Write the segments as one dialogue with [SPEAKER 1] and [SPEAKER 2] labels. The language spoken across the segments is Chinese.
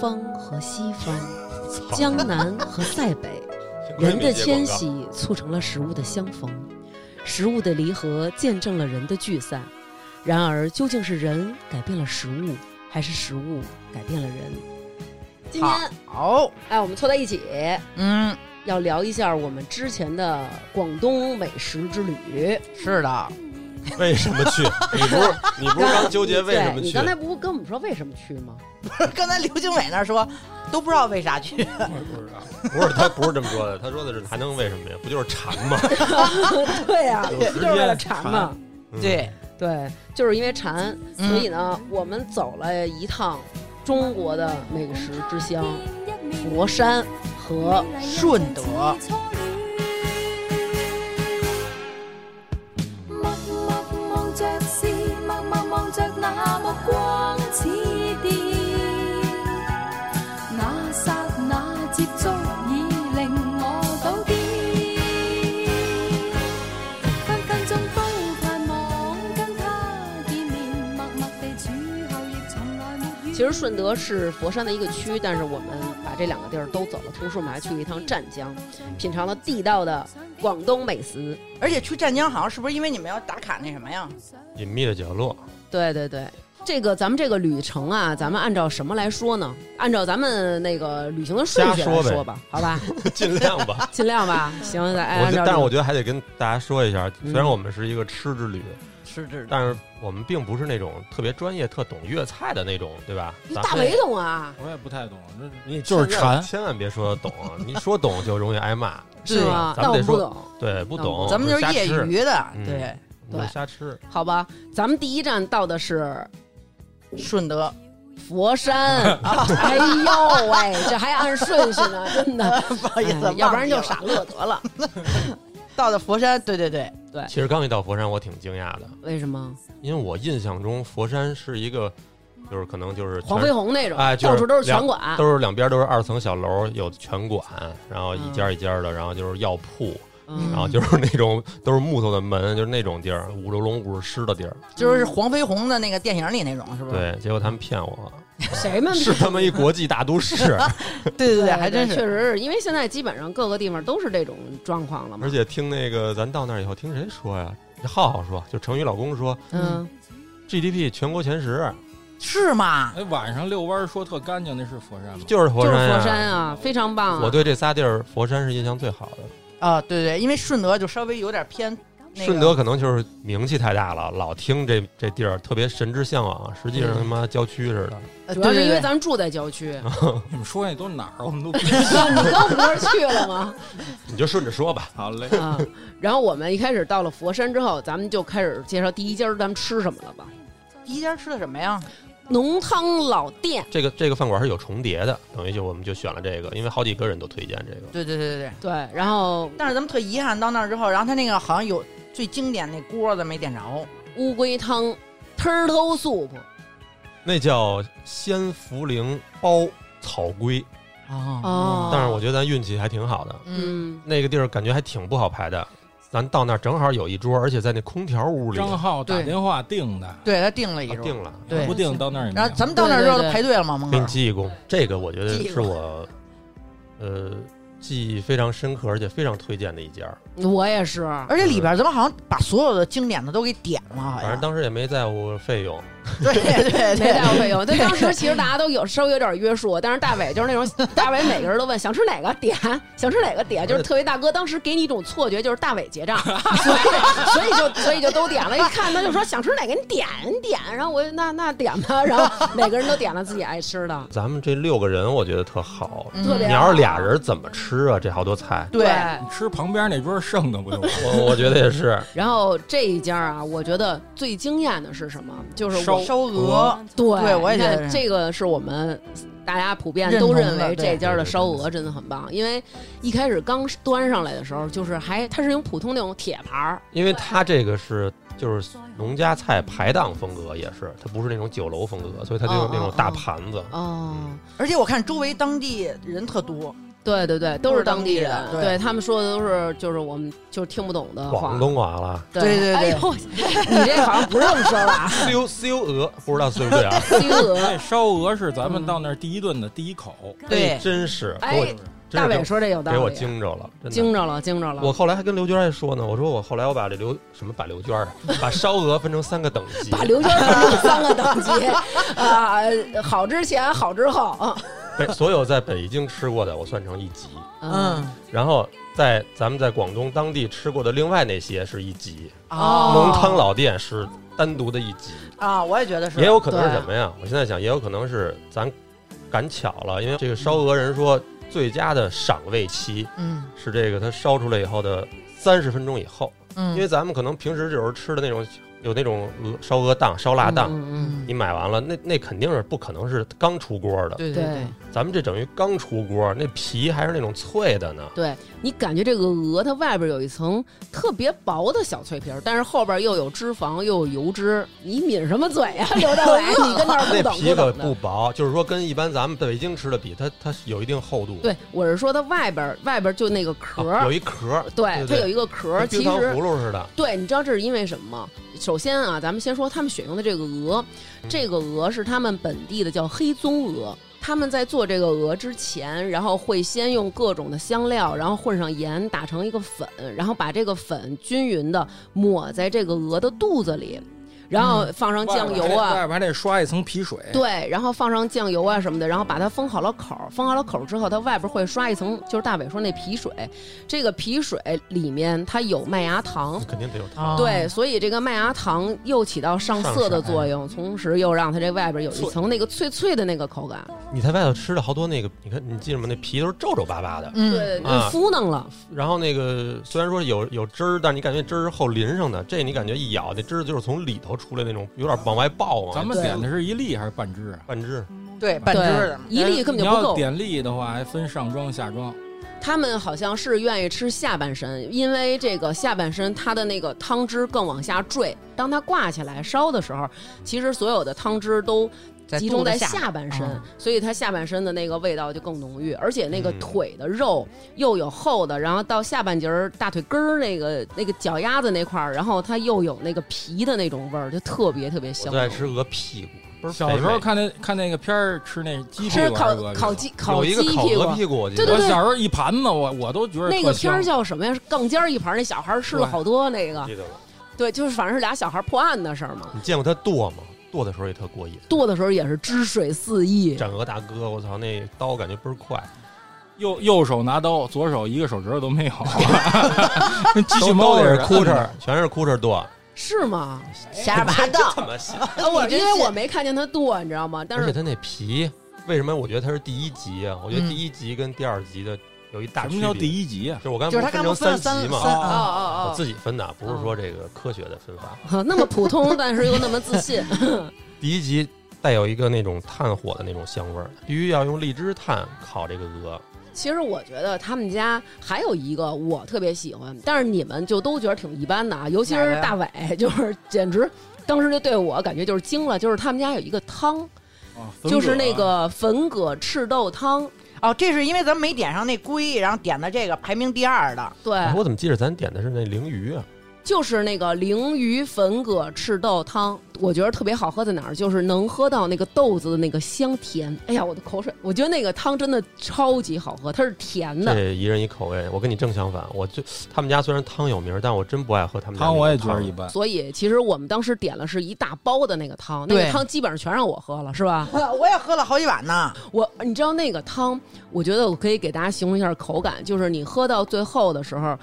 [SPEAKER 1] 方和西方，江南和塞 北，人的迁徙促成了食物的相逢，食物的离合见证了人的聚散。然而，究竟是人改变了食物，还是食物改变了人？今天，
[SPEAKER 2] 好，
[SPEAKER 1] 哎，我们凑在一起，
[SPEAKER 2] 嗯，
[SPEAKER 1] 要聊一下我们之前的广东美食之旅。
[SPEAKER 2] 是的，
[SPEAKER 3] 为什么去？你不是你不是刚纠结为什么
[SPEAKER 1] 对你
[SPEAKER 3] 去
[SPEAKER 1] 刚？才不跟我们说为什么去吗？
[SPEAKER 2] 刚才刘经纬那儿说都不知道为啥去，
[SPEAKER 3] 不知道，不是他不是这么说的，他说的是还能为什么呀？不就是馋吗？
[SPEAKER 1] 对呀、
[SPEAKER 3] 有
[SPEAKER 1] 不
[SPEAKER 3] 时
[SPEAKER 1] 就是为了
[SPEAKER 3] 间
[SPEAKER 1] 馋嘛。
[SPEAKER 3] 嗯，
[SPEAKER 2] 对，
[SPEAKER 1] 对，就是因为馋，
[SPEAKER 2] 嗯
[SPEAKER 1] 所以呢，我们走了一趟中国的美食之乡佛山和
[SPEAKER 2] 顺德，
[SPEAKER 4] 默默望着是，默默望着那目光似电，那刹那接觸已令我倒跌，分分鐘都盼望跟他見面，默默地處後亦從來沒怨
[SPEAKER 1] 其实顺德是佛山的一个区，但是我们把这两个地儿都走了，同时我们还去了一趟湛江，品尝了地道的广东美食。
[SPEAKER 2] 而且去湛江好像是不是因为你们要打卡那什么呀？
[SPEAKER 3] 隐秘的角落，
[SPEAKER 1] 对对对，这个咱们这个旅程啊，咱们按照什么来说呢？按照咱们那个旅行的顺序
[SPEAKER 3] 瞎
[SPEAKER 1] 来
[SPEAKER 3] 说呗
[SPEAKER 1] 说吧，好吧，
[SPEAKER 3] 尽量吧。
[SPEAKER 1] 尽量吧。 行，咱
[SPEAKER 3] 我
[SPEAKER 1] 按
[SPEAKER 3] 觉
[SPEAKER 1] 照这
[SPEAKER 3] 得，但是
[SPEAKER 1] 个
[SPEAKER 3] 我觉得还得跟大家说一下，
[SPEAKER 1] 嗯
[SPEAKER 3] 虽然我们是一个吃之旅，
[SPEAKER 2] 是是
[SPEAKER 3] 但是我们并不是那种特别专业、特懂粤菜的那种，对吧？
[SPEAKER 1] 你
[SPEAKER 3] 咱
[SPEAKER 1] 大伟懂啊，
[SPEAKER 5] 我也不太懂，这
[SPEAKER 3] 你
[SPEAKER 5] 就是
[SPEAKER 3] 千万
[SPEAKER 5] 馋
[SPEAKER 3] 千万别说懂，你说懂就容易挨骂。
[SPEAKER 2] 对
[SPEAKER 1] 是吗？
[SPEAKER 3] 咱
[SPEAKER 1] 那
[SPEAKER 3] 们
[SPEAKER 1] 我们
[SPEAKER 3] 得
[SPEAKER 1] 不
[SPEAKER 3] 说
[SPEAKER 1] 懂。
[SPEAKER 3] 对，哦不懂，
[SPEAKER 2] 咱们就是
[SPEAKER 3] 瞎
[SPEAKER 2] 业
[SPEAKER 3] 吃，
[SPEAKER 2] 余的，
[SPEAKER 3] 嗯
[SPEAKER 2] 对，
[SPEAKER 3] 不是瞎吃。
[SPEAKER 1] 好吧，咱们第一站到的是
[SPEAKER 2] 顺德
[SPEAKER 1] 佛山。哎呦喂，这还按顺序呢，真的，
[SPEAKER 2] 不好意思，
[SPEAKER 1] 哎要不然就
[SPEAKER 2] 忘记了
[SPEAKER 1] 傻乐得了。
[SPEAKER 2] 到了佛山，对对对，
[SPEAKER 3] 其实刚一到佛山，我挺惊讶的，
[SPEAKER 1] 为什么？
[SPEAKER 3] 因为我印象中佛山是一个，就是可能就是全
[SPEAKER 1] 黄飞鸿那种，
[SPEAKER 3] 哎就是
[SPEAKER 1] 到处都是
[SPEAKER 3] 两
[SPEAKER 1] 拳馆，
[SPEAKER 3] 都是两边都是二层小楼，有拳馆，然后一家一家的，然后就是药铺，然
[SPEAKER 1] 嗯，
[SPEAKER 3] 后就是那种都是木头的门，就是那种地儿，五十龙五十狮的地儿。
[SPEAKER 2] 就是黄飞鸿的那个电影里那种，是不是？
[SPEAKER 3] 对，结果他们骗我，
[SPEAKER 1] 谁们
[SPEAKER 3] 是他妈一国际大都 市，
[SPEAKER 2] 对对
[SPEAKER 1] 对
[SPEAKER 2] 还真
[SPEAKER 1] 确
[SPEAKER 2] 是。
[SPEAKER 1] 实是因为现在基本上各个地方都是这种状况了嘛
[SPEAKER 3] 而。且听那个咱到那儿以后听谁说呀？浩浩说，就成宇老公说
[SPEAKER 1] 嗯，
[SPEAKER 3] GDP 全国前十，
[SPEAKER 2] 是吗？
[SPEAKER 5] 哎，晚上遛弯儿说特干净，那是佛山吗？
[SPEAKER 3] 就是佛
[SPEAKER 1] 就是
[SPEAKER 3] 山呀、
[SPEAKER 1] 佛山啊，非常棒啊。
[SPEAKER 3] 我对这仨地儿，佛山是印象最好的。
[SPEAKER 2] 啊，对对，因为顺德就稍微有点偏那个
[SPEAKER 3] 顺德可能就是名气太大了，老听这这地儿特别神之向往，啊实际上
[SPEAKER 2] 嗯
[SPEAKER 3] 他妈郊区似的。
[SPEAKER 2] 呃
[SPEAKER 1] 主要是因为
[SPEAKER 2] 对对对
[SPEAKER 1] 咱们住在郊区，
[SPEAKER 5] 你们说那都哪儿？我们都 不
[SPEAKER 1] 你跟我们那儿去了吗？
[SPEAKER 3] 你就顺着说吧。
[SPEAKER 5] 好嘞。
[SPEAKER 1] 啊，然后我们一开始到了佛山之后，咱们就开始介绍第一家儿咱们吃什么了吧？
[SPEAKER 2] 第一家吃的什么呀？
[SPEAKER 1] 浓汤老店，
[SPEAKER 3] 这个这个饭馆是有重叠的，等于就我们就选了这个，因为好几个人都推荐这个。
[SPEAKER 2] 对对对对对。
[SPEAKER 1] 对，然后
[SPEAKER 2] 但是咱们特遗憾，到那儿之后，然后他那个好像有最经典那锅子没点着，
[SPEAKER 1] 乌龟汤、turtle soup，
[SPEAKER 3] 那叫仙茯苓煲草龟，
[SPEAKER 1] 哦
[SPEAKER 3] 但是我觉得咱运气还挺好的，
[SPEAKER 2] 嗯，
[SPEAKER 1] 嗯，
[SPEAKER 3] 那个地儿感觉还挺不好排的。咱到那儿正好有一桌，而且在那空调屋里
[SPEAKER 5] 张浩打
[SPEAKER 2] 对
[SPEAKER 5] 电话订的，
[SPEAKER 2] 对他定了一
[SPEAKER 3] 啊
[SPEAKER 2] 桌，
[SPEAKER 3] 定了，
[SPEAKER 2] 对
[SPEAKER 5] 不订到那儿也没
[SPEAKER 2] 然
[SPEAKER 5] 有
[SPEAKER 2] 后咱们到那儿之后
[SPEAKER 1] 对对对
[SPEAKER 2] 排队了吗？蒙
[SPEAKER 3] 给你
[SPEAKER 2] 哥，
[SPEAKER 3] 记一功。这个我觉得
[SPEAKER 2] 记一
[SPEAKER 3] 是我，呃，记忆非常深刻，而且非常推荐的一家。
[SPEAKER 1] 我也是，
[SPEAKER 2] 而且里边咱们好像把所有的经典的都给点了，
[SPEAKER 1] 啊
[SPEAKER 2] 好
[SPEAKER 3] 反正
[SPEAKER 2] 像。
[SPEAKER 3] 当时也没在乎费用，
[SPEAKER 2] 对对 对
[SPEAKER 1] 没带
[SPEAKER 2] 对，
[SPEAKER 1] 过费用。但当时其实大家都有稍微有点约束，但是大伟就是那种大伟，每个人都问想吃哪个点，想吃哪个点，就是特别大哥。当时给你一种错觉，就是大伟结账， 所以所以就所以就都点了。一看他就说想吃哪个，你点你点。然后我就那那点吧，然后每个人都点了自己爱吃的。
[SPEAKER 3] 咱们这六个人我觉得特好。
[SPEAKER 2] 嗯
[SPEAKER 1] 特别
[SPEAKER 3] 你要是俩人怎么吃啊？这好多菜，
[SPEAKER 2] 对
[SPEAKER 5] 你吃旁边那桌剩的不就完了？
[SPEAKER 3] 我我觉得也是。
[SPEAKER 1] 然后这一家啊，我觉得最惊艳的是什么？就是我
[SPEAKER 5] 烧
[SPEAKER 2] 烧鹅，
[SPEAKER 1] 对，
[SPEAKER 2] 对我也
[SPEAKER 1] 你
[SPEAKER 2] 觉得
[SPEAKER 1] 看
[SPEAKER 2] 是
[SPEAKER 1] 这个是我们大家普遍
[SPEAKER 2] 认
[SPEAKER 1] 都
[SPEAKER 2] 同
[SPEAKER 1] 认
[SPEAKER 2] 的
[SPEAKER 1] 为
[SPEAKER 2] 对
[SPEAKER 1] 这家的
[SPEAKER 3] 对对
[SPEAKER 1] 烧鹅真的很棒，因为一开始刚端上来的时候，就是还它是用普通那种铁盘儿，
[SPEAKER 3] 因为它这个是就是农家菜排档风格，也是它不是那种酒楼风格，所以它就
[SPEAKER 1] 哦
[SPEAKER 3] 用
[SPEAKER 1] 哦
[SPEAKER 3] 那种大盘子。
[SPEAKER 1] 哦，
[SPEAKER 2] 而且我看周围当地人特多，
[SPEAKER 1] 对对对，都
[SPEAKER 2] 都
[SPEAKER 1] 是
[SPEAKER 2] 是当
[SPEAKER 1] 当
[SPEAKER 2] 地
[SPEAKER 1] 地人
[SPEAKER 2] 人，对
[SPEAKER 1] 对他们说的都是就是我们就是听不懂的话。
[SPEAKER 3] 广东话了，
[SPEAKER 1] 对
[SPEAKER 2] 对对对
[SPEAKER 1] 哎呦，
[SPEAKER 2] 你这好像不是这么说 吧？
[SPEAKER 3] 修修鹅，不知道对 不对啊？
[SPEAKER 1] 金额，
[SPEAKER 5] 那烧鹅是咱们到那儿第一顿的第一口，
[SPEAKER 2] 对
[SPEAKER 3] 哎真是，
[SPEAKER 1] 哎
[SPEAKER 3] 给我真
[SPEAKER 1] 大
[SPEAKER 3] 是
[SPEAKER 1] 伟
[SPEAKER 3] 给
[SPEAKER 1] 说这有
[SPEAKER 3] 给
[SPEAKER 1] 道
[SPEAKER 3] 我
[SPEAKER 1] 理，
[SPEAKER 3] 惊着了，真的
[SPEAKER 1] 惊着了，惊着了。
[SPEAKER 3] 我后来还跟刘娟还说呢，我说我后来我把这刘什么把刘娟啊，把烧鹅分成三个等级，
[SPEAKER 1] 把刘娟分成三个等级 啊，好之前，好之后，
[SPEAKER 3] 北所有在北京吃过的我算成一级，
[SPEAKER 2] 嗯，
[SPEAKER 3] 然后在咱们在广东当地吃过的另外那些是一级，
[SPEAKER 1] 哦
[SPEAKER 3] 浓汤老店是单独的一级，
[SPEAKER 2] 啊，我也觉得是，
[SPEAKER 3] 也有可能是
[SPEAKER 1] 对
[SPEAKER 3] 什么呀？我现在想，也有可能是咱赶巧了，因为这个烧鹅人说最佳的赏味期
[SPEAKER 2] 嗯
[SPEAKER 3] 是这个它烧出来以后的三十分钟以后，
[SPEAKER 2] 嗯，
[SPEAKER 3] 因为咱们可能平时有时候吃的那种有那种鹅烧鹅档、烧腊档。
[SPEAKER 1] 嗯嗯
[SPEAKER 3] 你买完了，那那肯定是不可能是刚出锅的。
[SPEAKER 2] 对
[SPEAKER 1] 对
[SPEAKER 2] 对，
[SPEAKER 3] 咱们这等于刚出锅，那皮还是那种脆的呢。
[SPEAKER 1] 对你感觉这个鹅它外边有一层特别薄的小脆皮儿，但是后边又有脂肪又有油脂，你抿什么嘴呀、刘大伟？你跟那儿不
[SPEAKER 3] 那
[SPEAKER 1] 等
[SPEAKER 3] 皮
[SPEAKER 1] 等
[SPEAKER 3] 可不
[SPEAKER 1] 的。
[SPEAKER 3] 薄，就是说跟一般咱们在北京吃的比，它它是有一定厚度。
[SPEAKER 1] 对，我是说它外边外边就那个壳
[SPEAKER 3] 啊
[SPEAKER 1] 儿，
[SPEAKER 3] 有一壳，
[SPEAKER 1] 对，它
[SPEAKER 3] 对
[SPEAKER 1] 有一个壳儿，
[SPEAKER 3] 跟
[SPEAKER 1] 其
[SPEAKER 3] 冰糖
[SPEAKER 1] 实
[SPEAKER 3] 葫芦似的。
[SPEAKER 1] 对，你知道这是因为什么吗？首先啊，咱们先说他们选用的这个鹅，这个鹅是他们本地的叫黑棕鹅。他们在做这个鹅之前，然后会先用各种的香料，然后混上盐，打成一个粉，然后把这个粉均匀的抹在这个鹅的肚子里，然后放上酱油啊，
[SPEAKER 5] 嗯外边还得刷一层皮水，
[SPEAKER 1] 对，然后放上酱油啊什么的，然后把它封好了口儿，封好了口儿之后，它外边会刷一层，就是大伟说那皮水，这个皮水里面它有麦芽糖，
[SPEAKER 3] 肯定得有
[SPEAKER 2] 啊
[SPEAKER 3] 糖。
[SPEAKER 1] 哦对，所以这个麦芽糖又起到上色的作用，同时又让它这外边有一层那个脆脆的那个口感，
[SPEAKER 3] 你在外头吃的好多那个，你看你记着吗？那皮都是皱皱巴巴的，
[SPEAKER 2] 嗯，
[SPEAKER 1] 对，就
[SPEAKER 3] 啊
[SPEAKER 1] 敷弄了，
[SPEAKER 3] 然后那个虽然说有有汁儿，但是你感觉汁儿是后淋上的。这你感觉一咬，那汁儿就是从里头出来那种，有点往外爆嘛。啊
[SPEAKER 5] 咱们
[SPEAKER 1] 对
[SPEAKER 5] 点的是一粒还是半只啊？哎
[SPEAKER 3] 半汁，
[SPEAKER 2] 对，半只
[SPEAKER 1] 对
[SPEAKER 2] 的嘛，
[SPEAKER 1] 一粒根本
[SPEAKER 5] 你
[SPEAKER 1] 就不
[SPEAKER 5] 要
[SPEAKER 1] 够。
[SPEAKER 5] 点粒的话，还分上装下装。
[SPEAKER 1] 他们好像是愿意吃下半身，因为这个下半身它的那个汤汁更往下坠，当它挂起来烧的时候，其实所有的汤汁都
[SPEAKER 2] 在
[SPEAKER 1] 集中在
[SPEAKER 2] 肚子
[SPEAKER 1] 下半身
[SPEAKER 2] 啊，
[SPEAKER 1] 所以它下半身的那个味道就更浓郁，而且那个
[SPEAKER 3] 嗯
[SPEAKER 1] 腿的肉又有厚的，然后到下半截儿大腿根儿那个那个脚丫子那块儿，然后它又有那个皮的那种味儿，就特别特别
[SPEAKER 3] 我
[SPEAKER 1] 香浓。
[SPEAKER 3] 最爱吃鹅屁股。不是
[SPEAKER 5] 小
[SPEAKER 3] 肥
[SPEAKER 5] 时候
[SPEAKER 3] 美
[SPEAKER 5] 看那看那个片儿，吃那鸡屁
[SPEAKER 1] 吃
[SPEAKER 5] 股还
[SPEAKER 1] 烤
[SPEAKER 5] 是鹅屁股，
[SPEAKER 1] 烤鸡烤
[SPEAKER 3] 啊有
[SPEAKER 1] 鸡
[SPEAKER 3] 一个烤
[SPEAKER 1] 屁股
[SPEAKER 3] 鹅，屁股，我记
[SPEAKER 1] 对
[SPEAKER 3] 得。
[SPEAKER 1] 对
[SPEAKER 5] 我
[SPEAKER 1] 对
[SPEAKER 5] 小时候一盘子，我我都觉得
[SPEAKER 1] 那
[SPEAKER 5] 特
[SPEAKER 1] 个片儿
[SPEAKER 5] 香
[SPEAKER 1] 叫什么呀？是杠尖儿一盘儿，那小孩儿吃了
[SPEAKER 5] 对
[SPEAKER 1] 好多那个。
[SPEAKER 3] 记得了。
[SPEAKER 1] 对，就是反正是俩小孩破案的事儿嘛。
[SPEAKER 3] 你见过他剁吗？剁的时候也特过瘾。
[SPEAKER 1] 剁的时候也是汁水四溢，
[SPEAKER 3] 斩鹅大哥，我操，那刀感觉倍儿快，
[SPEAKER 5] 右右手拿刀，左手一个手指头都没有。 那机器
[SPEAKER 3] 都
[SPEAKER 5] 猫
[SPEAKER 3] 都
[SPEAKER 5] 也
[SPEAKER 3] 是
[SPEAKER 5] 是
[SPEAKER 3] 哭
[SPEAKER 5] 摁
[SPEAKER 3] 哧
[SPEAKER 5] 的，，
[SPEAKER 3] 全是哭哧剁。
[SPEAKER 1] 是吗？
[SPEAKER 2] 瞎八道
[SPEAKER 3] 这。么细，
[SPEAKER 1] 我
[SPEAKER 2] 真
[SPEAKER 1] 因为
[SPEAKER 2] 是
[SPEAKER 1] 我没看见他剁，你知道吗？但
[SPEAKER 3] 而
[SPEAKER 1] 是
[SPEAKER 3] 且它那皮，为什么我觉得它是第一集啊？我
[SPEAKER 2] 嗯
[SPEAKER 3] 觉得第一集跟第二集的有一大
[SPEAKER 5] 什
[SPEAKER 3] 区别。
[SPEAKER 5] 么叫第一集啊？
[SPEAKER 3] 就是我刚
[SPEAKER 2] 就
[SPEAKER 3] 才
[SPEAKER 2] 是
[SPEAKER 3] 不
[SPEAKER 2] 他
[SPEAKER 3] 是
[SPEAKER 2] 刚
[SPEAKER 3] 分
[SPEAKER 2] 不
[SPEAKER 3] 成
[SPEAKER 2] 是分了
[SPEAKER 3] 三集
[SPEAKER 2] 三
[SPEAKER 3] 嘛，
[SPEAKER 2] 三
[SPEAKER 1] 哦
[SPEAKER 2] 啊，
[SPEAKER 1] 哦
[SPEAKER 3] 我
[SPEAKER 1] 哦
[SPEAKER 3] 自己分的，不是说这个科学的分法。
[SPEAKER 2] 哦
[SPEAKER 1] 呵，啊那么普通，但是又那么自信。
[SPEAKER 3] 第一集带有一个那种炭火的那种香味儿，必须要用荔枝炭烤这个鹅。
[SPEAKER 1] 其实我觉得他们家还有一个我特别喜欢，但是你们就都觉得挺一般的啊，尤其
[SPEAKER 2] 哪个
[SPEAKER 1] 是
[SPEAKER 2] 呀
[SPEAKER 1] 大伟， 就是简直当时就对我感觉就是惊了，就是他们家有一个汤，
[SPEAKER 5] 啊
[SPEAKER 1] 就是那，个粉葛赤豆汤，
[SPEAKER 2] 哦，这是因为咱们没点上那龟，然后点的这个排名第 二的，
[SPEAKER 1] 对，
[SPEAKER 3] 哎我怎么记着咱点的是那鲮鱼啊？
[SPEAKER 1] 就是那个鲮鱼粉葛赤豆汤，我觉得特别好喝在哪儿，就是能喝到那个豆子的那个香甜。哎呀，我的口水！我觉得那个汤真的超级好喝，它是甜的。
[SPEAKER 3] 这一人一口味，我跟你正相反。我就他们家虽然汤有名儿，但我真不爱喝他们家那个
[SPEAKER 5] 汤我也觉得一般。
[SPEAKER 1] 所以其实我们当时点了是一大包的那个汤，那
[SPEAKER 2] 对
[SPEAKER 1] 个汤基本上全让我喝了，是吧？
[SPEAKER 2] 我也喝了好几碗呢。啊
[SPEAKER 1] 我你知道那个汤，我觉得我可以给大家形容一下口感，就是你喝到最后的时候，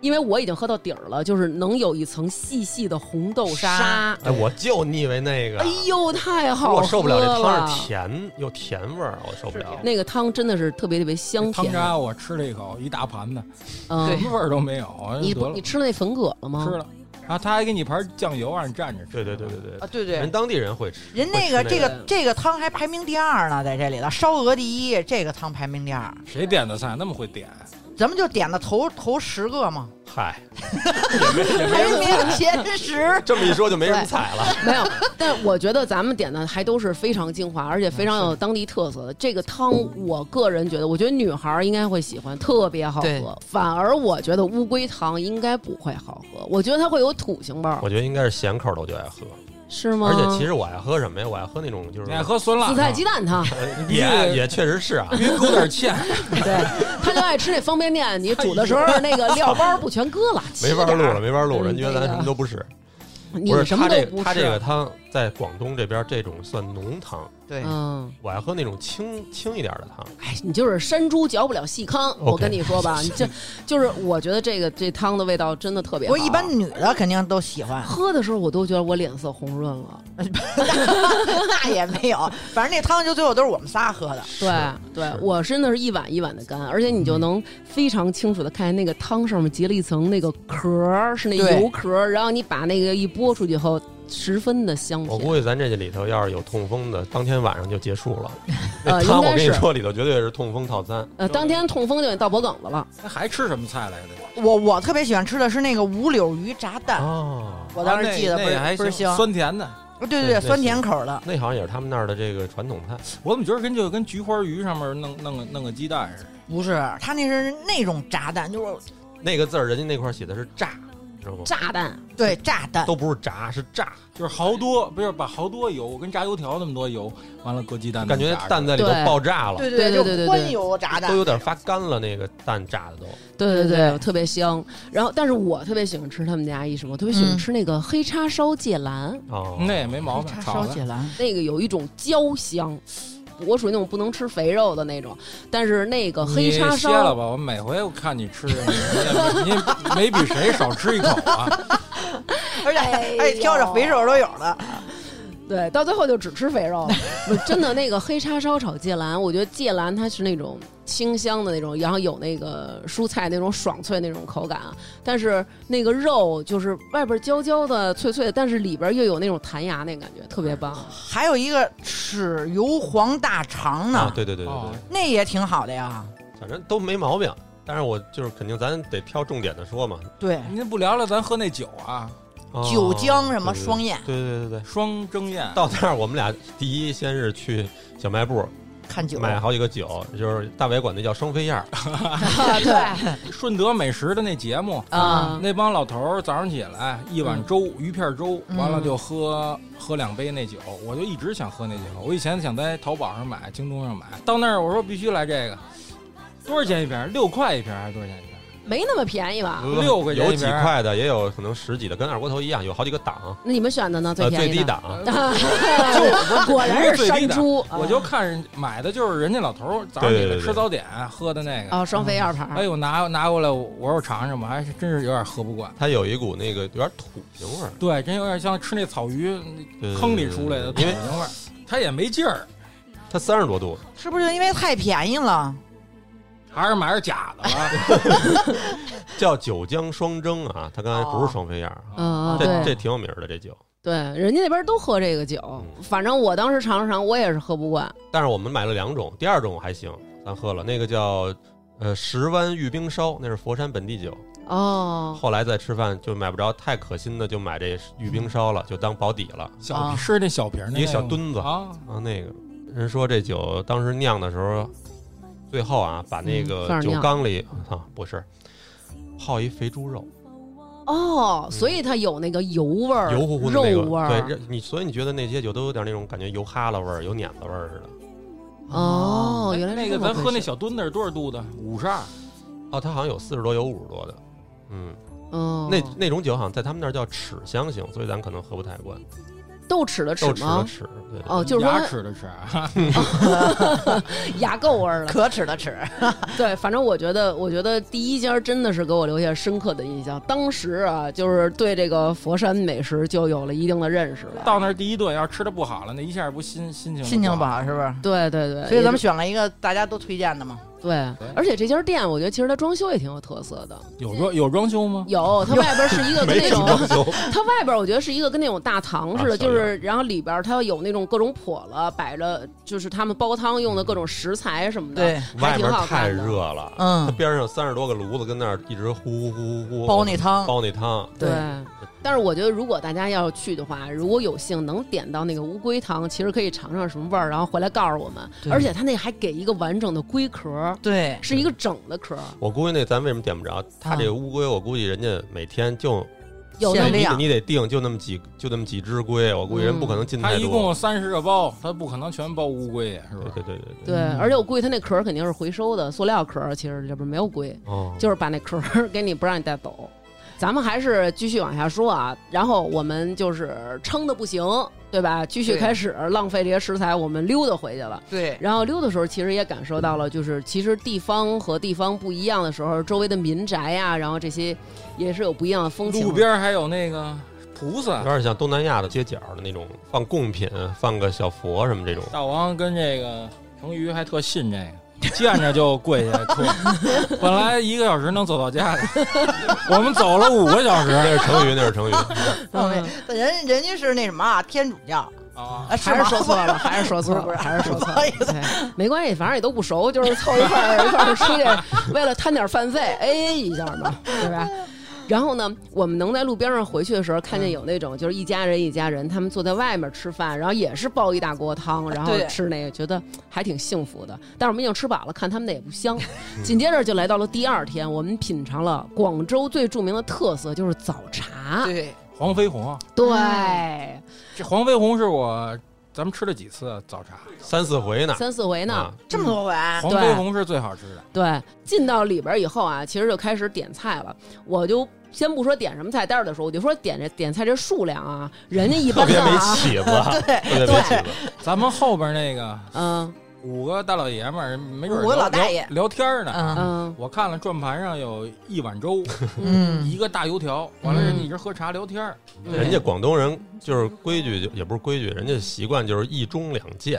[SPEAKER 1] 因为我已经喝到底儿了，就是能有一层细细的红豆
[SPEAKER 2] 沙
[SPEAKER 1] 沙。
[SPEAKER 3] 哎，我就腻歪那个。
[SPEAKER 1] 哎呦，太好喝了！
[SPEAKER 3] 我受不了，这汤是甜有甜味儿，我受不了。
[SPEAKER 1] 那个汤真的是特别特别香
[SPEAKER 5] 汤
[SPEAKER 1] 甜。
[SPEAKER 5] 渣我吃了一口，一大盘子，
[SPEAKER 1] 嗯，
[SPEAKER 5] 什么味儿都没有。
[SPEAKER 1] 你
[SPEAKER 5] 得
[SPEAKER 1] 不
[SPEAKER 5] 了
[SPEAKER 1] 你吃了那粉葛了吗？
[SPEAKER 5] 吃。了，然后他还给你盘酱油让你蘸着吃。
[SPEAKER 3] 对对对对对
[SPEAKER 1] 哦
[SPEAKER 2] 啊，，对
[SPEAKER 3] 人
[SPEAKER 2] 对，
[SPEAKER 3] 当地人会吃。
[SPEAKER 2] 人那个
[SPEAKER 3] 会吃
[SPEAKER 2] 这
[SPEAKER 3] 那
[SPEAKER 2] 个这个汤还排名第二呢，在这里头，烧鹅第一，这个汤排名第二。
[SPEAKER 5] 谁点的菜那么会点？
[SPEAKER 2] 咱们就点的头头十个嘛，
[SPEAKER 3] 嗨，
[SPEAKER 2] 排名前
[SPEAKER 1] 嗯
[SPEAKER 2] 十。
[SPEAKER 3] 这么一说就没什么菜了。
[SPEAKER 1] 没有，但我觉得咱们点的还都是非常精华，而且非常有当地特色的。这个汤，我个人觉得，我觉得女孩儿应该会喜欢，特别好
[SPEAKER 2] 对
[SPEAKER 1] 喝。反而我觉得乌龟汤应该不会好喝，我觉得它会有土腥味儿，
[SPEAKER 3] 我觉得应该是咸口的我就爱喝，
[SPEAKER 1] 是吗？
[SPEAKER 3] 而且其实我爱喝什么呀？我爱喝那种就是
[SPEAKER 5] 你爱哎喝酸辣
[SPEAKER 1] 紫菜鸡蛋 汤，
[SPEAKER 3] 呃也也确实是 啊，
[SPEAKER 5] 云勾点芡，
[SPEAKER 1] 对，他就爱吃那方便面，你煮的时候那个料包不全搁了，
[SPEAKER 3] 哎没法录了，没法录了，
[SPEAKER 1] 嗯
[SPEAKER 3] 人觉得咱什么都不是。
[SPEAKER 1] 你
[SPEAKER 3] 不是
[SPEAKER 1] 什么都
[SPEAKER 3] 他这
[SPEAKER 1] 不
[SPEAKER 3] 个
[SPEAKER 1] 吃。
[SPEAKER 3] 他这个汤在广东这边这种算浓汤，
[SPEAKER 2] 对，
[SPEAKER 1] 嗯，
[SPEAKER 3] 我爱喝那种清清一点的汤。
[SPEAKER 1] 哎，你就是山猪嚼不了细糠，我跟你说吧，你这就是我觉得这个这汤的味道真的特别
[SPEAKER 2] 不
[SPEAKER 1] 好。，
[SPEAKER 2] 过一般女的肯定都喜欢
[SPEAKER 1] 喝的时候，我都觉得我脸色红润了。
[SPEAKER 2] 那也没有，反正那汤就最后都是嗯我们仨喝的。
[SPEAKER 1] 对对，我真的是一碗一碗的干，而且你就能非常清楚的看见那个汤上面结了一层那个壳儿，是那
[SPEAKER 2] 对
[SPEAKER 1] 油壳儿，然后你把那个一拨出去后，十分的香
[SPEAKER 3] 我
[SPEAKER 1] 甜。
[SPEAKER 3] 估计咱这里头要是有痛风的，当天晚上就结束了。
[SPEAKER 1] 呃
[SPEAKER 3] 那汤
[SPEAKER 1] 应该
[SPEAKER 3] 我跟你
[SPEAKER 1] 是
[SPEAKER 3] 说，里头绝对是痛风套餐。
[SPEAKER 1] 呃，当天痛风就给到脖梗子了。
[SPEAKER 5] 那还吃什么菜来着？
[SPEAKER 2] 我我特别喜欢吃的是那个五柳鱼炸
[SPEAKER 1] 啊
[SPEAKER 2] 蛋，
[SPEAKER 3] 哦，
[SPEAKER 2] 我当时记得
[SPEAKER 5] 啊那
[SPEAKER 2] 倍
[SPEAKER 5] 那还
[SPEAKER 2] 儿倍儿香。
[SPEAKER 5] 酸甜的。
[SPEAKER 2] 对对
[SPEAKER 3] 对
[SPEAKER 2] 对，
[SPEAKER 3] 那
[SPEAKER 2] 酸
[SPEAKER 3] 行
[SPEAKER 2] 甜口的。
[SPEAKER 3] 那好像也是他们那儿的这个传统菜。
[SPEAKER 5] 我怎么觉得跟就跟菊花鱼上面弄弄个弄个鸡蛋似的？
[SPEAKER 2] 不是，他那是那种炸蛋，就是
[SPEAKER 3] 那个字儿，人家那块儿写的是炸，知道吗？
[SPEAKER 1] 炸弹，
[SPEAKER 2] 对炸蛋，
[SPEAKER 3] 都不是炸，是炸，
[SPEAKER 5] 就是好多，不是把好多油跟炸油条那么多油，完了搁鸡蛋，
[SPEAKER 3] 感觉蛋在里头
[SPEAKER 1] 对
[SPEAKER 3] 爆炸了，
[SPEAKER 2] 对
[SPEAKER 1] 对
[SPEAKER 2] 对
[SPEAKER 1] 对对对
[SPEAKER 2] 宽油炸蛋
[SPEAKER 3] 都有点发干了，那个蛋炸的都。
[SPEAKER 1] 对
[SPEAKER 2] 对
[SPEAKER 1] 对
[SPEAKER 2] 对
[SPEAKER 1] 对，特别香。然后，但是我特别喜欢吃他们家一什么，我特别喜欢
[SPEAKER 2] 嗯
[SPEAKER 1] 吃那个黑叉烧芥蓝，
[SPEAKER 3] 哦，
[SPEAKER 5] 嗯那也没毛病，
[SPEAKER 2] 叉
[SPEAKER 5] 炒
[SPEAKER 2] 烧
[SPEAKER 5] 的
[SPEAKER 2] 芥蓝，
[SPEAKER 1] 那个有一种焦香。我属于那种不能吃肥肉的那种，但是那个黑叉
[SPEAKER 5] 你歇了
[SPEAKER 1] 烧，
[SPEAKER 5] 吧，我每回我看你吃，你你你没比谁少吃一口啊！
[SPEAKER 2] 而且
[SPEAKER 1] 哎呦
[SPEAKER 2] 而且挑着肥瘦都有了。
[SPEAKER 1] 对，到最后就只吃肥肉。不是真的，那个黑叉烧炒芥蓝，我觉得芥蓝它是那种清香的那种，然后有那个蔬菜那种爽脆那种口感，啊但是那个肉就是外边焦焦的、脆脆的，但是里边又有那种弹牙那感觉，特别棒。
[SPEAKER 2] 还有一个豉油黄大肠呢，
[SPEAKER 3] 啊，对对 对对
[SPEAKER 5] 哦
[SPEAKER 3] 对，
[SPEAKER 2] 那也挺好的呀。
[SPEAKER 3] 反正都没毛病。但是我就是肯定咱得挑重点的说嘛，
[SPEAKER 2] 对，
[SPEAKER 5] 你不聊聊咱喝那酒啊，
[SPEAKER 3] 哦
[SPEAKER 2] 九江什么
[SPEAKER 3] 对对对
[SPEAKER 2] 双燕
[SPEAKER 3] 对对对对。
[SPEAKER 5] 双蒸宴，
[SPEAKER 3] 到那儿，我们俩第一先是去小卖部
[SPEAKER 2] 看酒，
[SPEAKER 3] 买啊好几个酒，就是大伟管那叫双飞燕儿，
[SPEAKER 1] 对
[SPEAKER 5] 顺德美食的那节目。
[SPEAKER 1] 啊，
[SPEAKER 5] 那帮老头儿早上起来一
[SPEAKER 1] 嗯
[SPEAKER 5] 碗粥，鱼片粥，
[SPEAKER 2] 嗯
[SPEAKER 5] 完了就喝喝两杯那酒，我就一直想喝那酒。我以前想在淘宝上买，京东上买，到那儿我说必须来这个，多少钱一瓶？六块一瓶还是多少钱一瓶？
[SPEAKER 1] 没那么便宜
[SPEAKER 3] 嗯
[SPEAKER 1] 吧？
[SPEAKER 5] 六块钱
[SPEAKER 3] 有
[SPEAKER 5] 一
[SPEAKER 3] 几
[SPEAKER 5] 瓶儿
[SPEAKER 3] 块的，也有可能十几的，跟二锅头一样，有好几个档，
[SPEAKER 1] 那你们选的呢？
[SPEAKER 3] 呃，
[SPEAKER 1] 便
[SPEAKER 3] 最
[SPEAKER 1] 宜
[SPEAKER 3] 低
[SPEAKER 1] 的。
[SPEAKER 3] 档。
[SPEAKER 1] 啊果然是山猪，
[SPEAKER 5] 我就看人买的就是人家老头儿早上起
[SPEAKER 3] 对对
[SPEAKER 5] 来
[SPEAKER 3] 对
[SPEAKER 5] 吃早点喝的那个。
[SPEAKER 1] 哦，双飞二盘
[SPEAKER 5] 哎
[SPEAKER 1] 儿，
[SPEAKER 5] 呦，拿拿过来，我说尝尝吧，还是真是有点喝不惯。
[SPEAKER 3] 它有一股那个有点土腥味儿，
[SPEAKER 5] 对，真有点像吃那草鱼
[SPEAKER 3] 对
[SPEAKER 5] 坑里出来的土
[SPEAKER 3] 因为
[SPEAKER 5] 腥味儿，它也没劲儿，
[SPEAKER 3] 它三十多度，
[SPEAKER 2] 是不是因为太便宜了？
[SPEAKER 5] 还是买点假的吧。
[SPEAKER 1] 哎
[SPEAKER 3] 叫九江双蒸啊，它刚才不是双飞燕儿，啊
[SPEAKER 1] 嗯，
[SPEAKER 3] 这
[SPEAKER 1] 对
[SPEAKER 3] 这挺有名儿的这酒。
[SPEAKER 1] 对，人家那边都喝这个酒，反正我当时尝了尝，我也是喝不惯。
[SPEAKER 3] 但是我们买了两种，第二种还行，咱喝了那个叫呃石湾玉冰烧，那是佛山本地酒。
[SPEAKER 1] 哦，
[SPEAKER 3] 后来再吃饭就买不着太可心的，就买这玉冰烧
[SPEAKER 1] 嗯
[SPEAKER 3] 了，就当保底了
[SPEAKER 1] 哦
[SPEAKER 5] 小是那小瓶儿那
[SPEAKER 3] 一个小墩子
[SPEAKER 5] 啊，
[SPEAKER 3] 啊。那个人说这酒当时酿的时候，最后啊把那
[SPEAKER 1] 嗯放
[SPEAKER 3] 个
[SPEAKER 1] 点
[SPEAKER 3] 酒
[SPEAKER 1] 酿
[SPEAKER 3] 缸里啊不是泡一肥猪肉，
[SPEAKER 1] 哦，所以它有那个油味儿、
[SPEAKER 3] 嗯油乎乎的
[SPEAKER 1] 肉
[SPEAKER 3] 那个，
[SPEAKER 1] 味儿。
[SPEAKER 3] 对，让你所以你觉得那些酒都有点那种感觉油哈喇味儿、油碾子味儿似的。
[SPEAKER 1] 哦，
[SPEAKER 5] 哎
[SPEAKER 1] 原来是
[SPEAKER 5] 那
[SPEAKER 1] 这
[SPEAKER 5] 个
[SPEAKER 1] 么
[SPEAKER 5] 咱喝
[SPEAKER 1] 回
[SPEAKER 5] 那
[SPEAKER 1] 事
[SPEAKER 5] 小墩子是多少度的？五十二。
[SPEAKER 3] 哦，它好像有四十多，有五十多的。嗯，
[SPEAKER 1] 嗯，
[SPEAKER 3] 那那种酒好像在他们那儿叫齿香型，所以咱可能喝不太惯。
[SPEAKER 1] 豆豉的
[SPEAKER 3] 豆
[SPEAKER 1] 豉
[SPEAKER 3] 豉的
[SPEAKER 1] 吗？
[SPEAKER 3] 豉，对对
[SPEAKER 1] 哦，就是说
[SPEAKER 5] 牙
[SPEAKER 1] 它
[SPEAKER 5] 齿的齿啊，
[SPEAKER 1] 牙垢味儿了。
[SPEAKER 2] 可耻的耻，
[SPEAKER 1] 对，反正我觉得，我觉得第一家真的是给我留下深刻的印象。当时啊，就是对这个佛山美食就有了一定的认识了。
[SPEAKER 5] 到那儿第一顿要是吃的不好了，那一下不心心情
[SPEAKER 2] 心情
[SPEAKER 5] 不
[SPEAKER 2] 不好是不是？
[SPEAKER 1] 对对对，
[SPEAKER 2] 所以咱
[SPEAKER 1] 也
[SPEAKER 2] 们
[SPEAKER 1] 是
[SPEAKER 2] 选了一个大家都推荐的嘛，
[SPEAKER 1] 对，而且这家店我觉得其实它装修也挺有特色的，
[SPEAKER 5] 有装有装修吗？
[SPEAKER 1] 有它外边是一个跟那
[SPEAKER 3] 没什
[SPEAKER 1] 种
[SPEAKER 3] 么 装修，
[SPEAKER 1] 它外边我觉得是一个跟那种大堂似的，
[SPEAKER 3] 啊小
[SPEAKER 1] 就是然后里边它有那种各种笸了，摆着就是他们煲汤用的各种
[SPEAKER 3] 嗯
[SPEAKER 1] 食材什么的，
[SPEAKER 2] 对，
[SPEAKER 1] 还
[SPEAKER 3] 外
[SPEAKER 1] 挺
[SPEAKER 3] 面
[SPEAKER 1] 好
[SPEAKER 3] 太
[SPEAKER 1] 看的
[SPEAKER 3] 热了，它
[SPEAKER 2] 嗯，
[SPEAKER 3] 边上三十多个炉子跟那儿一直呼呼呼呼呼
[SPEAKER 2] 煲那汤，
[SPEAKER 3] 煲那汤，
[SPEAKER 1] 对。但是我觉得如果大家要去的话，如果有幸能点到那个乌龟汤，其实可以尝尝什么味儿，然后回来告诉我们。
[SPEAKER 2] 对
[SPEAKER 1] 而且它那还给一个完整的龟壳，
[SPEAKER 2] 对，
[SPEAKER 1] 是一个整的壳，
[SPEAKER 3] 我估计那咱为什么点不着？他
[SPEAKER 1] 嗯
[SPEAKER 3] 这个乌龟，我估计人家每天就
[SPEAKER 1] 有
[SPEAKER 2] 限
[SPEAKER 1] 那
[SPEAKER 3] 你
[SPEAKER 1] 么
[SPEAKER 3] 你
[SPEAKER 2] 量
[SPEAKER 3] 得你得定就那么几就那么几只龟，我估计人不可能进嗯
[SPEAKER 5] 他
[SPEAKER 3] 太
[SPEAKER 5] 一共
[SPEAKER 3] 多。
[SPEAKER 5] 有三十个包，他不可能全包乌龟呀，是不
[SPEAKER 3] 对
[SPEAKER 5] 是？
[SPEAKER 3] 对对对对，
[SPEAKER 1] 对，
[SPEAKER 2] 嗯
[SPEAKER 1] 而且我估计它那壳肯定是回收的，塑料壳，其实里边没有龟。
[SPEAKER 3] 哦，
[SPEAKER 1] 就是把那壳儿给你不让你带走。 咱们还是继续往下说啊，然后我们就是撑的不行，对吧？继续
[SPEAKER 2] 对
[SPEAKER 1] 开始浪费这些食材，我们溜达回去了。
[SPEAKER 2] 对，
[SPEAKER 1] 然后溜的时候，其实也感受到了，就是其实地方和地方不一样的时候，周围的民宅呀、然后这些也是有不一样的风情。
[SPEAKER 5] 路边还有那个菩萨
[SPEAKER 3] 有，点像东南亚的街角的那种放贡品、放个小佛什么这种。
[SPEAKER 5] 大王跟这个成瑜还特信这个，见着就 跪下磕。本来一个小时能走到家的， 我们走了五个小时
[SPEAKER 3] 那是 成语，那是成语。
[SPEAKER 1] 嗯，
[SPEAKER 2] 人人家是那什么啊，天主教，
[SPEAKER 5] 啊。
[SPEAKER 2] 啊
[SPEAKER 1] 还是
[SPEAKER 2] 吗哎
[SPEAKER 1] 说错了，还是说错
[SPEAKER 2] 不
[SPEAKER 1] 了，
[SPEAKER 2] 是不
[SPEAKER 1] 还是说错
[SPEAKER 2] 不好
[SPEAKER 1] 了
[SPEAKER 2] 意。思
[SPEAKER 1] 对，没关系，反正也都不熟，就是凑一块儿一块儿出去，为了摊点饭费，AA 一下嘛，对吧？然后呢，我们能在路边上回去的时候，看见有那种就是一家人一家人，他们坐在外面吃饭，然后也是煲一大锅汤，然后
[SPEAKER 2] 对
[SPEAKER 1] 吃那个，觉得还挺幸福的。但是我们已经吃饱了，看他们的也不香。紧接着就来到了第二天，我们品尝了广州最著名的特色，就是早茶。
[SPEAKER 2] 对，
[SPEAKER 5] 黄飞鸿啊，
[SPEAKER 1] 对，
[SPEAKER 5] 这黄飞鸿是我咱们吃了几次啊早茶？
[SPEAKER 2] 啊
[SPEAKER 3] 三四回呢，
[SPEAKER 1] 三四回呢。
[SPEAKER 3] 啊
[SPEAKER 2] 这么多回，
[SPEAKER 5] 黄飞鸿是最好吃的。
[SPEAKER 1] 对，进到里边以后啊，其实就开始点菜了。我就先不说点什么菜单儿的时候，我就说点这点菜这数量 啊，人家一
[SPEAKER 3] 特
[SPEAKER 1] 般
[SPEAKER 3] 别
[SPEAKER 1] 的
[SPEAKER 3] 没
[SPEAKER 1] 啊，
[SPEAKER 3] 起子，特别没起子。
[SPEAKER 5] 咱们后边那个
[SPEAKER 1] 嗯
[SPEAKER 5] 五个大老爷们儿，没准儿
[SPEAKER 2] 五个
[SPEAKER 5] 聊
[SPEAKER 2] 老大爷
[SPEAKER 5] 聊聊天儿呢。
[SPEAKER 2] 嗯
[SPEAKER 1] 嗯
[SPEAKER 5] 我看了转盘上有一碗粥，
[SPEAKER 2] 嗯
[SPEAKER 5] 一个大油条，完了人
[SPEAKER 1] 嗯
[SPEAKER 5] 一直喝茶聊天儿。
[SPEAKER 2] 对
[SPEAKER 3] 人家广东人就是规矩，就也不是规矩，人家习惯就是一盅两件，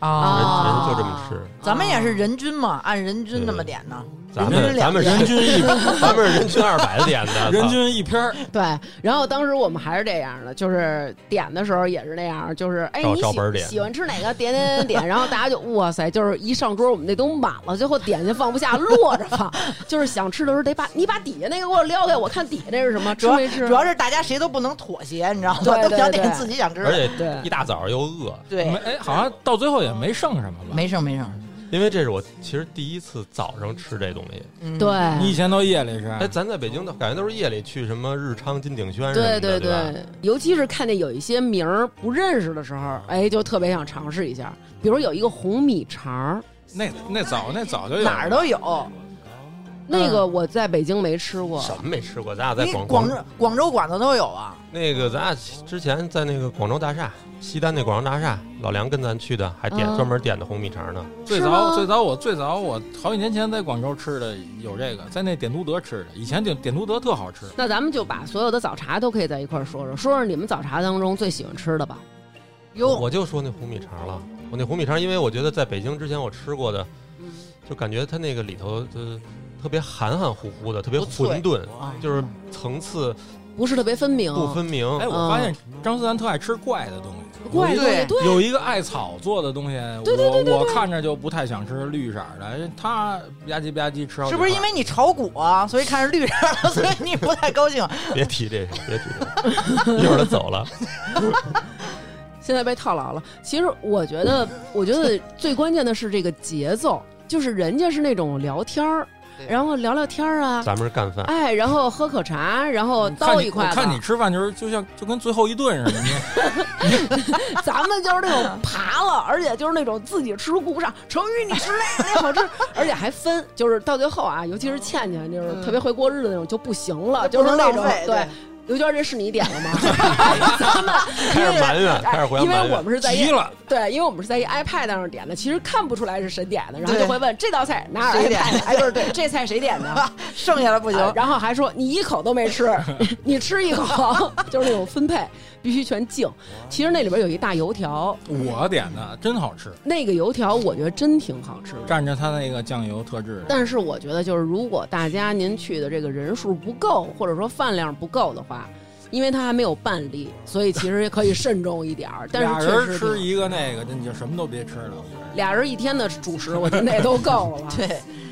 [SPEAKER 3] 人人
[SPEAKER 1] 啊，
[SPEAKER 3] 就这么吃
[SPEAKER 2] 咱们也是人均嘛，按人均那么点呢，
[SPEAKER 3] 咱
[SPEAKER 5] 人
[SPEAKER 3] 们咱们
[SPEAKER 5] 人
[SPEAKER 3] 人
[SPEAKER 5] 均一
[SPEAKER 3] 咱们是人均二百点的，
[SPEAKER 5] 人均一篇儿，
[SPEAKER 1] 对。然后当时我们还是这样的，就是点的时候也是那样，就是哎，
[SPEAKER 3] 照
[SPEAKER 1] 你
[SPEAKER 3] 照本儿
[SPEAKER 1] 喜
[SPEAKER 3] 点
[SPEAKER 1] 喜欢吃哪个点点点点， 然后大家就哇塞，就是一上桌我们那都满了，最后点心放不下，落着 放，就是想吃的时候得把你把底下那个给我撩开，我看底下那是什么，
[SPEAKER 2] 主
[SPEAKER 1] 吃
[SPEAKER 2] 要
[SPEAKER 1] 没吃？
[SPEAKER 2] 主要是大家谁都不能妥协，你知道吗？
[SPEAKER 1] 对对
[SPEAKER 2] 都想
[SPEAKER 1] 对
[SPEAKER 2] 点自己想吃
[SPEAKER 3] 而且
[SPEAKER 2] 的，
[SPEAKER 1] 对
[SPEAKER 3] 一大早又饿，
[SPEAKER 5] 没
[SPEAKER 2] 对，
[SPEAKER 5] 哎，好像到最后也没剩什么吧？，
[SPEAKER 2] 事儿没事儿，
[SPEAKER 3] 因为这是我其实第一次早上吃这东西。
[SPEAKER 2] 嗯
[SPEAKER 1] 对，
[SPEAKER 5] 你以前都夜里吃，
[SPEAKER 3] 哎，咱在北京的感觉都是夜里去什么日昌、金鼎轩什么
[SPEAKER 1] 对
[SPEAKER 3] 的，对吧，
[SPEAKER 1] 对，尤其是看见有一些名儿不认识的时候，哎，就特别想尝试一下。比如有一个红米肠儿，
[SPEAKER 5] 那那早那早就有了
[SPEAKER 2] 哪儿都有。
[SPEAKER 1] 那个我在北京没吃过。
[SPEAKER 3] 什么没吃过？咱俩在
[SPEAKER 2] 你
[SPEAKER 3] 广
[SPEAKER 2] 广州广州馆子都有啊，
[SPEAKER 3] 那个，咱俩之前在那个广州大厦，西单那广州大厦，老梁跟咱去的，还点、
[SPEAKER 1] 嗯
[SPEAKER 3] 专门点的红米肠呢。
[SPEAKER 5] 最
[SPEAKER 1] 是吗
[SPEAKER 5] 早最早我最早我好几年前在广州吃的有这个，在那点都德吃的，以前点点都德特好吃。
[SPEAKER 1] 那咱们就把所有的早茶都可以在一块儿说说，说说你们早茶当中最喜欢吃的吧。
[SPEAKER 2] 哟，
[SPEAKER 3] 我就说那红米肠了，我那红米肠，因为我觉得在北京之前我吃过的，
[SPEAKER 1] 嗯
[SPEAKER 3] 就感觉它那个里头呃特别含含糊糊的，特别
[SPEAKER 2] 不脆
[SPEAKER 3] 混沌，
[SPEAKER 2] 啊
[SPEAKER 3] 就是层次
[SPEAKER 1] 不是特别分明，
[SPEAKER 3] 不分明。
[SPEAKER 2] 嗯
[SPEAKER 5] 哎，我发现张思楠特爱吃怪的东西，
[SPEAKER 1] 怪的东西
[SPEAKER 2] 对
[SPEAKER 1] 对
[SPEAKER 5] 有一个艾草做的东西，我我看着就不太想吃绿色的，哎他吧唧吧唧吃
[SPEAKER 2] 啊
[SPEAKER 5] 好几块。
[SPEAKER 2] 是不是因为你炒股啊，所以看着绿色了，所以你不太高兴？
[SPEAKER 3] 别提这个，别提这个，一 会儿他走了。
[SPEAKER 1] 现在被套牢了。其实我觉得，我觉得最关键的是这个节奏，就是人家是那种聊天儿，
[SPEAKER 2] 对
[SPEAKER 1] 然后聊聊天儿啊，
[SPEAKER 3] 咱们是干饭，
[SPEAKER 1] 哎，然后喝口茶，然后
[SPEAKER 5] 嗯看
[SPEAKER 1] 叨
[SPEAKER 5] 你
[SPEAKER 1] 一块
[SPEAKER 5] 我
[SPEAKER 1] 子。
[SPEAKER 5] 看你吃饭就是就像就跟最后一顿似的，你
[SPEAKER 1] 咱们就是那
[SPEAKER 2] 嗯
[SPEAKER 1] 种爬了，而且就是那种自己吃顾不上。成宇，你吃那个那好吃，而且还分，就是到最后啊，尤其是倩倩，就是特别会过日子那种就不行了，
[SPEAKER 2] 哦 嗯不
[SPEAKER 1] 就是
[SPEAKER 2] 能
[SPEAKER 1] 那
[SPEAKER 2] 浪
[SPEAKER 1] 种
[SPEAKER 2] 费，
[SPEAKER 1] 对。刘娟，这是你点的吗？ 咱们因
[SPEAKER 3] 开始
[SPEAKER 1] 为
[SPEAKER 3] 埋怨，开始
[SPEAKER 1] 哎
[SPEAKER 3] 互相
[SPEAKER 1] 因为
[SPEAKER 3] 埋
[SPEAKER 1] 我
[SPEAKER 3] 怨。
[SPEAKER 1] 们是在一
[SPEAKER 5] 急了，
[SPEAKER 1] 对，因为我们是在一 iPad 上点的，其实看不出来是谁点的，然后就
[SPEAKER 2] 对
[SPEAKER 1] 会问这道菜哪有
[SPEAKER 2] 谁点
[SPEAKER 1] iPad？哎，不是对，这菜谁点的？
[SPEAKER 2] 剩下的不
[SPEAKER 1] 啊
[SPEAKER 5] 哎
[SPEAKER 3] 哎
[SPEAKER 2] 行。？
[SPEAKER 1] 然后还说你一口都没吃，你吃一口，就是那种分配。必须全净。其实那里边有一大油条，
[SPEAKER 5] 我点的真好吃，
[SPEAKER 1] 那个油条我觉得真挺好吃的。
[SPEAKER 5] 蘸着它那个酱油特制的，
[SPEAKER 1] 但是我觉得，就是如果大家您去的这个人数不够，或者说饭量不够的话，因为它还没有办例，所以其实也可 以慎重一点儿。但
[SPEAKER 5] 俩
[SPEAKER 1] 是确
[SPEAKER 5] 人
[SPEAKER 1] 实
[SPEAKER 5] 吃
[SPEAKER 1] 挺
[SPEAKER 5] 一个那个，那你就什么都别吃了。
[SPEAKER 1] 俩人一天的主食，我觉得那都够 了吧
[SPEAKER 2] 对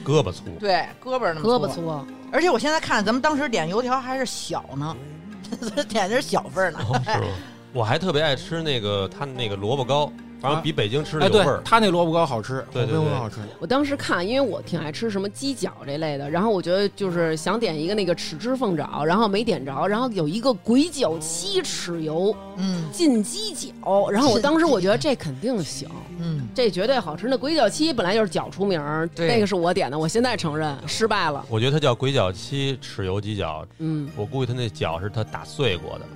[SPEAKER 3] 胳膊粗，
[SPEAKER 2] 对，胳膊那么
[SPEAKER 1] 胳膊，粗，啊
[SPEAKER 2] 而且我现在看咱们当时点油条还是小呢， 点的是小份儿呢。
[SPEAKER 3] 哦
[SPEAKER 1] 哎
[SPEAKER 3] 是吗？我还特别爱吃那个他那个萝卜糕，反
[SPEAKER 1] 啊
[SPEAKER 3] 正比北京吃的
[SPEAKER 5] 哎，
[SPEAKER 3] 有
[SPEAKER 5] 对
[SPEAKER 3] 味儿，。
[SPEAKER 5] 他那萝卜糕好吃，
[SPEAKER 3] 对对对
[SPEAKER 5] 萝卜糕好吃。
[SPEAKER 1] 我当时看，因为我挺爱吃什么鸡脚这类的，然后我觉得就是想点一个那个豉汁凤爪，然后没点着，然后有一个鬼脚七尺油
[SPEAKER 2] 嗯
[SPEAKER 1] 浸鸡脚，然后我当时我觉得这肯定行，
[SPEAKER 2] 嗯，
[SPEAKER 1] 这绝对好吃。那鬼脚七本来就是脚出名儿，
[SPEAKER 2] 对
[SPEAKER 1] 那个是我点的，我现在承认失败了。
[SPEAKER 3] 我觉得它叫鬼脚七豉油鸡脚，
[SPEAKER 1] 嗯，
[SPEAKER 3] 我估计它那脚是它打碎过的，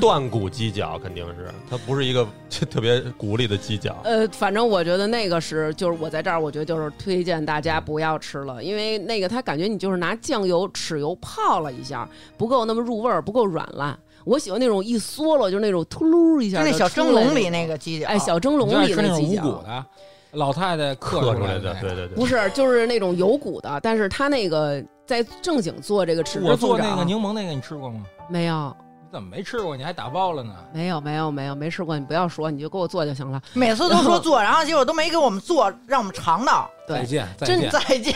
[SPEAKER 3] 断骨鸡脚肯定是，它不是一个 特别骨力的鸡脚。
[SPEAKER 1] 呃，反正我觉得那个是，就是我在这儿，我觉得就是推荐大家不要吃了，因为那个它感觉你就是拿酱油、豉油泡了一下，不够那么入味儿，不够软烂。我喜欢那种一嗦了就是那种秃噜一
[SPEAKER 2] 就
[SPEAKER 1] 下，
[SPEAKER 2] 那小蒸笼里，那个鸡脚，
[SPEAKER 1] 哎，小蒸笼
[SPEAKER 5] 你就爱
[SPEAKER 1] 里
[SPEAKER 5] 吃那种
[SPEAKER 1] 鸡
[SPEAKER 5] 无骨
[SPEAKER 1] 脚，
[SPEAKER 5] 的，老太太刻
[SPEAKER 3] 刻
[SPEAKER 5] 出
[SPEAKER 3] 出
[SPEAKER 5] 来
[SPEAKER 3] 来
[SPEAKER 5] 的
[SPEAKER 3] 的，
[SPEAKER 5] 那个。
[SPEAKER 3] 对对对
[SPEAKER 1] 不，是，就是那种有骨的，但是它那个在正经做这个豉
[SPEAKER 5] 我
[SPEAKER 1] 汁
[SPEAKER 5] 做
[SPEAKER 1] 凤
[SPEAKER 5] 那个
[SPEAKER 1] 爪，
[SPEAKER 5] 柠檬那个，你吃过吗？
[SPEAKER 1] 没有，
[SPEAKER 5] 你怎么没吃过？你还打包了呢？
[SPEAKER 1] 没有，没有，没有，没试过，你不要说，你就给我做就行了。
[SPEAKER 2] 每次都说做，然后结果都没给我们做，让我们尝到。
[SPEAKER 5] 再
[SPEAKER 1] 对，
[SPEAKER 5] 见，再
[SPEAKER 1] 真
[SPEAKER 5] 见。
[SPEAKER 2] 再见，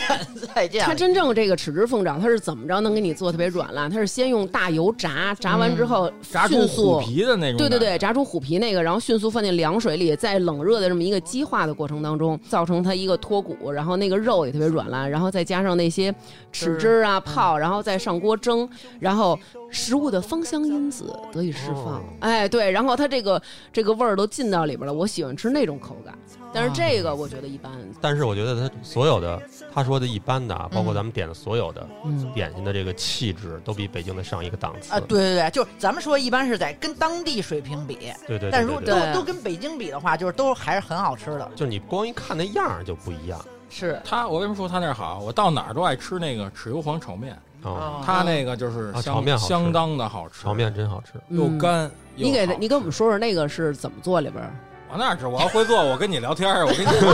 [SPEAKER 2] 再见。
[SPEAKER 1] 它真正这个豉汁凤爪，它是怎么着能给你做特别软烂？它是先用大油炸，炸完之后
[SPEAKER 5] 炸出
[SPEAKER 1] 迅
[SPEAKER 5] 虎
[SPEAKER 1] 速。
[SPEAKER 5] 皮的那种。
[SPEAKER 1] 对对对，，炸出虎皮那个，然后迅速放进凉水里，在冷热的这么一个激化的过程当中，造成它一个脱骨，然后那个肉也特别软烂，然后再加上那些豉汁啊泡，然后再上锅蒸，然后食物的芳香因子得以释放。
[SPEAKER 3] 哦
[SPEAKER 1] 哎，对，然后它这个这个味儿都进到里边了，我喜欢吃那种口感，但是这个我觉得一般。
[SPEAKER 3] 但是我觉得它所有的他说的一般的啊，包括咱们点的所有的
[SPEAKER 1] 嗯，
[SPEAKER 3] 点心的这个气质，都比北京的上一个档次
[SPEAKER 2] 啊，。对对对，就是咱们说一般是在跟当地水平比，
[SPEAKER 3] 对对对
[SPEAKER 2] 但如果
[SPEAKER 3] 对
[SPEAKER 2] 都
[SPEAKER 3] 对，
[SPEAKER 1] 对
[SPEAKER 2] 都跟北京比的话，就是都还是很好吃的。
[SPEAKER 3] 就是你光一看那样儿就不一样
[SPEAKER 2] 是
[SPEAKER 5] 他我为什么说他那儿好？我到哪儿都爱吃那个豉油黄炒面，
[SPEAKER 1] 哦
[SPEAKER 3] 啊。
[SPEAKER 5] 他那个就是
[SPEAKER 3] 啊
[SPEAKER 5] 相
[SPEAKER 3] 炒面好吃
[SPEAKER 5] 相当的好吃，
[SPEAKER 3] 炒面真好吃，
[SPEAKER 5] 又
[SPEAKER 1] 嗯。
[SPEAKER 5] 干。
[SPEAKER 1] 你给
[SPEAKER 5] 又好
[SPEAKER 1] 你给我们说说那个是怎么做里边儿？
[SPEAKER 5] 我哪知？我要会做，我跟你聊天儿，我跟你说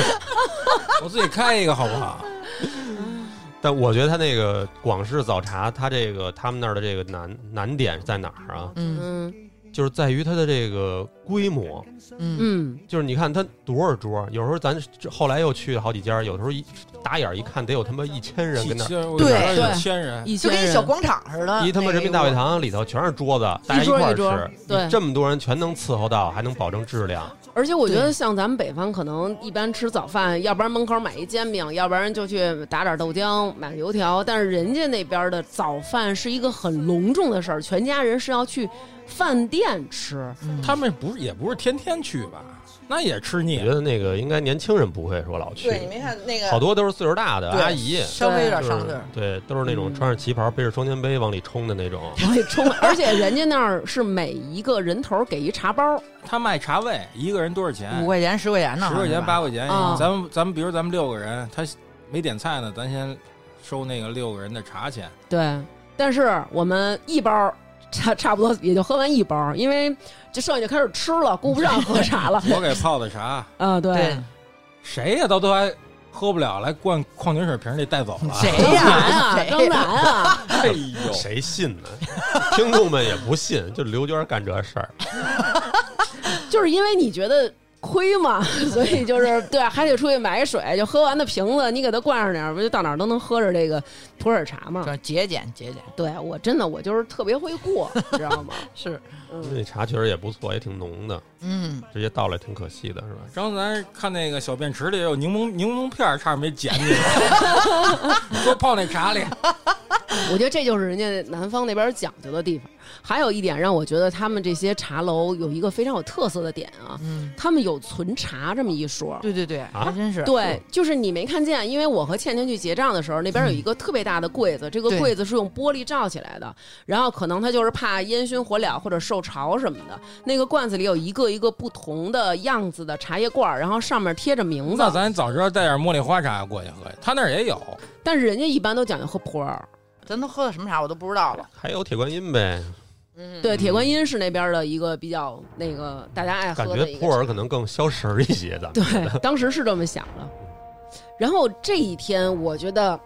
[SPEAKER 5] 我自己开一个好不好？
[SPEAKER 3] 但我觉得他那个广式早茶，他这个他们那儿的这个难难点在哪儿啊？
[SPEAKER 2] 嗯
[SPEAKER 1] 嗯
[SPEAKER 3] 就是在于它的这个规模，
[SPEAKER 2] 嗯
[SPEAKER 1] 嗯，
[SPEAKER 3] 就是你看它多少桌，有时候咱这后来又去了好几家，有时候一打眼儿一看，得有他妈一千人跟那儿，
[SPEAKER 5] 对
[SPEAKER 2] 对
[SPEAKER 5] 有千人，
[SPEAKER 1] 一
[SPEAKER 2] 就
[SPEAKER 1] 千
[SPEAKER 2] 跟一
[SPEAKER 1] 人
[SPEAKER 2] 小广场似的，
[SPEAKER 3] 一他妈人民大会堂里头全是桌子，大家
[SPEAKER 1] 一
[SPEAKER 3] 块
[SPEAKER 1] 桌啊一桌
[SPEAKER 3] 儿吃，
[SPEAKER 1] 对
[SPEAKER 3] 你这么多人全能伺候到，还能保证质量。
[SPEAKER 1] 而且我觉得像咱们北方，可能一般吃早饭，要不然门口买一煎饼，要不然就去打点豆浆，买个油条。但是人家那边的早饭是一个很隆重的事儿，全家人是要去饭店吃。
[SPEAKER 2] 嗯
[SPEAKER 5] 他们不是也不是天天去吧？那也吃
[SPEAKER 3] 我
[SPEAKER 5] 腻
[SPEAKER 3] 觉。得那个应该年轻人不会说老去，
[SPEAKER 2] 对，你没看那个
[SPEAKER 3] 好多都是岁数大的
[SPEAKER 2] 对
[SPEAKER 3] 阿姨，
[SPEAKER 2] 稍微有点
[SPEAKER 3] 就
[SPEAKER 2] 上岁
[SPEAKER 3] 是
[SPEAKER 2] 儿，
[SPEAKER 3] 对，都是那
[SPEAKER 1] 嗯
[SPEAKER 3] 种穿着旗袍背着双肩背往里冲的那种。
[SPEAKER 1] 往里冲，而且人家那儿是每一个人头给一茶包，
[SPEAKER 5] 他卖茶位，一个人多少钱？
[SPEAKER 2] 五块钱十块钱呢，
[SPEAKER 5] 十块钱
[SPEAKER 2] 好像嗯
[SPEAKER 5] 八块钱
[SPEAKER 1] 啊。
[SPEAKER 5] 咱们咱们比如咱们六个人，他没点菜呢，咱先收那个六个人的茶钱。
[SPEAKER 1] 对，但是我们一包差差不多也就喝完一包，因为就剩下就开始吃了，顾不上喝茶了。
[SPEAKER 5] 我给泡的茶，
[SPEAKER 1] 啊、
[SPEAKER 2] 是吧
[SPEAKER 1] 对，
[SPEAKER 5] 谁呀、到都还喝不了，来灌矿泉水瓶里带走了。
[SPEAKER 2] 对，谁
[SPEAKER 1] 张
[SPEAKER 2] 呀、
[SPEAKER 1] 楠啊，
[SPEAKER 2] 谁
[SPEAKER 1] 张楠 啊。
[SPEAKER 5] 哎呦，
[SPEAKER 3] 谁信呢？ 听众们也不信，就刘娟干这事儿。
[SPEAKER 1] 就是因为你觉得亏嘛， 所以就是对，啊还得出去买水，就喝完的瓶子你给它灌上点儿，不就到哪儿都能喝着这个普洱茶嘛？
[SPEAKER 2] 说节俭节俭
[SPEAKER 1] 对啊我真的我就是特别会过， 你知道吗？
[SPEAKER 2] 是，
[SPEAKER 1] 嗯，
[SPEAKER 3] 那茶确实也不错，也挺浓的，
[SPEAKER 2] 嗯，
[SPEAKER 3] 直接倒了也挺可惜的，是吧？
[SPEAKER 5] 刚才看那个小便池里有柠檬柠檬片儿，差点没捡起来， 说泡那茶 里。
[SPEAKER 1] 我觉得这就是人家南方那边讲究的地方。还有一点让我觉得他们这些茶楼有一个非常有特色的点啊，
[SPEAKER 2] 嗯
[SPEAKER 1] 他们有存茶这么一说。
[SPEAKER 2] 对对对，
[SPEAKER 3] 啊
[SPEAKER 2] 还真是，
[SPEAKER 1] 对，就是你没看见，因为我和倩倩去结账的时候，那边有一个特别大的柜子，这个
[SPEAKER 2] 对
[SPEAKER 1] 柜子是用玻璃罩起来的，然后可能它就是怕烟熏火燎或者受潮什么的。那个罐子里有一个一个不同的样子的茶叶罐儿，然后上面贴着名字
[SPEAKER 5] 那，咱早知道带点茉莉花茶过去喝，他那儿也有。
[SPEAKER 1] 但是人家一般都讲究喝普洱。
[SPEAKER 2] 咱都喝的什么茶我都不知道了，
[SPEAKER 3] 还有铁观音呗，
[SPEAKER 2] 嗯，
[SPEAKER 1] 对，铁观音是那边的一个比较那个大家爱
[SPEAKER 3] 感
[SPEAKER 1] 喝
[SPEAKER 3] 觉
[SPEAKER 1] 的一个
[SPEAKER 3] 普洱可能更消食儿一些的。
[SPEAKER 1] 对，当时是这么想的。然后这一天，我觉得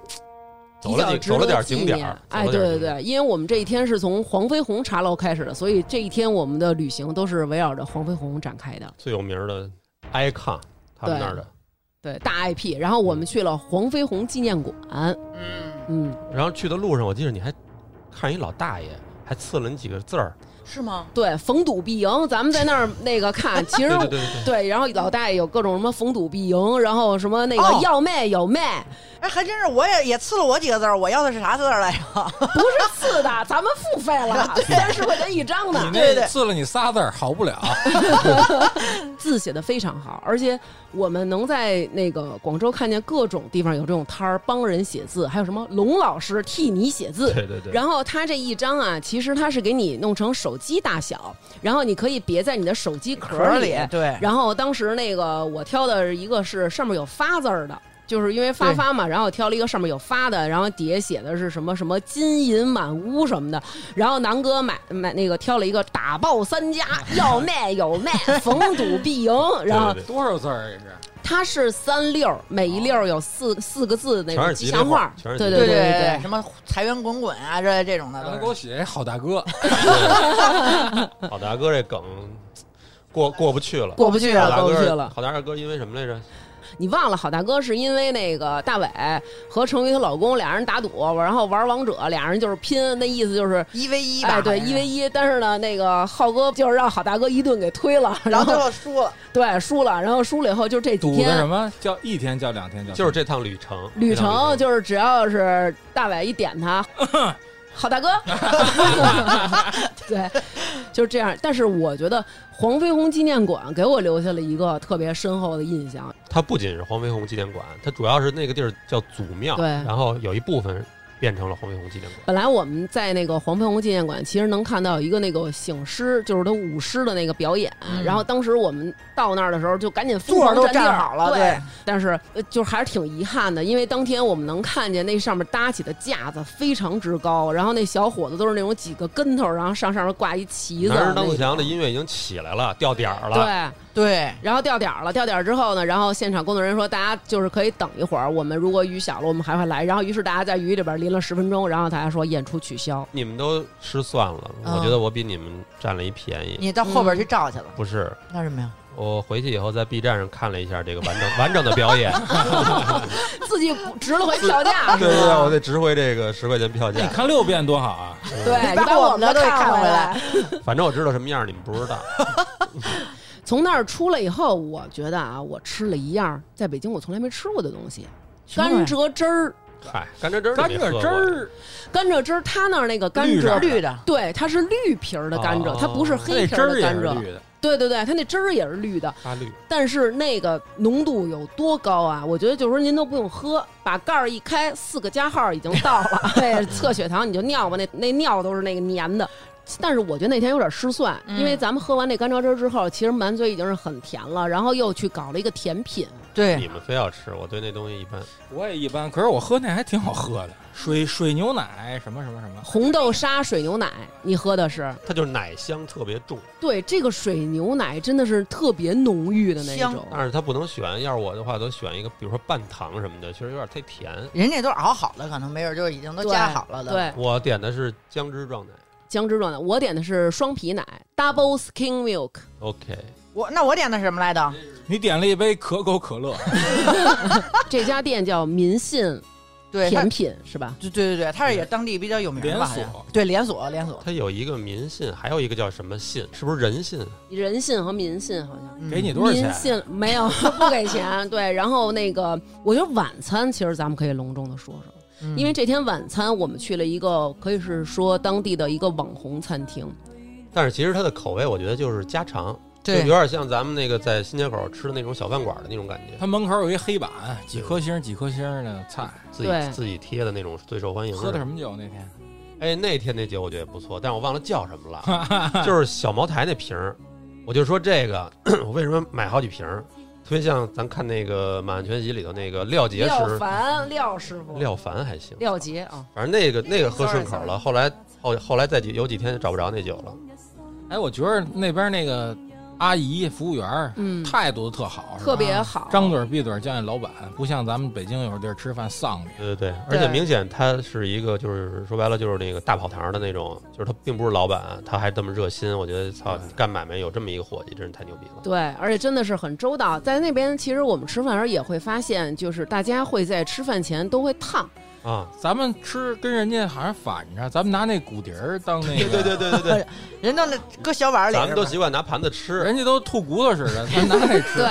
[SPEAKER 1] 比
[SPEAKER 3] 走了几
[SPEAKER 1] 较值
[SPEAKER 3] 走了
[SPEAKER 1] 得
[SPEAKER 3] 点
[SPEAKER 1] 纪
[SPEAKER 3] 景点
[SPEAKER 1] 念
[SPEAKER 3] 儿，
[SPEAKER 1] 哎，
[SPEAKER 3] 走了
[SPEAKER 1] 对对
[SPEAKER 3] 点景点儿
[SPEAKER 1] 对，因为我们这一天是从黄飞鸿茶楼开始的，所以这一天我们的旅行都是围绕着黄飞鸿展开的。
[SPEAKER 3] 最有名儿的 icon，他们
[SPEAKER 1] 对
[SPEAKER 3] 那儿的。
[SPEAKER 1] 对，大 IP。然后我们去了黄飞鸿纪念馆，
[SPEAKER 2] 嗯，
[SPEAKER 1] 嗯，
[SPEAKER 3] 然后去的路上，我记得你还看一老大爷，还刺了你几个字儿。
[SPEAKER 2] 是吗？
[SPEAKER 1] 对，逢赌必赢，咱们在那儿那个 看，其
[SPEAKER 3] 对
[SPEAKER 1] 实
[SPEAKER 3] 对对对
[SPEAKER 1] 对，然后老大爷有各种什么逢赌必赢，然后什么那
[SPEAKER 2] 哦
[SPEAKER 1] 个要卖有卖，
[SPEAKER 2] 哎，还真是，我也也刺了我几个字儿，我要的是啥字儿来着？
[SPEAKER 1] 不是次的，咱们付费 了，三十块钱一张
[SPEAKER 5] 你
[SPEAKER 1] 呢。
[SPEAKER 2] 对
[SPEAKER 5] 那
[SPEAKER 2] 对
[SPEAKER 5] 刺了你仨字儿好不 了，
[SPEAKER 1] 字写的非常好，而且我们能在那个广州看见各种地方有这种摊儿帮人写字，还有什么龙老师替你写字。
[SPEAKER 3] 对对对对。
[SPEAKER 1] 然后它这一张啊，其实它是给你弄成手机大小，然后你可以别在你的手机壳
[SPEAKER 2] 壳
[SPEAKER 1] 里。
[SPEAKER 2] 对，
[SPEAKER 1] 然后当时那个我挑的一个是上面有发字儿的，就是因为发发嘛，然后我挑了一个上面有发的，然后底下写的是什么什么金银满屋什么的。然后南哥买买那个挑了一个打爆三家，要卖有卖，逢赌必赢。然后
[SPEAKER 3] 对对
[SPEAKER 5] 多少字儿也啊是。
[SPEAKER 1] 它是三溜儿，每一溜儿有四、四个字那
[SPEAKER 3] 全
[SPEAKER 1] 种
[SPEAKER 3] 是
[SPEAKER 1] 吉
[SPEAKER 3] 吉
[SPEAKER 1] 祥
[SPEAKER 3] 利话
[SPEAKER 1] 话儿，
[SPEAKER 3] 全是
[SPEAKER 1] 对
[SPEAKER 3] 吉
[SPEAKER 1] 对
[SPEAKER 3] 利
[SPEAKER 2] 对
[SPEAKER 1] 对
[SPEAKER 2] 对，什么财源滚滚啊，这这种的
[SPEAKER 5] 让他给
[SPEAKER 2] 都
[SPEAKER 5] 我
[SPEAKER 2] 是。
[SPEAKER 5] 写一好大哥，
[SPEAKER 3] 对好大哥这梗过过不去了。
[SPEAKER 1] 过不去
[SPEAKER 3] 好
[SPEAKER 1] 了，
[SPEAKER 3] 大
[SPEAKER 1] 过不去
[SPEAKER 3] 哥，
[SPEAKER 1] 了。嗯
[SPEAKER 3] 好大哥，因为什么来着？
[SPEAKER 1] 你忘了好大哥是因为那个大伟和成瑜她老公俩人打赌，然后玩王者，俩人就是拼，那意思就是。
[SPEAKER 2] 一 v 一吧，
[SPEAKER 1] 哎，对，
[SPEAKER 2] 好像是
[SPEAKER 1] 一 v 一，但是呢，那个浩哥就是让好大哥一顿给推了，
[SPEAKER 2] 然
[SPEAKER 1] 然
[SPEAKER 2] 后最
[SPEAKER 1] 后
[SPEAKER 2] 后输了，
[SPEAKER 1] 对输了，然后输了以后就这几
[SPEAKER 5] 赌的什
[SPEAKER 1] 天
[SPEAKER 5] 么叫一天叫两天叫
[SPEAKER 3] 就是这趟旅程，
[SPEAKER 1] 旅
[SPEAKER 3] 这趟
[SPEAKER 1] 程，就是只要是大伟一点他，好大哥，对，就是这样。但是我觉得黄飞鸿纪念馆给我留下了一个特别深厚的印象，
[SPEAKER 3] 它不仅是黄飞鸿纪念馆，它主要是那个地儿叫祖庙，
[SPEAKER 1] 对
[SPEAKER 3] 然后有一部分变成了黄飞鸿纪念馆。
[SPEAKER 1] 本来我们在那个黄飞鸿纪念馆，其实能看到一个那个醒狮，就是他舞狮的那个表演。
[SPEAKER 2] 嗯
[SPEAKER 1] 然后当时我们到那儿的时候，就赶紧疯
[SPEAKER 2] 座
[SPEAKER 1] 狂
[SPEAKER 2] 儿都
[SPEAKER 1] 占地
[SPEAKER 2] 站
[SPEAKER 1] 儿
[SPEAKER 2] 好了，
[SPEAKER 1] 对，
[SPEAKER 2] 对，
[SPEAKER 1] 但是呃就是还是挺遗憾的，因为当天我们能看见那上面搭起的架子非常之高，然后那小伙子都是那种几个跟头，然后上上面挂一旗子那
[SPEAKER 3] 男
[SPEAKER 1] 种。
[SPEAKER 3] 人当自强的音乐已经起来了，掉点儿了。
[SPEAKER 1] 对，
[SPEAKER 2] 对，
[SPEAKER 1] 然后掉点儿了，掉点儿之后呢，然后现场工作人员说，大家就是可以等一会儿，我们如果雨小了，我们还会来。然后于是大家在雨里边淋了十分钟，然后大家说演出取消。
[SPEAKER 3] 你们都失算了，
[SPEAKER 2] 嗯
[SPEAKER 3] 我觉得我比你们占了一便宜。
[SPEAKER 2] 你到后
[SPEAKER 1] 嗯
[SPEAKER 2] 边去照去了，
[SPEAKER 3] 不是，
[SPEAKER 2] 那什么呀？
[SPEAKER 3] 我回去以后在 B 站上看了一下这个完整完整的表演，
[SPEAKER 1] 自己值了回票价是
[SPEAKER 3] 对对，我
[SPEAKER 1] 吧？
[SPEAKER 3] 得值回这个十块钱票
[SPEAKER 5] 你
[SPEAKER 3] 价。
[SPEAKER 5] 看六遍多好啊！
[SPEAKER 1] 对，
[SPEAKER 2] 你
[SPEAKER 1] 你
[SPEAKER 2] 把
[SPEAKER 1] 把
[SPEAKER 2] 我
[SPEAKER 1] 我
[SPEAKER 2] 们的
[SPEAKER 1] 们
[SPEAKER 2] 都
[SPEAKER 1] 都
[SPEAKER 2] 给
[SPEAKER 1] 看
[SPEAKER 2] 看回
[SPEAKER 1] 回
[SPEAKER 2] 来
[SPEAKER 1] 来。
[SPEAKER 3] 反正我知道什么样，你们不知道。
[SPEAKER 1] 从那儿出来以后，我觉得啊，我吃了一样在北京我从来没吃过的东西——
[SPEAKER 2] 什么
[SPEAKER 1] 甘
[SPEAKER 2] 玩意儿
[SPEAKER 1] 蔗汁儿。
[SPEAKER 3] 嗨，甘蔗汁儿
[SPEAKER 5] 甘
[SPEAKER 3] 你没喝
[SPEAKER 5] 蔗
[SPEAKER 3] 过
[SPEAKER 5] 汁儿，
[SPEAKER 1] 甘蔗汁儿，它那儿那个甘
[SPEAKER 5] 绿
[SPEAKER 1] 蔗
[SPEAKER 5] 的
[SPEAKER 2] 绿的，
[SPEAKER 1] 对，它是绿皮儿的甘蔗，
[SPEAKER 3] 哦
[SPEAKER 1] 它不是
[SPEAKER 5] 它那
[SPEAKER 1] 黑皮
[SPEAKER 5] 汁
[SPEAKER 1] 儿
[SPEAKER 5] 儿
[SPEAKER 1] 的
[SPEAKER 5] 也
[SPEAKER 1] 甘
[SPEAKER 5] 是
[SPEAKER 1] 蔗。
[SPEAKER 5] 绿的，
[SPEAKER 1] 对对对，它那汁儿也是绿的，
[SPEAKER 3] 发绿，
[SPEAKER 1] 但是那个浓度有多高啊？我觉得就是说您都不用喝，把盖儿一开，四个加号已经到了，哎，测血糖你就尿吧，那那尿都是那个粘的。但是我觉得那天有点失算，
[SPEAKER 2] 嗯
[SPEAKER 1] 因为咱们喝完那甘蔗汁儿之后，其实满嘴已经是很甜了，然后又去搞了一个甜品，
[SPEAKER 2] 对，
[SPEAKER 3] 你们非要吃，我对那东西一般。
[SPEAKER 5] 我也一般，可是我喝那还挺好喝的，水水牛奶什么什么什么，
[SPEAKER 1] 红豆沙水牛奶，你喝的是？
[SPEAKER 3] 它就是奶香特别重，
[SPEAKER 1] 对，这个水牛奶真的是特别浓郁的那种
[SPEAKER 2] 香，
[SPEAKER 3] 但是它不能选。要是我的话，都选一个，比如说半糖什么的，其实有点太甜。
[SPEAKER 2] 人家都是熬好的，可能没准就是已经都
[SPEAKER 1] 对
[SPEAKER 2] 加好了的。，
[SPEAKER 1] 对，
[SPEAKER 3] 我点的是姜汁状奶
[SPEAKER 1] 姜汁状的。我点的是双皮奶，Double Skim Milk。
[SPEAKER 3] ，OK，
[SPEAKER 2] 我那我点的是什么来着？
[SPEAKER 5] 你点了一杯可口可乐，
[SPEAKER 1] 这家店叫民信
[SPEAKER 2] 对，它
[SPEAKER 1] 甜品是吧？
[SPEAKER 2] 对对对对，它是也当地比较有名的吧？好
[SPEAKER 5] 连
[SPEAKER 2] 像
[SPEAKER 5] 锁
[SPEAKER 2] 对连锁连锁，
[SPEAKER 3] 它有一个民信，还有一个叫什么信，是不是人信？
[SPEAKER 1] 人信和民信好像。
[SPEAKER 2] 嗯
[SPEAKER 5] 给你多少
[SPEAKER 1] 民
[SPEAKER 5] 钱？啊
[SPEAKER 1] 信没有不给钱，对。然后那个，我觉得晚餐其实咱们可以隆重的说说，
[SPEAKER 2] 嗯
[SPEAKER 1] 因为这天晚餐我们去了一个可以是说当地的一个网红餐厅，
[SPEAKER 3] 但是其实它的口味，我觉得就是家常，就有
[SPEAKER 2] 对
[SPEAKER 3] 点像咱们那个在新街口吃的那种小饭馆的那种感觉，
[SPEAKER 5] 它门口有一黑板，几颗星儿几颗星儿的菜。
[SPEAKER 3] 自己
[SPEAKER 1] 对
[SPEAKER 3] 自己贴的那种最受欢迎
[SPEAKER 5] 喝的
[SPEAKER 3] 的
[SPEAKER 5] 什。么酒那天？
[SPEAKER 3] 哎，那天那酒我觉得也不错，但是我忘了叫什么了，就是小茅台那瓶儿。我就说这个， 我为什么买好几瓶儿？特别像咱看那个《满汉全席》里头那个廖杰
[SPEAKER 1] 廖
[SPEAKER 3] 师
[SPEAKER 1] 凡廖师傅
[SPEAKER 3] 廖凡还行，
[SPEAKER 1] 廖杰啊，
[SPEAKER 3] 反正那个那个喝顺口了。后来后后来再几有几天找不着那酒了。
[SPEAKER 5] 哎，我觉得那边那个阿姨服务员儿
[SPEAKER 1] 嗯，
[SPEAKER 5] 态度特好，
[SPEAKER 1] 特别
[SPEAKER 5] 是吧
[SPEAKER 1] 好，
[SPEAKER 5] 张嘴闭嘴叫你老板，不像咱们北京有地儿吃饭丧你。
[SPEAKER 3] 对对对，而且明显他是一个，就是说白了就是那个大跑堂的那种，就是他并不是老板，他还这么热心，我觉得操，你干买卖有这么一个伙计，真是太牛逼了。
[SPEAKER 1] 对，而且真的是很周到。在那边，其实我们吃饭的时候也会发现，就是大家会在吃饭前都会烫，
[SPEAKER 3] 啊，
[SPEAKER 5] 咱们吃跟人家好像反着，咱们拿那骨笛儿当那
[SPEAKER 3] 对
[SPEAKER 5] 个，
[SPEAKER 3] 对对对对对，
[SPEAKER 2] 嗯人都那搁小碗里，
[SPEAKER 3] 咱们都习惯拿盘子吃，
[SPEAKER 5] 人家都吐骨头似的，咱拿那吃。
[SPEAKER 1] 对，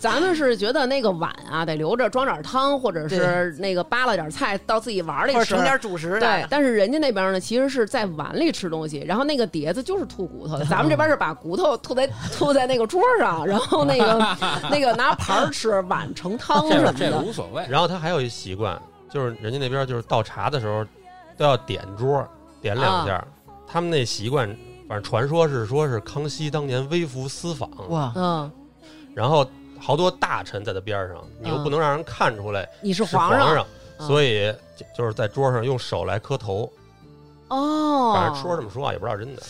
[SPEAKER 1] 咱们是觉得那个碗啊得留着装点汤，或者是那个扒拉点菜到自己碗儿里
[SPEAKER 2] 或者
[SPEAKER 1] 吃
[SPEAKER 2] 盛。点主食来
[SPEAKER 1] 对，但是人家那边呢，其实是在碗里吃东西，然后那个碟子就是吐骨头的，咱们这边是把骨头吐在吐在那个桌上，然后那个那个拿盘儿吃，碗盛汤什
[SPEAKER 5] 这
[SPEAKER 1] 么
[SPEAKER 5] 个这个
[SPEAKER 1] 的。
[SPEAKER 5] 无所谓，
[SPEAKER 3] 然后他还有一习惯，就是人家那边就是倒茶的时候都要点桌，点两下。他们那习惯，反正传说是说是康熙当年微服私访，
[SPEAKER 2] 哇，
[SPEAKER 1] 嗯，
[SPEAKER 3] 然后好多大臣在他边上，你又
[SPEAKER 1] 嗯
[SPEAKER 3] 不能让人看出来
[SPEAKER 1] 你是
[SPEAKER 3] 是皇
[SPEAKER 1] 皇上嗯
[SPEAKER 3] 所以就就是在桌上用手来磕头。
[SPEAKER 1] 哦，
[SPEAKER 3] 反正说这么说啊，也不知道是真的。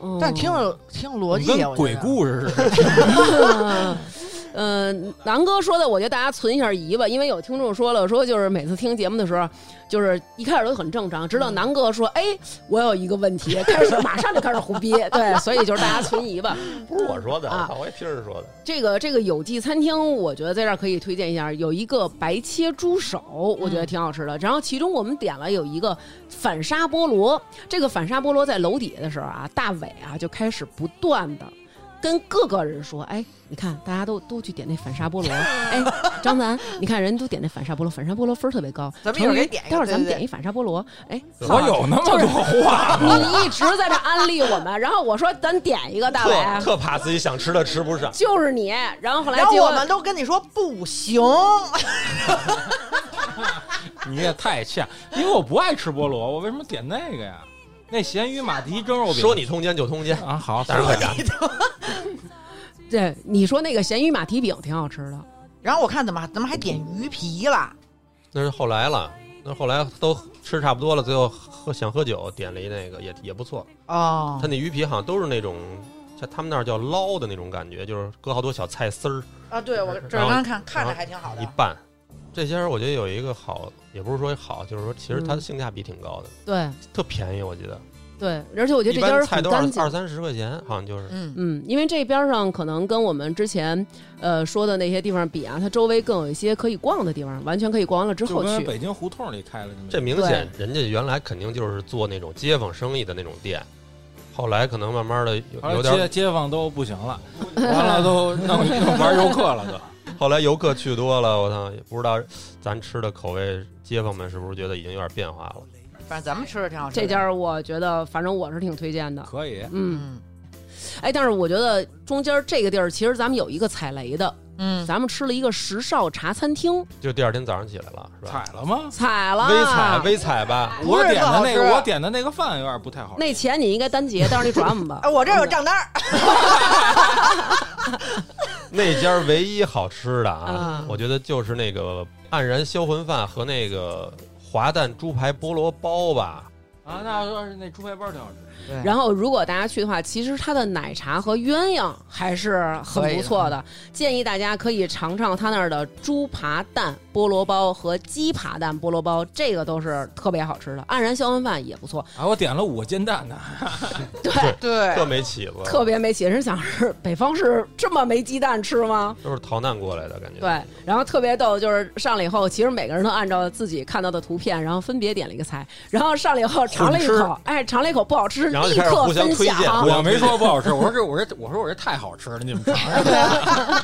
[SPEAKER 1] 嗯
[SPEAKER 2] 但挺有挺有逻
[SPEAKER 5] 你
[SPEAKER 2] 辑啊，
[SPEAKER 5] 跟
[SPEAKER 2] 我觉
[SPEAKER 5] 鬼
[SPEAKER 2] 得
[SPEAKER 5] 故事似的。
[SPEAKER 1] 嗯， 呃南哥说的，我觉得大家存一下疑吧，因为有听众说了，说就是每次听节目的时候，就是一开始都很正常，直到南哥说，哎，我有一个问题，开始马上就开始胡逼，对，所以就是大家存疑吧。
[SPEAKER 3] 不是我说的，
[SPEAKER 1] 啊
[SPEAKER 3] 我操我也听人说的。
[SPEAKER 1] 这个这个有记餐厅，我觉得在这儿可以推荐一下，有一个白切猪手，我觉得挺好吃的。然后其中我们点了有一个反沙菠萝，这个反沙菠萝在楼底下的时候啊，大伟啊就开始不断的。跟各个人说，哎，你看，大家都都去点那反沙菠萝，哎，张楠，你看人都点那反沙菠萝，反沙菠萝分儿特别高。
[SPEAKER 2] 咱们一
[SPEAKER 1] 成
[SPEAKER 2] 会
[SPEAKER 1] 宇
[SPEAKER 2] 儿给点一个
[SPEAKER 1] 待会儿咱们
[SPEAKER 2] 对对
[SPEAKER 1] 点一反沙菠萝，哎，
[SPEAKER 5] 我有那么多话吗？
[SPEAKER 1] 你一直在这安利我们，然后我说咱点一个，大伟，
[SPEAKER 3] 特特怕自己想吃的吃不上，
[SPEAKER 1] 就是你，然后后来
[SPEAKER 2] 然后
[SPEAKER 1] 结果
[SPEAKER 2] 我们都跟你说不行，
[SPEAKER 5] 你也太欠，因为我不爱吃菠萝，我为什么点那个呀？那咸鱼马蹄蒸肉饼，
[SPEAKER 3] 说你通奸就通奸，
[SPEAKER 5] 啊好，
[SPEAKER 3] 当然会干。
[SPEAKER 1] 对，你说那个咸鱼马蹄饼挺好吃的，
[SPEAKER 2] 然后我看怎么怎么还点鱼皮了，
[SPEAKER 3] 那是后来了，那是后来都吃差不多了，最后喝想喝酒，点了一那个也也不错。
[SPEAKER 2] 哦
[SPEAKER 3] 他那鱼皮好像都是那种，像他们那儿叫捞的那种感觉，就是搁好多小菜丝儿
[SPEAKER 2] 啊，对我这
[SPEAKER 3] 然
[SPEAKER 2] 儿
[SPEAKER 3] 后
[SPEAKER 2] 刚看看着还挺好
[SPEAKER 3] 一
[SPEAKER 2] 的，
[SPEAKER 3] 拌。这家我觉得有一个好，也不是说好，就是说其实它
[SPEAKER 1] 嗯
[SPEAKER 3] 的性价比挺高的，
[SPEAKER 1] 对
[SPEAKER 3] 特便宜，我记得。
[SPEAKER 1] 对，而且我觉得这
[SPEAKER 3] 一
[SPEAKER 1] 家
[SPEAKER 3] 般
[SPEAKER 1] 儿
[SPEAKER 3] 菜
[SPEAKER 1] 很
[SPEAKER 3] 都二
[SPEAKER 1] 干净
[SPEAKER 3] 二。三十块钱，好像就是。
[SPEAKER 2] 嗯，
[SPEAKER 1] 嗯，因为这边儿上可能跟我们之前呃说的那些地方比啊，它周围更有一些可以逛的地方，完全可以逛完了之
[SPEAKER 5] 就
[SPEAKER 1] 后
[SPEAKER 5] 跟
[SPEAKER 1] 去。
[SPEAKER 5] 北京胡同里开了这么一
[SPEAKER 3] 这明显人家原来肯定就是做那种街坊生意的那种店，后来可能慢慢的有
[SPEAKER 5] 后来
[SPEAKER 3] 有点
[SPEAKER 5] 街街坊都不行了，完了都弄弄玩游客了都。
[SPEAKER 3] 后来游客去多了，我操，也不知道咱吃的口味，街坊们是不是觉得已经有点变化了？
[SPEAKER 2] 反正咱们吃的挺好吃的。
[SPEAKER 1] 这家儿我觉得，反正我是挺推荐的。
[SPEAKER 5] 可以，
[SPEAKER 1] 嗯，
[SPEAKER 2] 嗯
[SPEAKER 1] 哎，但是我觉得中间儿这个地儿，其实咱们有一个踩雷的，
[SPEAKER 2] 嗯，
[SPEAKER 1] 咱们吃了一个石哨茶餐厅，
[SPEAKER 3] 就第二天早上起来了，是吧？
[SPEAKER 5] 踩了吗？
[SPEAKER 1] 踩了，啊
[SPEAKER 3] 微踩微踩吧，
[SPEAKER 2] 不
[SPEAKER 5] 我
[SPEAKER 2] 是特
[SPEAKER 5] 点的
[SPEAKER 2] 好
[SPEAKER 5] 那
[SPEAKER 2] 吃
[SPEAKER 5] 个，我点的那个饭有点不太好吃。
[SPEAKER 1] 那钱你应该单结，但是你转我们吧
[SPEAKER 2] 哎，。我这儿有账单儿，
[SPEAKER 3] 那家唯一好吃的啊
[SPEAKER 1] 啊，
[SPEAKER 3] 我觉得就是那个黯然销魂饭和那个滑蛋猪排菠萝包吧。
[SPEAKER 5] 啊，那要是那猪排包挺好吃。
[SPEAKER 1] 然后，如果大家去的话，其实它的奶茶和鸳鸯还是很不错的，建议大家可以尝尝它那儿的猪扒蛋菠萝包和鸡扒蛋菠萝包，这个都是特别好吃的。黯然销魂饭也不错，
[SPEAKER 5] 啊，我点了五个煎蛋呢，
[SPEAKER 1] 对，
[SPEAKER 3] 特
[SPEAKER 2] 对，
[SPEAKER 3] 没起子，
[SPEAKER 1] 特别没起人想是北方是这么没鸡蛋吃吗？
[SPEAKER 3] 都是逃难过来的感觉。
[SPEAKER 1] 对，然后特别逗，就是上来以后，其实每个人都按照自己看到的图片，然后分别点了一个菜，然后上来以后尝了一
[SPEAKER 3] 混吃
[SPEAKER 1] 口，哎，尝了一口不好吃，
[SPEAKER 3] 然后就
[SPEAKER 1] 立
[SPEAKER 3] 开始
[SPEAKER 1] 刻
[SPEAKER 3] 互相
[SPEAKER 1] 分
[SPEAKER 3] 推荐啊
[SPEAKER 1] 享
[SPEAKER 3] 互。相
[SPEAKER 5] 我没说不好吃，我说这我这我说我这太好吃了，你们尝尝。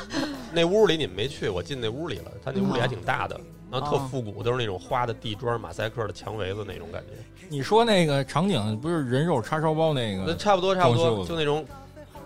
[SPEAKER 3] 那屋里你们没去，我进那屋里了，他那屋里还挺大的，然后特复古，都是那种花的地砖、马赛克的墙围子那种感觉。
[SPEAKER 5] 你说那个场景不是人肉叉烧包那
[SPEAKER 3] 那
[SPEAKER 5] 个，
[SPEAKER 3] 差不多差不
[SPEAKER 5] 嗯装修
[SPEAKER 3] 多，
[SPEAKER 5] 的
[SPEAKER 3] 就那种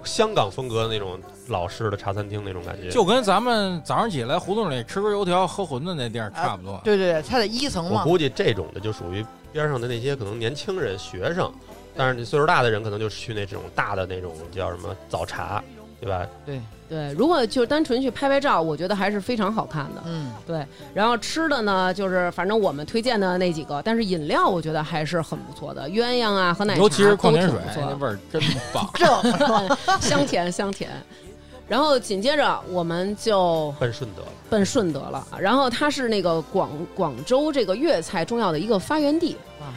[SPEAKER 3] 香港风格的那种老式的茶餐厅那种感觉。
[SPEAKER 5] 就跟咱们早上起来胡同里吃根油条、喝馄饨那地儿差不多。
[SPEAKER 2] 对对对，它得一层
[SPEAKER 3] 我
[SPEAKER 2] 嘛，
[SPEAKER 3] 估计这种的就属于边上的那些可能年轻人、学生，但是你岁数大的人可能就去那种大的那种叫什么早茶，对吧？
[SPEAKER 2] 对，
[SPEAKER 1] 对，如果就是单纯去拍拍照，我觉得还是非常好看的。
[SPEAKER 2] 嗯，。
[SPEAKER 1] 对，然后吃的呢，就是反正我们推荐的那几个，但是饮料我觉得还是很不错的，鸳鸯啊和奶茶
[SPEAKER 5] 尤其是矿泉水
[SPEAKER 1] 都挺不错
[SPEAKER 5] 那
[SPEAKER 1] 的
[SPEAKER 5] 味儿真 棒
[SPEAKER 2] 这
[SPEAKER 1] 香甜香甜。然后紧接着我们就
[SPEAKER 3] 奔顺德了，
[SPEAKER 1] 奔顺德了，然后它是那个广广州这个粤菜重要的一个发源地，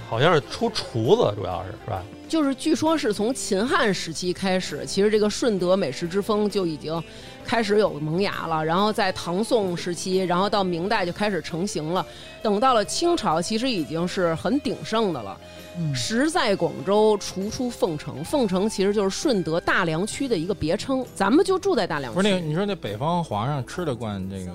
[SPEAKER 3] 好像是出厨子，主要是是吧？
[SPEAKER 1] 就是据说是从秦汉时期开始，其实这个顺德美食之风就已经开始有萌芽了。然后在唐宋时期，然后到明代就开始成型了。等到了清朝，其实已经是很鼎盛的了。
[SPEAKER 2] 嗯
[SPEAKER 1] 食在广州，厨出凤城。凤城其实就是顺德大良区的一个别称，咱们就住在大良
[SPEAKER 5] 不是那
[SPEAKER 1] 区。
[SPEAKER 5] 你说那北方皇上吃得惯这个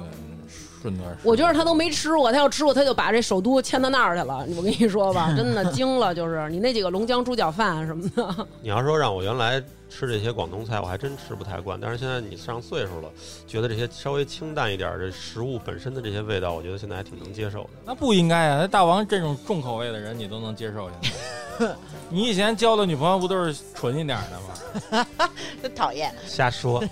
[SPEAKER 5] 顺德食吗？
[SPEAKER 1] 我觉得他都没吃过，他要吃过，他就把这首都迁到那儿去了。我跟你说 吧，真的惊了，就是你那几个龙江猪脚饭什么的。
[SPEAKER 3] 你要说让我原来吃这些广东菜，我还真吃不太惯。但是现在你上岁数了，觉得这些稍微清淡一点儿的食物本身的这些味道，我觉得现在还挺能接受的。
[SPEAKER 5] 那不应该啊！那大王这种重口味的人，你都能接受现 在你以前交的女朋友不都是纯一点的吗？
[SPEAKER 2] 真讨 厌。
[SPEAKER 3] 瞎说，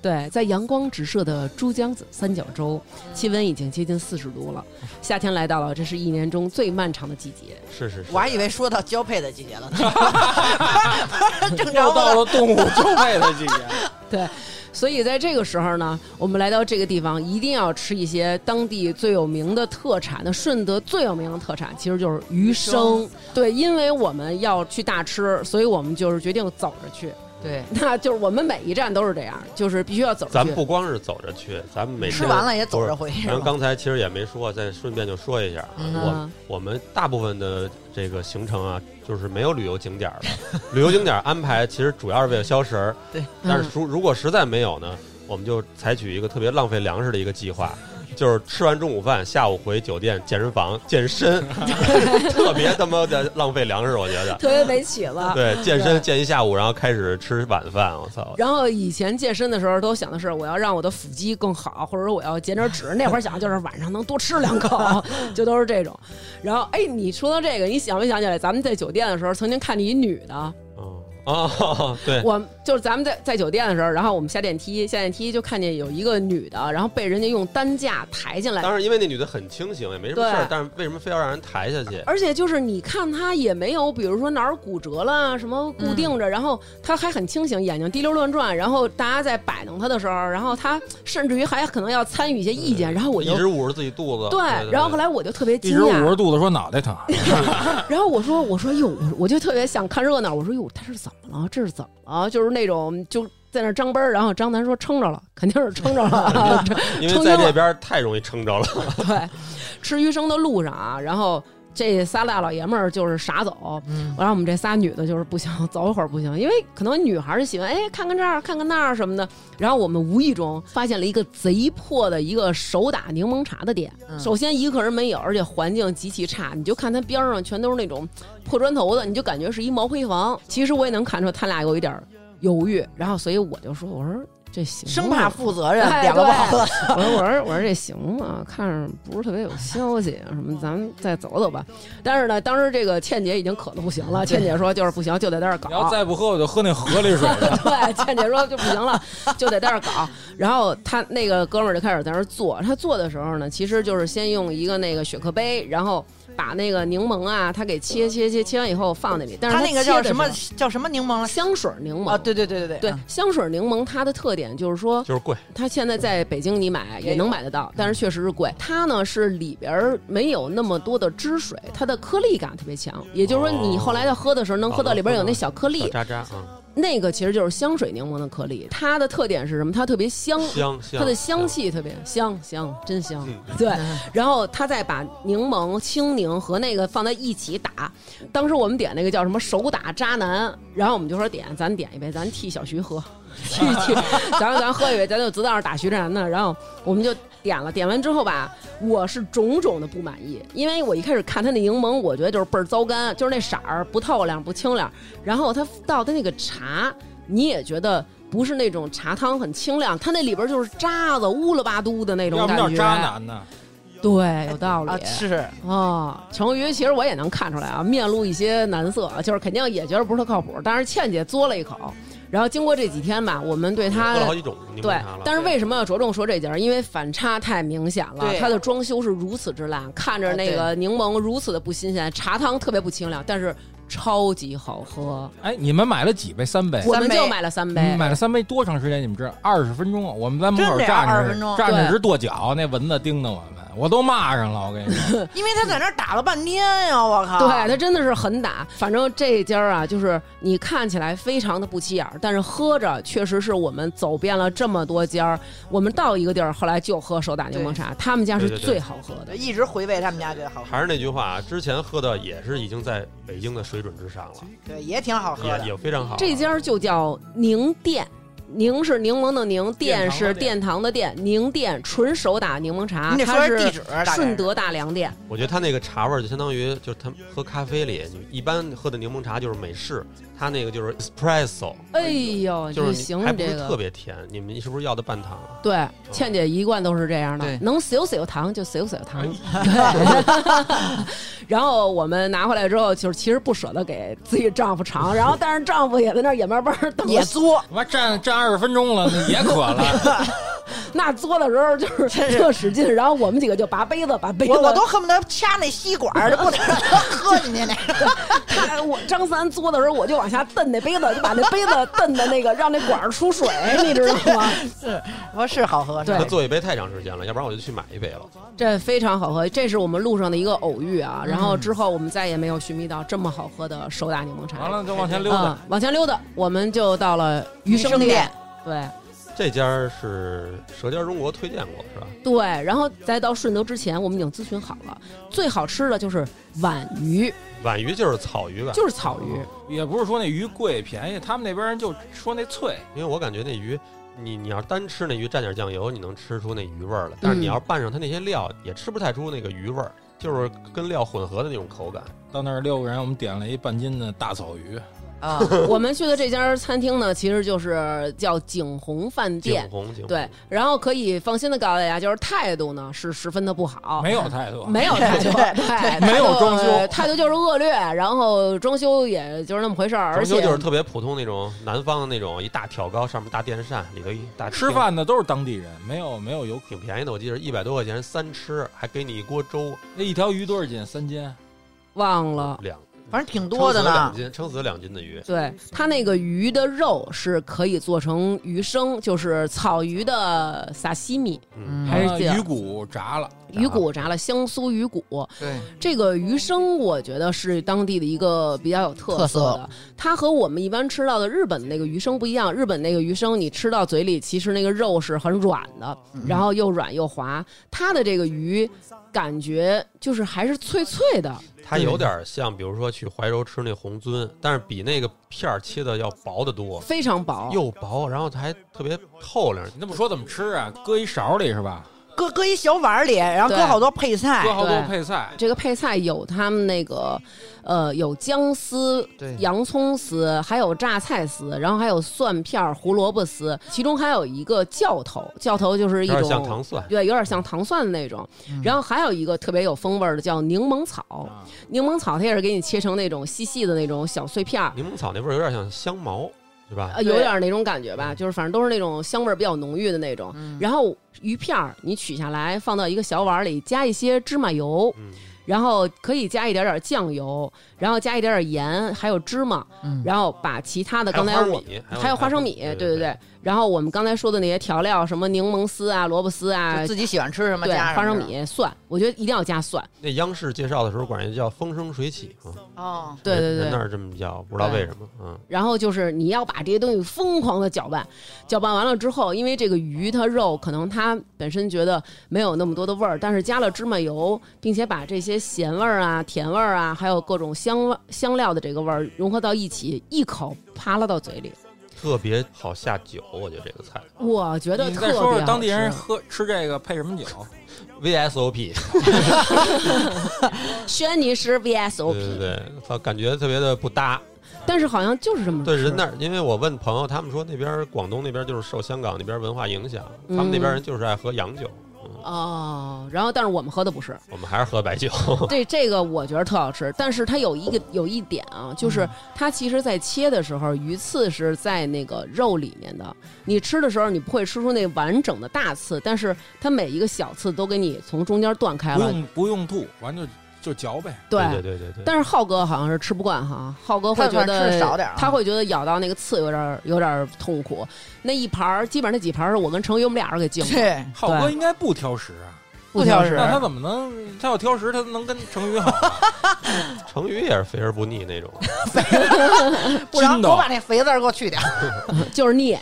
[SPEAKER 1] 对，在阳光直射的珠江三角洲，气温已经接近四十度 了。夏天来到了，这是一年中最漫长的季节。
[SPEAKER 3] 是是是
[SPEAKER 2] 我。还以为说到交配的季节了呢， 正
[SPEAKER 5] 又
[SPEAKER 2] 常
[SPEAKER 5] 到
[SPEAKER 2] 了。
[SPEAKER 5] 了动物交配的季节，
[SPEAKER 1] 所以在这个时候呢，我们来到这个地方，一定要吃一些当地最有名的特产。那顺德最有名的特产其实就是鱼生。对，因为我们要去大吃，所以我们就是决定走着去。
[SPEAKER 2] 对，
[SPEAKER 1] 那就是我们每一站都是这样，就是必须要走着去。
[SPEAKER 3] 咱不光是走着去，咱们每天
[SPEAKER 2] 吃完了也走着回
[SPEAKER 3] 不是
[SPEAKER 2] 去
[SPEAKER 3] 咱
[SPEAKER 2] 是
[SPEAKER 3] 们
[SPEAKER 2] 吧。
[SPEAKER 3] 刚才其实也没说，再顺便就说一下啊，
[SPEAKER 2] 嗯
[SPEAKER 1] 啊
[SPEAKER 3] 我我们大部分的这个行程啊，就是没有旅游景点儿的。旅游景点儿安排其实主要是为了消食 儿，但
[SPEAKER 2] 嗯
[SPEAKER 3] 是如如果实在没有呢，我们就采取一个特别浪费粮食的一个计划，就是吃完中午饭，下午回酒店健身房健身， 特别他妈的浪费粮食，我觉得。
[SPEAKER 1] 特别没起子。
[SPEAKER 3] 对，健身
[SPEAKER 1] 对
[SPEAKER 3] 健一下午，然后开始吃晚饭，我操！
[SPEAKER 1] 然后以前健身的时候都想的是我要让我的腹肌更好，或者说我要减点脂。那会儿想的就是晚上能多吃两 口，就都是这种。然后，哎，你说到这个，你想没想起来咱们在酒店的时候曾经看见一女的？
[SPEAKER 3] 嗯哦，对，
[SPEAKER 1] 我就是咱们在在酒店的时候，然后我们下电梯，下电梯就看见有一个女的，然后被人家用担架抬进来。
[SPEAKER 3] 当时因为那女的很清醒，也没什么事儿
[SPEAKER 1] 对，
[SPEAKER 3] 但是为什么非要让人抬下去？
[SPEAKER 1] 而且就是你看她也没有，比如说哪儿骨折了啊什么固定着，然后她还很清醒，眼睛滴溜乱转。然后大家在摆弄她的时候，然后她甚至于还可能要参与一些意见。然后我就
[SPEAKER 3] 一直捂着自己肚子。
[SPEAKER 1] 对，然后后来我就特别
[SPEAKER 5] 一
[SPEAKER 1] 惊
[SPEAKER 5] 直捂
[SPEAKER 1] 讶
[SPEAKER 5] 着，肚子说脑袋疼。啊
[SPEAKER 1] 然后我说我说哟，我我就特别想看热闹，我说哟，他是怎么了？这是怎么了？就是那种就在那张杯儿，然后张楠说撑着了，肯定是撑着了。
[SPEAKER 3] 因为在这边太容易撑 着了，
[SPEAKER 1] 对，吃鱼生的路上啊，然后这仨大老爷们儿就是傻走，
[SPEAKER 2] 嗯
[SPEAKER 1] 然后我们这仨女的就是不行，走一会儿不行，因为可能女孩儿就喜欢哎看看这儿看看那儿什么的。然后我们无意中发现了一个贼破的一个手打柠檬茶的店，
[SPEAKER 2] 嗯
[SPEAKER 1] 首先一个人没有，而且环境极其差，你就看它边儿上全都是那种破砖头子，你就感觉是一毛坯房。其实我也能看出他俩有一点儿犹豫，然后所以我就说我说。这行吗，
[SPEAKER 2] 生怕负责任，
[SPEAKER 1] 哎
[SPEAKER 2] 两个不好喝。
[SPEAKER 1] 我说我说我说这行吗？看着不是特别有消息，啊什么咱们再走走吧。但是呢，当时这个倩姐已经渴的不行了，倩姐说就是不行，就得在这儿搞。
[SPEAKER 5] 你要再不喝，我就喝那河里水了。
[SPEAKER 1] 对，倩姐说就不行了，就得在这儿搞。然后他那个哥们儿就开始在那儿做，他做的时候呢，其实就是先用一个那个雪克杯，然后把那个柠檬啊，他给切切切切完以后放那里，但是
[SPEAKER 2] 他那个叫什么
[SPEAKER 1] 切的时
[SPEAKER 2] 叫什么柠檬
[SPEAKER 1] 候
[SPEAKER 2] 了？
[SPEAKER 1] 香水柠檬
[SPEAKER 2] 啊，对对对对
[SPEAKER 1] 对，香水柠檬它的特点就是说
[SPEAKER 3] 就是贵。
[SPEAKER 1] 它现在在北京你买也能买得到，但是确实是贵。它呢是里边儿没有那么多的汁水，它的颗粒感特别强，也就是说你后来在喝的时候能喝到里边有那小颗
[SPEAKER 3] 小
[SPEAKER 1] 粒，
[SPEAKER 3] 渣渣啊，
[SPEAKER 1] 那个其实就是香水柠檬的颗粒。它的特点是什么？它特别香，
[SPEAKER 3] 香香，
[SPEAKER 1] 它的香气特别香香，真香。
[SPEAKER 3] 嗯
[SPEAKER 1] 对，然后他再把柠檬、青柠和那个放在一起打。当时我们点那个叫什么“手打渣男”，然后我们就说点，咱点一杯，咱替小徐喝， 替替，咱咱喝一杯，咱就知道是打徐志南的。然后我们就点了，点完之后吧，我是种种的不满意，因为我一开始看他那柠檬，我觉得就是倍儿糟干，就是那色儿不透亮、不清亮。然后他倒的那个茶，你也觉得。不是那种茶汤很清亮，它那里边就是渣子乌了吧嘟的 那种
[SPEAKER 5] 要
[SPEAKER 1] 感
[SPEAKER 5] 不
[SPEAKER 1] 觉。
[SPEAKER 5] 叫渣男呢？
[SPEAKER 1] 对，有道理
[SPEAKER 2] 啊，是
[SPEAKER 1] 啊。成鱼其实我也能看出来啊，面露一些难色，就是肯定也觉得不是特靠谱。但是倩姐嘬了一口，然后经过这几天吧，我们对它
[SPEAKER 3] 喝了好几种柠檬
[SPEAKER 1] 对
[SPEAKER 3] 茶了，。
[SPEAKER 1] 但是为什么要着重说这家？因为反差太明显了
[SPEAKER 2] 对，
[SPEAKER 1] 它的装修是如此之烂，看着那个柠檬如此的不新鲜，茶汤特别不清凉，但是超级好喝。
[SPEAKER 5] 哎，你们买了几杯？三杯。
[SPEAKER 1] 我们
[SPEAKER 2] 杯
[SPEAKER 1] 就买了三
[SPEAKER 5] 嗯
[SPEAKER 1] 杯，
[SPEAKER 5] 买了三杯多长时间？你们知道？二十分钟。我们在门口
[SPEAKER 2] 真得
[SPEAKER 5] 站
[SPEAKER 2] 20
[SPEAKER 5] 着
[SPEAKER 2] 分钟，
[SPEAKER 5] 站着
[SPEAKER 1] 对
[SPEAKER 5] 直跺脚，那蚊子盯着我们，我都骂上了。我跟你说，
[SPEAKER 2] 因为他在那儿打了半天呀、我靠！
[SPEAKER 1] 对，它真的是很打。反正这家儿啊，就是你看起来非常的不起眼儿，但是喝着确实是我们走遍了这么多家儿，我们到一个地儿，后来就喝手打柠檬茶，他们家是
[SPEAKER 3] 对对对
[SPEAKER 1] 最好喝的。
[SPEAKER 2] 一直回味他们家觉得好喝，
[SPEAKER 3] 还是那句话，之前喝的也是已经在北京的水准之上了，
[SPEAKER 2] 对，也挺好喝的。
[SPEAKER 3] 也也非常好。啊
[SPEAKER 1] 这家儿就叫宁店。宁是柠檬的宁，店是殿堂的店，宁店纯手打柠檬茶，
[SPEAKER 2] 你得说
[SPEAKER 1] 它
[SPEAKER 2] 下地
[SPEAKER 1] 啊是
[SPEAKER 2] 址，啊大概
[SPEAKER 1] 顺德大良店。
[SPEAKER 3] 我觉得它那个茶味儿就相当于就是他们喝咖啡里，你一般喝的柠檬茶就是美式，它那个就是 espresso，
[SPEAKER 1] 哎呦，
[SPEAKER 3] 就是
[SPEAKER 1] 你
[SPEAKER 3] 你
[SPEAKER 1] 形
[SPEAKER 3] 还
[SPEAKER 1] 容
[SPEAKER 3] 不
[SPEAKER 1] 这
[SPEAKER 3] 是特
[SPEAKER 1] 个，
[SPEAKER 3] 别甜。你们是不是要的半糖？啊
[SPEAKER 1] 对，倩姐一贯都是这样的
[SPEAKER 2] 对，
[SPEAKER 1] 能小小糖就小小糖。 然后我们拿回来之后，就是其实不舍得给自己丈夫 尝，然后但是丈夫也在那儿眼巴巴儿等着
[SPEAKER 2] 也作，
[SPEAKER 5] 他妈站站二十分钟了，那也渴了。
[SPEAKER 1] 那嘬的时候 就是特使劲，然后我们几个就拔杯子，把杯子
[SPEAKER 2] 我我都恨不得掐那吸管儿，不能让 他喝进去那个。
[SPEAKER 1] 他我 张三嘬的时候，我就往下蹬那杯子，就把那杯子蹬的那个， 让那管儿出水，你知道吗？
[SPEAKER 2] 是，我是好喝，
[SPEAKER 1] 对
[SPEAKER 3] 他
[SPEAKER 2] 是
[SPEAKER 3] 做一杯太长时间了，要不然我就去买一杯了。
[SPEAKER 1] 这非常好喝，这是我们路上的一个偶遇啊。然后之后我们再也没有寻觅到这么好喝的手打柠檬茶。
[SPEAKER 5] 完了就往前溜达
[SPEAKER 1] 嗯，往前溜达，我们就到了余生
[SPEAKER 2] 余生
[SPEAKER 1] 店
[SPEAKER 2] 店。
[SPEAKER 1] 对
[SPEAKER 3] 这家儿是《舌尖中国》推荐过是吧？
[SPEAKER 1] 对，然后再到顺德之前，我们已经咨询好了，最好吃的就是皖鱼，
[SPEAKER 3] 皖鱼就是草鱼吧？
[SPEAKER 1] 就是草鱼。
[SPEAKER 5] 也不是说那鱼贵便宜，他们那边人就说那脆。
[SPEAKER 3] 因为我感觉那鱼，你你要单吃那鱼蘸点酱油，你能吃出那鱼味
[SPEAKER 1] 嗯
[SPEAKER 3] 儿来，但是你要拌上它那些料，也吃不太出那个鱼味儿，就是跟料混合的那种口感。
[SPEAKER 5] 到那儿六个人，我们点了一半斤的大草鱼，
[SPEAKER 2] 啊，
[SPEAKER 1] 我们去的这家餐厅呢，其实就是叫景洪饭
[SPEAKER 3] 景
[SPEAKER 1] 店。
[SPEAKER 3] 洪景洪
[SPEAKER 1] 对，然后可以放心的告诉大家，就是态度呢是十分的不好，
[SPEAKER 5] 没有态度，
[SPEAKER 1] 没有态度，
[SPEAKER 2] 对
[SPEAKER 1] 对，
[SPEAKER 5] 没有
[SPEAKER 1] 态度呃
[SPEAKER 5] 装修
[SPEAKER 1] 态度就是恶劣，然后装修也就是那么回事儿，而
[SPEAKER 3] 装修
[SPEAKER 1] 且
[SPEAKER 3] 就是特别普通那种南方的那种，一大挑高，上面大电扇，里头一大厅
[SPEAKER 5] 吃饭的都是当地人，没有没有游客。
[SPEAKER 3] 挺便宜的，我记得一百多块钱三吃，还给你一锅粥，
[SPEAKER 5] 那一条鱼多少斤？三斤。
[SPEAKER 1] 忘了。
[SPEAKER 3] 两
[SPEAKER 2] 反正挺多
[SPEAKER 3] 撑
[SPEAKER 2] 的
[SPEAKER 3] 死两
[SPEAKER 2] 呢。
[SPEAKER 3] 斤，撑死两斤的鱼，
[SPEAKER 1] 对它那个鱼的肉是可以做成鱼生，就是草鱼的萨西米，
[SPEAKER 3] 嗯，
[SPEAKER 1] 还是
[SPEAKER 5] 啊
[SPEAKER 1] 这样
[SPEAKER 5] 鱼骨炸了，
[SPEAKER 1] 鱼骨炸了香酥鱼骨。
[SPEAKER 2] 对，
[SPEAKER 1] 这个鱼生我觉得是当地的一个比较有特色的，
[SPEAKER 2] 特
[SPEAKER 1] 它和我们一般吃到的日本的那个鱼生不一样。日本那个鱼生你吃到嘴里，其实那个肉是很软的，然后又软又滑。它的这个鱼感觉就是还是脆脆的，
[SPEAKER 3] 它有点像，比如说去怀柔吃那红鳟，但是比那个片儿切的要薄得多，
[SPEAKER 1] 非常薄。
[SPEAKER 3] 又薄，然后它还特别透亮，
[SPEAKER 5] 你这么说怎么吃啊？搁一勺里是吧？
[SPEAKER 2] 搁搁一小碗儿里，然后
[SPEAKER 1] 对
[SPEAKER 2] 搁好多配菜
[SPEAKER 5] 搁，好多
[SPEAKER 1] 对
[SPEAKER 5] 配菜，
[SPEAKER 1] 这个配菜有他们那个，呃，有姜丝、
[SPEAKER 2] 对
[SPEAKER 1] 洋葱丝，还有榨菜丝，然后还有蒜片儿、胡萝卜丝，其中还有一个教头，教头就是一
[SPEAKER 3] 有点
[SPEAKER 1] 种
[SPEAKER 3] 像糖蒜。
[SPEAKER 1] 对，有点像糖蒜的那种。然后还有一个特别有风味儿的叫柠檬草，
[SPEAKER 5] 啊
[SPEAKER 1] 柠檬草它也是给你切成那种细细的那种小碎片儿，
[SPEAKER 3] 柠檬草那味儿有点像香茅，对吧？
[SPEAKER 1] 呃，有点那种感觉吧，就是反正都是那种香味儿比较浓郁的那种。
[SPEAKER 2] 嗯
[SPEAKER 1] 然后鱼片儿你取下来放到一个小碗儿里，加一些芝麻油，
[SPEAKER 3] 嗯，
[SPEAKER 1] 然后可以加一点点酱油，然后加一点点盐，还有芝麻，
[SPEAKER 2] 嗯
[SPEAKER 1] 然后把其他呃的刚才
[SPEAKER 3] 还有花
[SPEAKER 1] 我
[SPEAKER 3] 生米
[SPEAKER 1] 还有花生米，
[SPEAKER 3] 还有
[SPEAKER 1] 对
[SPEAKER 3] 对
[SPEAKER 1] 对。然后我们刚才说的那些调料，什么柠檬丝啊、萝卜丝啊
[SPEAKER 2] 就，自己喜欢吃什么
[SPEAKER 1] 对，
[SPEAKER 2] 加
[SPEAKER 1] 花生
[SPEAKER 2] 什么
[SPEAKER 1] 米、蒜，我觉得一定要加蒜。
[SPEAKER 3] 那央视介绍的时候管人叫风生水起啊，
[SPEAKER 2] 哦，
[SPEAKER 1] 对
[SPEAKER 3] 人
[SPEAKER 1] 对对
[SPEAKER 3] 人那儿这么叫，不知道为什么，嗯，
[SPEAKER 1] 然后就是你要把这些东西疯狂的搅拌，搅拌完了之后，因为这个鱼它肉可能它本身觉得没有那么多的味儿，但是加了芝麻油，并且把这些咸味儿啊、甜味儿啊，还有各种香味香料的这个味儿融合到一起，一口啪拉到嘴里，
[SPEAKER 3] 特别好下酒，我觉得这个菜
[SPEAKER 1] 我觉得
[SPEAKER 5] 你
[SPEAKER 1] 特
[SPEAKER 5] 再
[SPEAKER 1] 别
[SPEAKER 5] 说
[SPEAKER 1] 好
[SPEAKER 5] 说
[SPEAKER 1] 吃
[SPEAKER 5] 当地人喝吃这个配什么酒？
[SPEAKER 3] VSOP，
[SPEAKER 1] 轩尼诗 VS
[SPEAKER 3] 对对
[SPEAKER 1] OP，
[SPEAKER 3] 对，他感觉特别的不搭。
[SPEAKER 1] 但是好像就是这么
[SPEAKER 3] 对
[SPEAKER 1] 吃
[SPEAKER 3] 人那儿，因为我问朋友，他们说那边广东那边就是受香港那边文化影响，
[SPEAKER 1] 嗯
[SPEAKER 3] 他们那边人就是爱喝洋酒，嗯
[SPEAKER 1] 哦，然后但是我们喝的不是，
[SPEAKER 3] 我们还是喝白酒。
[SPEAKER 1] 对这个我觉得特好吃，但是它有一个有一点啊，就是
[SPEAKER 3] 嗯
[SPEAKER 1] 它其实在切的时候，鱼刺是在那个肉里面的，你吃的时候你不会吃出那完整的大刺，但是它每一个小刺都给你从中间断开
[SPEAKER 5] 不
[SPEAKER 1] 了，
[SPEAKER 5] 用不用吐，完就就嚼呗。
[SPEAKER 1] 对
[SPEAKER 3] 嗯 对对对对。
[SPEAKER 1] 但是浩哥好像是吃不惯哈，浩哥会觉
[SPEAKER 2] 他反正
[SPEAKER 1] 得
[SPEAKER 2] 吃少点儿啊
[SPEAKER 1] 他会觉得咬到那个刺有点儿有点儿痛苦。那一盘儿基本上那几盘儿是我跟程宇我们俩人给敬的，
[SPEAKER 2] 对，
[SPEAKER 5] 浩哥应该不挑食啊，
[SPEAKER 2] 不挑
[SPEAKER 1] 食
[SPEAKER 2] 食
[SPEAKER 5] 那他怎么能？他要挑食，他能跟成语好啊？
[SPEAKER 3] 成语也是肥而不腻那种，
[SPEAKER 2] 不然
[SPEAKER 5] 真的
[SPEAKER 2] 我把那肥字儿给我去掉。
[SPEAKER 1] 就是腻。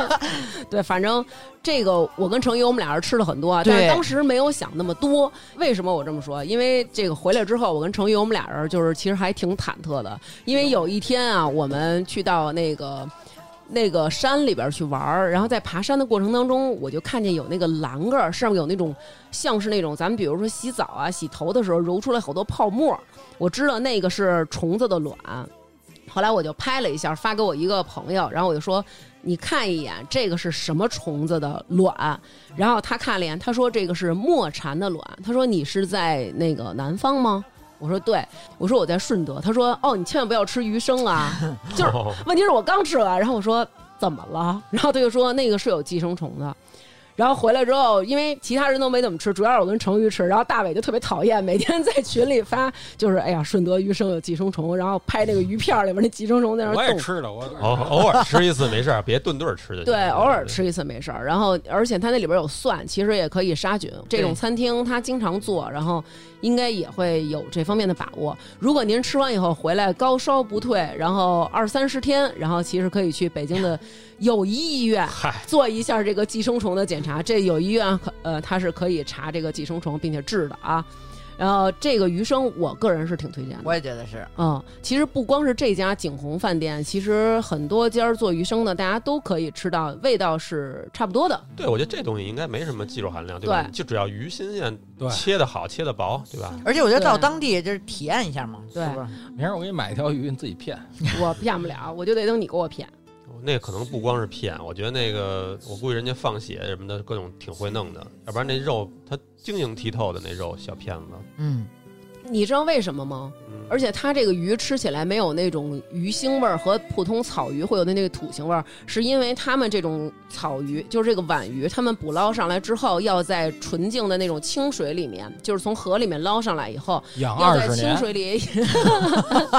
[SPEAKER 1] 对，反正这个我跟程宇我们俩人吃了很多啊，但是
[SPEAKER 2] 对
[SPEAKER 1] 当时没有想那么多。为什么我这么说？因为这个回来之后，我跟程宇我们俩人就是其实还挺忐忑的，因为有一天啊，我们去到那个。那个山里边去玩儿，然后在爬山的过程当中，我就看见有那个栏杆儿上面有那种像是那种咱们比如说洗澡啊、洗头的时候揉出来好多泡沫儿，我知道那个是虫子的卵。后来我就拍了一下，发给我一个朋友，然后我就说：“你看一眼，这个是什么虫子的卵？”然后他看了一眼，他说：“这个是墨蝉的卵。”他说：“你是在那个南方吗？”我说：“对。”我说：“我在顺德。”他说：“哦，你千万不要吃鱼生啊！” 就是
[SPEAKER 3] 哦
[SPEAKER 1] 问题是我刚吃完，然后我说怎么了？然后他就说那个是有寄生虫的。然后回来之后，因为其他人都没怎么吃，主要是我跟成鱼吃。然后大伟就特别讨厌，每天在群里发，就是哎呀，顺德鱼生有寄生虫，然后拍那个鱼片儿里面那寄生虫在那儿
[SPEAKER 5] 我也
[SPEAKER 1] 动。
[SPEAKER 5] 吃了，我
[SPEAKER 3] 偶偶尔吃一次没事儿，别顿顿吃就行。
[SPEAKER 1] 对，偶尔吃一次没事儿。然后，而且它那里边有蒜，其实也可以杀菌。这种
[SPEAKER 2] 对
[SPEAKER 1] 餐厅它经常做，然后应该也会有这方面的把握。如果您吃完以后回来高烧不退，然后二三十天，然后其实可以去北京的友谊医院
[SPEAKER 3] 嗨，
[SPEAKER 1] 做一下这个寄生虫的检查。这友谊医院可呃，它是可以查这个寄生虫并且治的啊。然后这个鱼生，我个人是挺推荐的。
[SPEAKER 2] 我也觉得是，
[SPEAKER 1] 嗯，其实不光是这家景洪饭店，其实很多家儿做鱼生的，大家都可以吃到，味道是差不多 的。
[SPEAKER 3] 对我觉得这东西应该没什么技术含量，对吧？
[SPEAKER 1] 对
[SPEAKER 3] 你就只要鱼新鲜，
[SPEAKER 5] 对
[SPEAKER 3] 切的好，切的薄，对吧？
[SPEAKER 2] 而且我觉得到
[SPEAKER 1] 对
[SPEAKER 2] 当地就是体验一下嘛，
[SPEAKER 1] 对
[SPEAKER 2] 是不是？
[SPEAKER 5] 明儿我给你买一条鱼，你自己片。
[SPEAKER 1] 我骗不了，我就得等你给我骗。
[SPEAKER 3] 那可能不光是骗，我觉得那个我估计人家放血什么的，各种挺会弄的，要不然那肉它晶莹剔透的那肉小片子，
[SPEAKER 2] 嗯，
[SPEAKER 1] 你知道为什么吗？
[SPEAKER 3] 嗯，
[SPEAKER 1] 而且它这个鱼吃起来没有那种鱼腥味儿和普通草鱼会有的那个土腥味儿，是因为它们这种草鱼，就是这个皖鱼，它们捕捞上来之后，要在纯净的那种清水里面，就是从河里面捞上来以后，
[SPEAKER 5] 养
[SPEAKER 1] 要
[SPEAKER 5] 二
[SPEAKER 1] 在
[SPEAKER 5] 十
[SPEAKER 1] 清
[SPEAKER 5] 年，
[SPEAKER 1] 水里，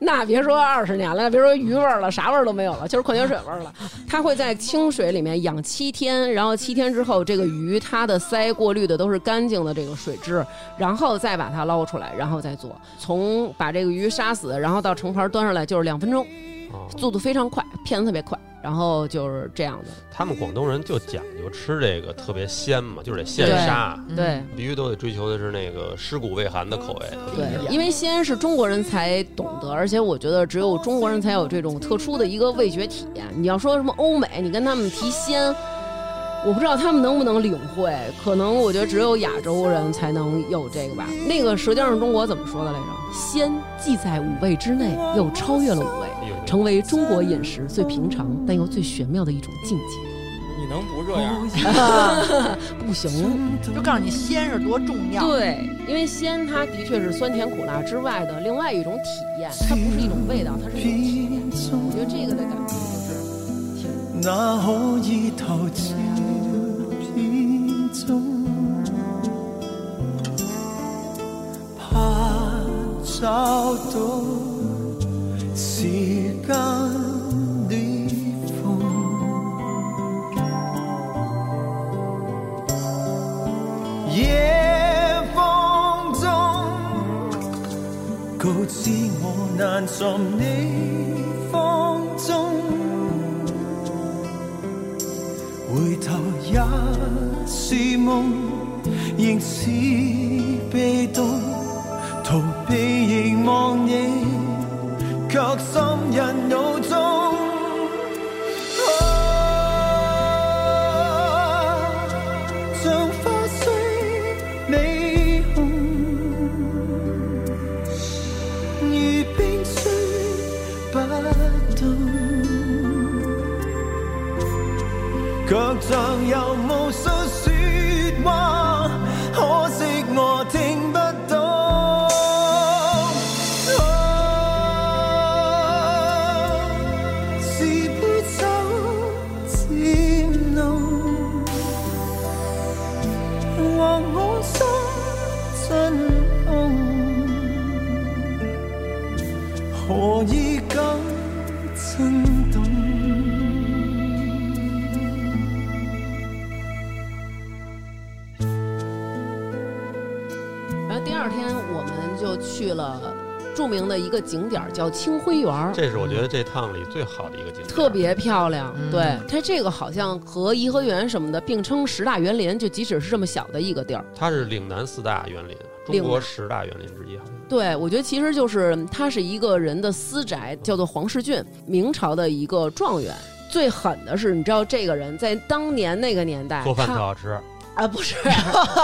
[SPEAKER 1] 那别说二十年了，别说鱼味儿了，啥味儿都没有了，就是矿泉水味儿了。它会在清水里面养七天，然后七天之后，这个鱼它的鳃过滤的都是干净的这个水质，然后再把它捞出来，然后再做。从把这个鱼杀死，然后到盛盘端上来就是两分钟，
[SPEAKER 3] 哦
[SPEAKER 1] 速度非常快，片子特别快。然后就是这样的，
[SPEAKER 3] 他们广东人就讲究吃这个特别鲜嘛，就是得现
[SPEAKER 1] 对
[SPEAKER 3] 杀，
[SPEAKER 2] 嗯
[SPEAKER 1] 对。
[SPEAKER 3] 必须都得追求的是那个尸骨未寒的口味。
[SPEAKER 1] 对
[SPEAKER 2] 不一，样
[SPEAKER 1] 因为西安是中国人才懂得，而且我觉得只有中国人才有这种特殊的一个味觉体验。你要说什么欧美，你跟他们提西安，我不知道他们能不能领会，可能我觉得只有亚洲人才能有这个吧。
[SPEAKER 2] 嗯
[SPEAKER 1] 那个《舌尖上的中国》怎么说的来着？西安既在五味之内，又超越了五味，
[SPEAKER 3] 哎呦
[SPEAKER 1] 成为中国饮食最平常但又最玄妙的一种境界。
[SPEAKER 5] 你能不这样？
[SPEAKER 1] 不行。啊
[SPEAKER 2] 就告诉你西安是多重要。
[SPEAKER 1] 对，因为西安它的确是酸甜苦辣之外的另外一种体验，它不是一种味道，它是一种体验。我觉得这个的感觉就是
[SPEAKER 6] 那可以投照片中怕找到時間裂縫，夜風中告知我難尋你芳蹤。回頭也是夢，仍似被動，逃避凝望你，卻深入腦中。啊像花雖美紅，如冰雖不動。卻像有無數選哦
[SPEAKER 1] 就去了著名的一个景点儿叫清晖园儿，
[SPEAKER 3] 这是我觉得这趟里最好的一个景点，
[SPEAKER 1] 特别漂亮。
[SPEAKER 2] 嗯
[SPEAKER 1] 对，它这个好像和颐和园什么的并称十大园林，就即使是这么小的一个地儿。
[SPEAKER 3] 它是岭南四大园林，中
[SPEAKER 1] 岭
[SPEAKER 3] 国
[SPEAKER 1] 南
[SPEAKER 3] 十大园林之一，好 像。
[SPEAKER 1] 对，我觉得其实就是他是一个人的私宅，叫做黄世俊，明朝的一个状元。最狠的是，你知道这个人在当年那个年代
[SPEAKER 3] 做饭
[SPEAKER 1] 他
[SPEAKER 3] 特好吃，
[SPEAKER 1] 啊，不是，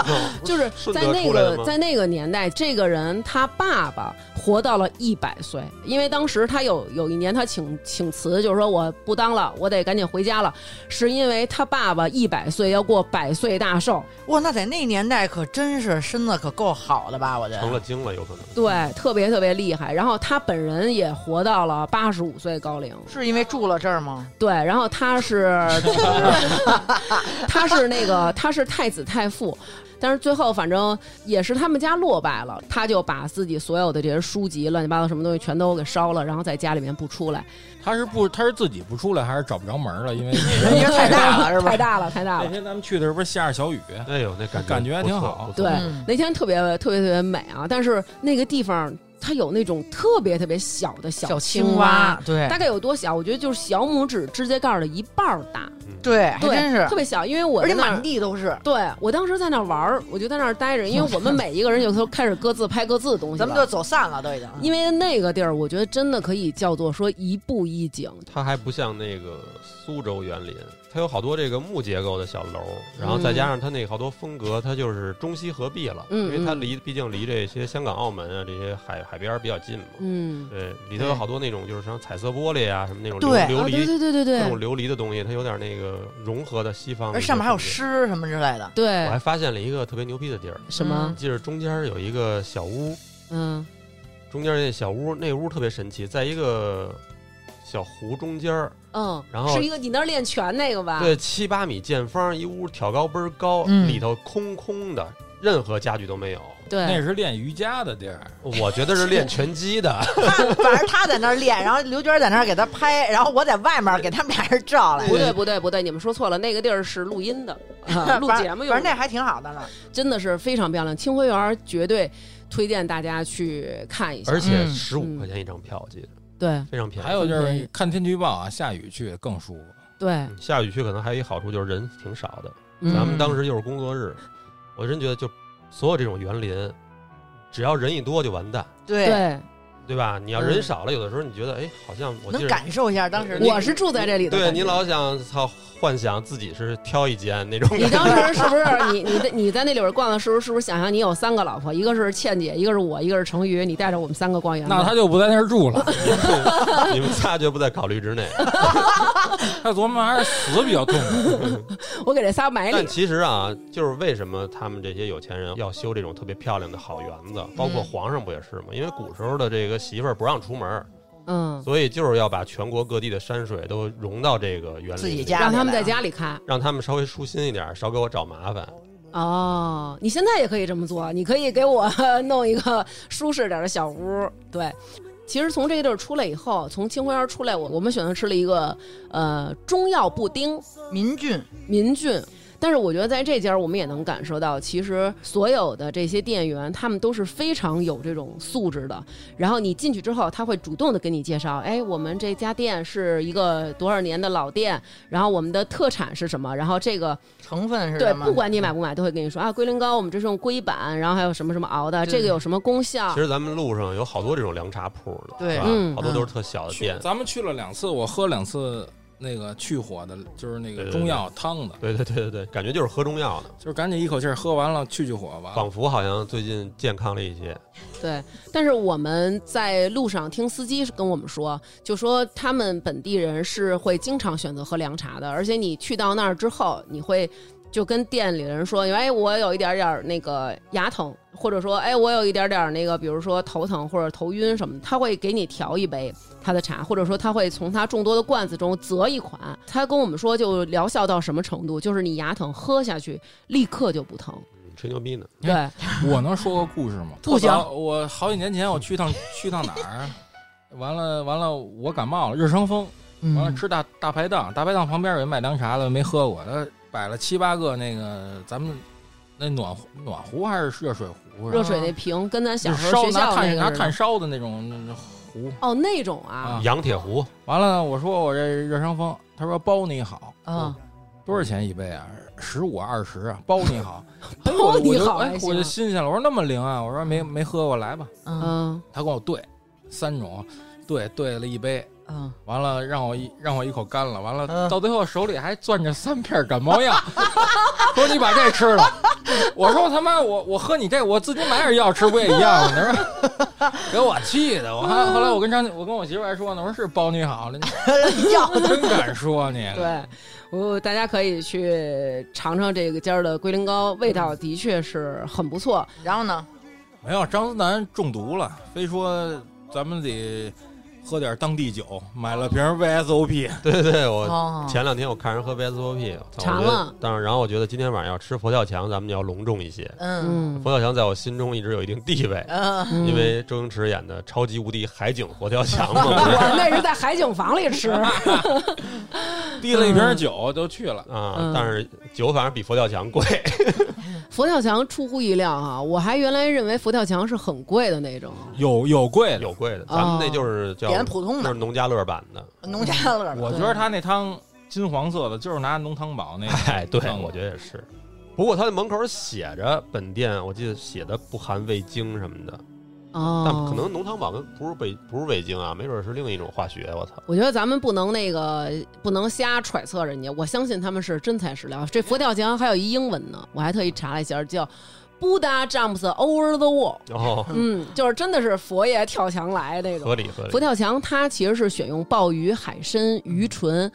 [SPEAKER 3] 嗯
[SPEAKER 1] 就是
[SPEAKER 3] 顺
[SPEAKER 1] 在
[SPEAKER 3] 德
[SPEAKER 1] 那
[SPEAKER 3] 出来的
[SPEAKER 1] 个
[SPEAKER 3] 吗
[SPEAKER 1] 在那个年代，这个人他爸爸活到了一百岁，因为当时他有有一年他请请辞，就是说我不当了，我得赶紧回家了，是因为他爸爸一百岁要过百岁大寿，
[SPEAKER 2] 哇，那在那年代可真是身子可够好的吧？我觉
[SPEAKER 3] 成
[SPEAKER 2] 得
[SPEAKER 3] 了精了，有可能。
[SPEAKER 1] 对，特别特别厉害。然后他本人也活到了八十五岁高龄，
[SPEAKER 2] 是因为住了这儿吗？
[SPEAKER 1] 对，然后他是，他是那个他是太子太傅，但是最后反正也是他们家落败了，他就把自己所有的这些书籍、乱七八糟什么东西全都给烧了，然后在家里面不出 来，
[SPEAKER 5] 他是不，他是自己不出来，还是找不着门儿了？ 因为
[SPEAKER 2] 人家哎太大了是吧嗯
[SPEAKER 1] 太？大了，太大
[SPEAKER 5] 那
[SPEAKER 1] 了。
[SPEAKER 5] 天咱们去的时候不是下着小雨，
[SPEAKER 3] 哎呦，那感
[SPEAKER 5] 感觉还
[SPEAKER 3] 不
[SPEAKER 5] 挺
[SPEAKER 3] 错
[SPEAKER 5] 好
[SPEAKER 3] 不错
[SPEAKER 1] 对
[SPEAKER 2] 嗯，
[SPEAKER 1] 那天特别特别特别美啊，但是那个地方它有那种特别特别小的小青
[SPEAKER 2] 青蛙，对
[SPEAKER 1] 大概有多小？我觉得就是小拇指指甲盖儿的一半儿大，
[SPEAKER 2] 对，还
[SPEAKER 1] 对，
[SPEAKER 2] 哎真是
[SPEAKER 1] 特，别小，因为我
[SPEAKER 2] 而且
[SPEAKER 1] 在那儿
[SPEAKER 2] 满地都是。
[SPEAKER 1] 对我当时在那儿玩儿，我就在那儿待着，因为我们每一个人就都开始各自拍各自的东西
[SPEAKER 2] 咱们就
[SPEAKER 1] 了。
[SPEAKER 2] 走散了，都已经。
[SPEAKER 1] 因为那个地儿，我觉得真的可以叫做说一步一景。
[SPEAKER 3] 它还不像那个苏州园林，它有好多这个木结构的小楼，然后再加上它那好多风格，它就是中西合璧了，
[SPEAKER 1] 嗯
[SPEAKER 3] 因为它
[SPEAKER 1] 嗯
[SPEAKER 3] 离毕竟离这些香港、澳门啊这些海海边儿比较近嘛。
[SPEAKER 1] 嗯，
[SPEAKER 3] 对，里头有好多那种就是像彩色玻璃啊，什么那种
[SPEAKER 2] 对
[SPEAKER 3] 琉
[SPEAKER 1] 啊，
[SPEAKER 3] 琉
[SPEAKER 1] 对
[SPEAKER 3] 璃
[SPEAKER 1] 对对对
[SPEAKER 3] 各种
[SPEAKER 1] 对
[SPEAKER 3] 琉璃的东西，它有点那个融合的西方的
[SPEAKER 2] 而
[SPEAKER 3] 一些
[SPEAKER 2] 上面还有
[SPEAKER 3] 风格。
[SPEAKER 2] 诗什么之 类的，
[SPEAKER 3] 我还
[SPEAKER 1] 对，
[SPEAKER 3] 发现了一个特别牛逼的地儿，
[SPEAKER 1] 什么？
[SPEAKER 3] 记着中间有一个小屋，
[SPEAKER 1] 嗯
[SPEAKER 3] 中间那小屋那屋特别神奇，在一个小湖中间儿，
[SPEAKER 1] 嗯，
[SPEAKER 3] 然后
[SPEAKER 1] 是一个你那儿练拳那个吧？
[SPEAKER 3] 对，七八米见方，一屋挑高倍儿高，
[SPEAKER 2] 嗯
[SPEAKER 3] 里头空空的，任何家具都没有。
[SPEAKER 5] 那
[SPEAKER 1] 对，
[SPEAKER 5] 是练瑜伽的地儿。
[SPEAKER 3] 我觉得是练拳击的，
[SPEAKER 2] 他反正他在那儿练，然后刘娟在那儿给他拍，然后我在外面给他们俩人照来。
[SPEAKER 1] 不对不对不对，你们说错了，那个地儿是录音 的，啊录节目用的。
[SPEAKER 2] 反正那还挺好的呢。
[SPEAKER 1] 真的是非常漂亮，清晖园儿绝对推荐大家去看一下。
[SPEAKER 3] 而且
[SPEAKER 2] 嗯
[SPEAKER 3] 十五
[SPEAKER 1] 嗯
[SPEAKER 3] 块钱一张票，我记得
[SPEAKER 1] 对
[SPEAKER 3] 非常便宜。
[SPEAKER 5] 还有就
[SPEAKER 1] 对
[SPEAKER 5] 是看天气预报啊，下雨去更舒服。
[SPEAKER 1] 对，
[SPEAKER 3] 嗯下雨去可能还有一好处就是人挺少的，
[SPEAKER 1] 嗯
[SPEAKER 3] 咱们当时又是工作日，我真觉得就所有这种园林，只要人一多就完蛋，
[SPEAKER 2] 对，
[SPEAKER 1] 对，
[SPEAKER 3] 对吧？你要人少了，有的时候你觉得哎，好像我记
[SPEAKER 2] 能
[SPEAKER 3] 得
[SPEAKER 2] 感受一下当时那个。
[SPEAKER 1] 我是住在这里的。
[SPEAKER 3] 对你老想操幻想自己是挑一间那种 感觉。
[SPEAKER 1] 你当时是不是你你在你在那里边逛的时候，是不是想象你有三个老婆，一个是倩姐，一个是我，一个是成瑜，你带着我们三个逛园子
[SPEAKER 5] 那他就不在那儿住 了，
[SPEAKER 3] 你们仨绝不在考虑之内。
[SPEAKER 5] 他琢磨还是死比较痛 快。
[SPEAKER 1] 我给这仨
[SPEAKER 2] 哎
[SPEAKER 1] 买
[SPEAKER 3] 但
[SPEAKER 1] 礼，
[SPEAKER 3] 其实啊，就是为什么他们这些有钱人要修这种特别漂亮的好园子，包
[SPEAKER 2] 嗯
[SPEAKER 3] 括皇上不也是吗？因为古时候的这个媳妇儿不让出门儿，
[SPEAKER 1] 嗯，
[SPEAKER 3] 所以就是要把全国各地的山水都融到这个园林里
[SPEAKER 2] 自己家
[SPEAKER 1] 让他们在家里开。
[SPEAKER 3] 让他们稍微舒心一点，少给我找麻烦。
[SPEAKER 1] 哦，你现在也可以这么做，你可以给我弄一个舒适点的小屋。对，其实从这个地儿出来以后，从清晖园出来，我我们选择吃了一个呃中药布丁，
[SPEAKER 2] 民俊，
[SPEAKER 1] 民俊。但是我觉得在这家，我们也能感受到，其实所有的这些店员，他们都是非常有这种素质的。然后你进去之后，他会主动的跟你介绍，哎，我们这家店是一个多少年的老店，然后我们的特产是什么，然后这个
[SPEAKER 2] 成分是
[SPEAKER 1] 对
[SPEAKER 2] 什，么？嗯
[SPEAKER 1] 不管你买不买，都会跟你说啊，龟苓膏我们这是用龟板，然后还有什么什么熬的，
[SPEAKER 2] 对
[SPEAKER 1] 这个有什么功效
[SPEAKER 3] 其？实咱们路上有好多这种凉茶铺呢，
[SPEAKER 2] 啊对
[SPEAKER 3] 是
[SPEAKER 1] 嗯
[SPEAKER 3] 吧？好多都是特小的
[SPEAKER 5] 去
[SPEAKER 3] 店，
[SPEAKER 5] 咱们去了两次，我喝两次那个去火的，就是那
[SPEAKER 3] 对对
[SPEAKER 5] 个
[SPEAKER 3] 对
[SPEAKER 5] 中药汤的，
[SPEAKER 3] 对对对对对，感觉就是喝中药呢，
[SPEAKER 5] 就是赶紧一口气儿喝完了去去火吧。
[SPEAKER 3] 仿佛好像最近健康了一些。
[SPEAKER 1] 对，但是我们在路上听司机跟我们说，就说他们本地人是会经常选择喝凉茶的，而且你去到那儿之后，你会就跟店里的人说，哎，我有一点点儿那个牙疼，或者说，哎，我有一点点儿那个，比如说头疼或者头晕什么的，他会给你调一杯他的茶，或者说他会从他众多的罐子中择一款。他跟我们说，就疗效到什么程度，就是你牙疼喝下去立刻就不疼。
[SPEAKER 3] 嗯吹牛逼呢，
[SPEAKER 1] 对，
[SPEAKER 5] 我能说个故事吗？
[SPEAKER 2] 不行
[SPEAKER 5] 特早我好几年前我去趟去趟哪儿，完了完了，我感冒了，热伤风，
[SPEAKER 2] 嗯
[SPEAKER 5] 完了吃大大排档，大排档旁边有一卖凉茶的，没喝过，他摆了七八个那个咱们那暖壶暖壶还是热水壶啊？
[SPEAKER 1] 热水那瓶跟咱小
[SPEAKER 5] 就
[SPEAKER 1] 时
[SPEAKER 5] 是
[SPEAKER 1] 候
[SPEAKER 5] 烧
[SPEAKER 1] 学
[SPEAKER 5] 拿
[SPEAKER 1] 校
[SPEAKER 5] 炭
[SPEAKER 1] 那
[SPEAKER 5] 拿
[SPEAKER 1] 个
[SPEAKER 5] 炭
[SPEAKER 1] 是
[SPEAKER 5] 烧的那种那那壶。
[SPEAKER 1] 哦那种啊
[SPEAKER 5] 啊，
[SPEAKER 3] 羊铁壶，
[SPEAKER 5] 完了呢，我说我这热伤风，他说包你好，
[SPEAKER 2] 嗯，
[SPEAKER 5] 多少钱一杯啊？十五二十啊，包 你好，哎我
[SPEAKER 1] 包你好
[SPEAKER 5] 我就哎
[SPEAKER 1] 还
[SPEAKER 5] 我就
[SPEAKER 1] 行，啊
[SPEAKER 5] 新鲜了，我说那么灵啊，我说没没喝过来吧，
[SPEAKER 2] 嗯
[SPEAKER 1] 嗯，
[SPEAKER 5] 他跟我兑三种，兑兑了一杯，
[SPEAKER 2] 嗯，
[SPEAKER 5] 完了让我一让我一口干了，完了、
[SPEAKER 2] 嗯
[SPEAKER 5] 到最后手里还攥着三片感冒药， 说你把这吃了。我说他妈我我喝你这我自己买点药吃不也一样吗？他说给我气的，我
[SPEAKER 2] 嗯
[SPEAKER 5] 还后来我跟张我跟我媳妇还说呢，我说是包你好了，你
[SPEAKER 2] 要
[SPEAKER 5] 真敢说你。
[SPEAKER 1] 对，我大家可以去尝尝这个家儿的龟苓膏，味道的确是很不错。
[SPEAKER 2] 然后呢？
[SPEAKER 5] 没有张思楠中毒了，非说咱们得喝点当地酒，买了瓶 VSOP。
[SPEAKER 3] 对对对，我
[SPEAKER 2] 哦，
[SPEAKER 3] 前两天我看人喝 VSOP，我操
[SPEAKER 1] 尝
[SPEAKER 3] 我觉得
[SPEAKER 1] 嗯了
[SPEAKER 3] 但是然后我觉得今天晚上要吃佛跳墙，咱们要隆重一些。
[SPEAKER 2] 嗯
[SPEAKER 1] 嗯，
[SPEAKER 3] 佛跳墙在我心中一直有一定地位，
[SPEAKER 2] 嗯，
[SPEAKER 1] 嗯
[SPEAKER 3] 因为周星驰演的超级无敌海景佛跳墙嘛，不
[SPEAKER 1] 我那是在海景房里吃，
[SPEAKER 5] 递了一
[SPEAKER 2] 嗯
[SPEAKER 5] 瓶酒就去了。
[SPEAKER 3] 是啊
[SPEAKER 1] 嗯，
[SPEAKER 3] 但是酒反正比佛跳墙贵。
[SPEAKER 1] 佛跳墙出乎意料哈、我还原来认为佛跳墙是很贵的那种。
[SPEAKER 5] 有有贵的，
[SPEAKER 3] 有贵的，
[SPEAKER 1] 哦
[SPEAKER 3] 咱们那就是叫
[SPEAKER 2] 点普通
[SPEAKER 3] 就
[SPEAKER 2] 的
[SPEAKER 3] 是农家乐版的。
[SPEAKER 2] 农家乐吧，
[SPEAKER 5] 我觉得他那汤金黄色的，就是拿浓汤宝那个。
[SPEAKER 3] 哎，对，
[SPEAKER 5] 嗯
[SPEAKER 3] 我觉得也是。不过它的门口写着本店，我记得写的不含味精什么的，
[SPEAKER 1] 哦，
[SPEAKER 3] 但可能浓汤宝跟不是味不是味精啊，没准是另一种化学。我操，
[SPEAKER 1] 我觉得咱们不能那个不能瞎揣测人家，我相信他们是真材实料。这佛跳墙还有一英文呢，我还特意查了一下，叫 Buddha jumps over the wall，
[SPEAKER 3] 然后
[SPEAKER 1] 嗯，就是真的是佛爷跳墙来那种
[SPEAKER 3] 合。理合
[SPEAKER 1] 佛
[SPEAKER 3] 理。
[SPEAKER 1] 跳墙它其实是选用鲍鱼、海参、鱼唇、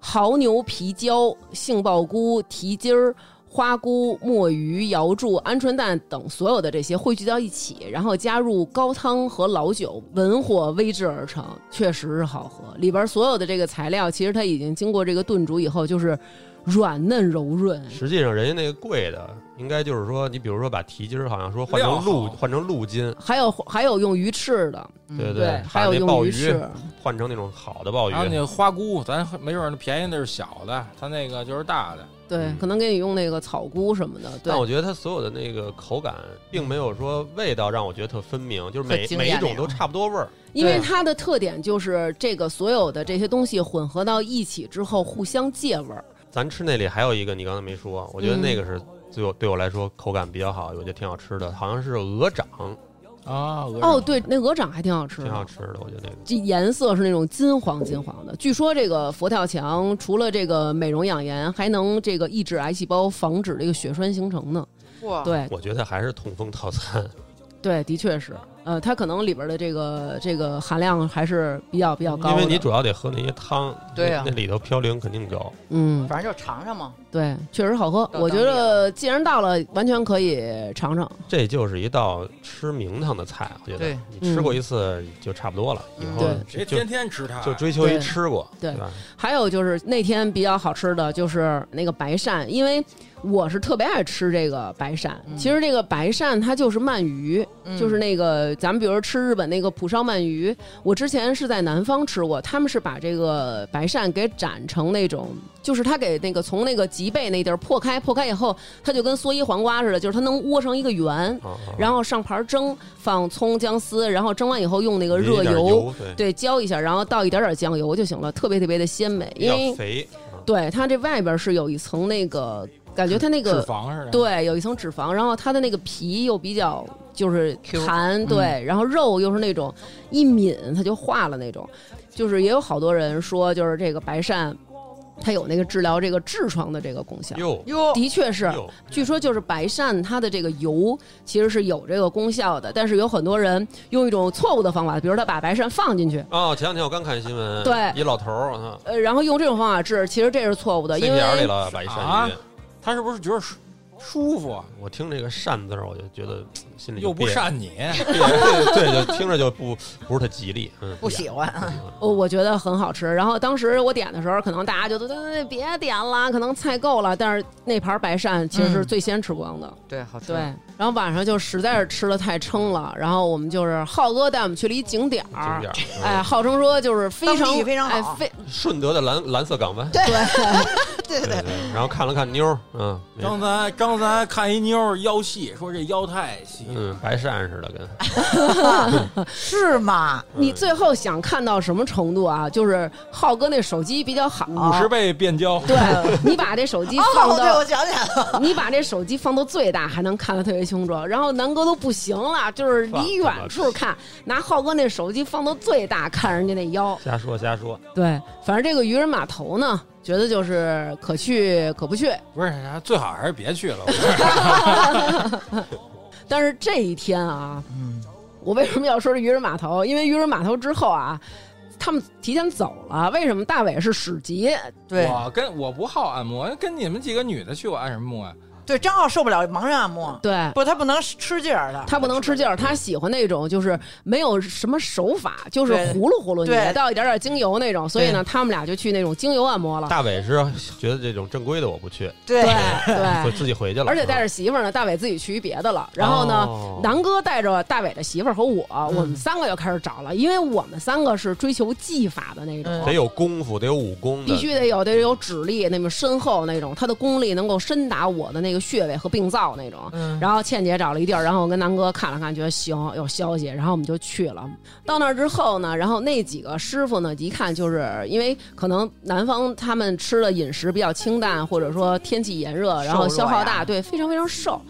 [SPEAKER 1] 蚝牛皮胶、杏鲍菇、蹄筋儿。花菇、墨鱼、瑶柱、鹌鹑蛋等所有的这些汇聚到一起，然后加入高汤和老酒，文火煨制而成，确实是好喝。里边所有的这个材料，其实它已经经过这个炖煮以后，就是软嫩柔
[SPEAKER 2] 嗯
[SPEAKER 1] 润。
[SPEAKER 3] 实际上，人家那个贵的，应该就是说，你比如说把蹄筋儿，好像说换
[SPEAKER 5] 料
[SPEAKER 3] 成
[SPEAKER 5] 好
[SPEAKER 3] 鹿，换成鹿筋，
[SPEAKER 1] 还有还有用鱼翅的，
[SPEAKER 2] 嗯
[SPEAKER 3] 对
[SPEAKER 1] 对，还
[SPEAKER 3] 把
[SPEAKER 1] 有
[SPEAKER 3] 那
[SPEAKER 1] 用
[SPEAKER 3] 鲍
[SPEAKER 1] 鱼
[SPEAKER 3] 鱼
[SPEAKER 1] 翅，
[SPEAKER 3] 换成那种好的鲍
[SPEAKER 5] 还有那
[SPEAKER 3] 鱼，
[SPEAKER 5] 个花菇，咱没准儿那便宜那是小的，它那个就是大的。
[SPEAKER 1] 对
[SPEAKER 3] 嗯，
[SPEAKER 1] 可能给你用那个草菇什么的。对
[SPEAKER 3] 但，我觉得它所有的那个口感，并没有说味道让我觉得特分明，就是
[SPEAKER 2] 特
[SPEAKER 3] 每
[SPEAKER 2] 惊
[SPEAKER 3] 每一
[SPEAKER 2] 艳
[SPEAKER 3] 种
[SPEAKER 2] 那
[SPEAKER 3] 都
[SPEAKER 2] 种
[SPEAKER 3] 差不多味儿。
[SPEAKER 1] 因为
[SPEAKER 5] 对
[SPEAKER 1] 它的特点就是这个所有的这些东西混合到一起之后互相借味儿。
[SPEAKER 3] 咱吃那里还有一个，你刚才没说，我觉
[SPEAKER 2] 嗯
[SPEAKER 3] 得那个是最有对我来说口感比较好，我觉得挺好吃的，好像是鹅掌，
[SPEAKER 2] 嗯
[SPEAKER 5] 啊，鹅
[SPEAKER 1] 哦，
[SPEAKER 5] 肉，
[SPEAKER 1] 对，那鹅掌还挺好吃
[SPEAKER 3] 挺好
[SPEAKER 1] 的。
[SPEAKER 3] 吃的，我觉得那个。
[SPEAKER 1] 这颜色是那种金黄金黄的。据说这个佛跳墙除了这个美容养颜，还能这个抑制癌细胞，防止这个血栓形成呢。
[SPEAKER 2] 哇，
[SPEAKER 1] 对
[SPEAKER 3] 我觉得还是痛风套餐，
[SPEAKER 1] 对，的确
[SPEAKER 3] 啊
[SPEAKER 1] 是。呃，它可能里边的这个这个含量还是比较比较高
[SPEAKER 3] 因
[SPEAKER 1] 的。
[SPEAKER 3] 为你主要得喝那些汤，
[SPEAKER 2] 对啊
[SPEAKER 3] 那那里头嘌呤肯定高。
[SPEAKER 1] 嗯，
[SPEAKER 2] 反正就尝尝嘛。
[SPEAKER 1] 对，确实好喝。
[SPEAKER 2] 到
[SPEAKER 1] 我觉
[SPEAKER 2] 当地
[SPEAKER 3] 啊
[SPEAKER 1] 得既然到了，完全可以尝尝。
[SPEAKER 3] 这就是一道吃名堂的菜，我觉得
[SPEAKER 2] 对
[SPEAKER 3] 你吃过一次就差不多了，以
[SPEAKER 2] 嗯
[SPEAKER 3] 后
[SPEAKER 1] 嗯对
[SPEAKER 5] 谁
[SPEAKER 3] 就
[SPEAKER 5] 天天吃它？
[SPEAKER 3] 就追求一
[SPEAKER 1] 对
[SPEAKER 3] 吃过，
[SPEAKER 1] 对
[SPEAKER 3] 吧？
[SPEAKER 1] 还有就是那天比较好吃的就是那个白鳝，因为我是特别爱吃这个白鳝。
[SPEAKER 2] 嗯
[SPEAKER 1] 其实这个白鳝它就是鳗鱼，
[SPEAKER 2] 嗯
[SPEAKER 1] 就是那个咱们比如吃日本那个蒲烧鳗鱼，我之前是在南方吃过，他们是把这个白鳝给斩成那种，就是它给那个从那个脊背那地儿破开，破开以后它就跟蓑衣黄瓜似的，就是它能窝成一个圆，
[SPEAKER 3] 啊，啊
[SPEAKER 1] 然后上盘蒸，放葱姜丝，然后蒸完以后用那个
[SPEAKER 3] 淋一
[SPEAKER 1] 热
[SPEAKER 3] 点
[SPEAKER 1] 油。
[SPEAKER 3] 油，对，
[SPEAKER 1] 对，浇一下，然后倒一点点酱油就行了，特别特别的鲜美。
[SPEAKER 3] 比
[SPEAKER 1] 因
[SPEAKER 3] 较
[SPEAKER 1] 为
[SPEAKER 3] 肥，啊
[SPEAKER 1] 对它这外边是有一层那个，感觉它那
[SPEAKER 5] 脂
[SPEAKER 1] 个
[SPEAKER 5] 肪
[SPEAKER 3] 啊
[SPEAKER 5] 似的。，
[SPEAKER 1] 对有一层脂肪，然后它的那个皮又比较就是
[SPEAKER 2] Q
[SPEAKER 3] 嗯
[SPEAKER 1] 弹，对，然后肉又是那种一抿它就化了那种。就是也有好多人说，就是这个白鳝，它有那个治疗这个痔疮的这个功效。
[SPEAKER 3] 哟
[SPEAKER 2] 哟，
[SPEAKER 1] 的确是，
[SPEAKER 3] 哟，
[SPEAKER 1] 据说就是白鳝它的这个油其实是有这个功效的，但是有很多人用一种错误的方法，比如他把白鳝放进去，
[SPEAKER 3] 哦，前两天我刚看新闻，
[SPEAKER 1] 对
[SPEAKER 3] 一老头儿，啊
[SPEAKER 1] 呃，然后用这种方法治，其实这是错误的，
[SPEAKER 3] 塞
[SPEAKER 1] 因
[SPEAKER 3] 鼻眼里
[SPEAKER 1] 为
[SPEAKER 3] 了，把一鳝
[SPEAKER 5] 啊
[SPEAKER 3] 鱼。
[SPEAKER 5] 他是不是觉得舒舒服
[SPEAKER 3] 我听这个“善”字儿，我就觉得嗯心里就
[SPEAKER 5] 又不
[SPEAKER 3] 别
[SPEAKER 5] 善你？
[SPEAKER 3] 别对，就听着就不不是特吉利，嗯，
[SPEAKER 2] 不喜欢，
[SPEAKER 1] 呃我觉得很好吃。然后当时我点的时候，可能大家哎就都都别点了，可能菜够了，但是那盘白鳝其实是
[SPEAKER 2] 嗯
[SPEAKER 1] 最先吃光的。
[SPEAKER 2] 对，好吃。
[SPEAKER 1] 对，然后晚上就实在是吃的太撑了，然后我们就是浩哥带我们去了一景点儿，
[SPEAKER 3] 景
[SPEAKER 5] 啊
[SPEAKER 3] 点儿
[SPEAKER 1] 哎，号称说就是非
[SPEAKER 2] 当
[SPEAKER 1] 常
[SPEAKER 2] 地非常
[SPEAKER 1] 哎
[SPEAKER 2] 好
[SPEAKER 1] 非
[SPEAKER 3] 嗯顺德的蓝蓝色港湾，
[SPEAKER 2] 对 对对
[SPEAKER 3] 对
[SPEAKER 2] 对，
[SPEAKER 3] 对，然后看了看妞儿，嗯，没
[SPEAKER 5] 刚才刚才看一妞儿腰细，说这腰太细，
[SPEAKER 3] 嗯，白扇似的跟，
[SPEAKER 2] 是吗？
[SPEAKER 1] 你最后想看到什么程度啊？就是浩哥那手机比较好，
[SPEAKER 5] 五十倍变焦。
[SPEAKER 1] 对你把这手机放
[SPEAKER 2] 哦，对，
[SPEAKER 1] 到
[SPEAKER 2] 我想起来 了，
[SPEAKER 1] 你把这手机放到最大，还能看得特别清楚。然后南哥都不行了，就是离远处看，拿浩哥那手机放到最大看人家那腰。
[SPEAKER 3] 瞎说瞎说，
[SPEAKER 1] 对，反正这个渔人码头呢，觉得就是可去可不去。
[SPEAKER 5] 不是，最好还是别去了。我觉得
[SPEAKER 1] 但是这一天啊，我为什么要说是渔人码头？因为渔人码头之后啊，他们提前走了。为什么？大伟是史籍，
[SPEAKER 2] 对
[SPEAKER 5] 我跟我不好按摩，跟你们几个女的去，我按什么摩呀？啊
[SPEAKER 2] 对，张浩受不了盲人按摩，
[SPEAKER 1] 对。
[SPEAKER 2] 不，他不能吃劲儿的，
[SPEAKER 1] 他不能吃劲儿，他喜欢那种就是没有什么手法，就是
[SPEAKER 2] 对
[SPEAKER 1] 糊噜糊噜你
[SPEAKER 2] 对
[SPEAKER 1] 到一点点精油那种。所以呢，他们俩就去那种精油按摩了。
[SPEAKER 3] 大伟是觉得这种正规的我不去，
[SPEAKER 2] 对
[SPEAKER 1] 对
[SPEAKER 3] 就
[SPEAKER 1] 对，
[SPEAKER 3] 自己 回去了，啊
[SPEAKER 1] 而且带着媳妇儿呢，大伟自己去一别的了。然后呢，
[SPEAKER 3] 哦嗯
[SPEAKER 1] 南哥带着大伟的媳妇儿和我，我们三个就开始找了，因为我们三个是追求技法的那种。啊
[SPEAKER 3] 得有功夫，得有武功的，
[SPEAKER 1] 必须得有得有指力，那么深厚那种，他的功力能够深达我的那个穴位和病灶那
[SPEAKER 3] 嗯
[SPEAKER 1] 种。
[SPEAKER 2] 嗯
[SPEAKER 1] 然后倩姐找了一地儿，然后我跟南哥看了看，觉得行有消息，然后我们就去了。到那儿之后呢，然后那几个师傅呢，一看就是因为可能南方他们吃的饮食比较清淡，或者说天气炎热，然后消耗
[SPEAKER 2] 瘦弱
[SPEAKER 1] 大，
[SPEAKER 2] 呀
[SPEAKER 1] 对，非常非常瘦。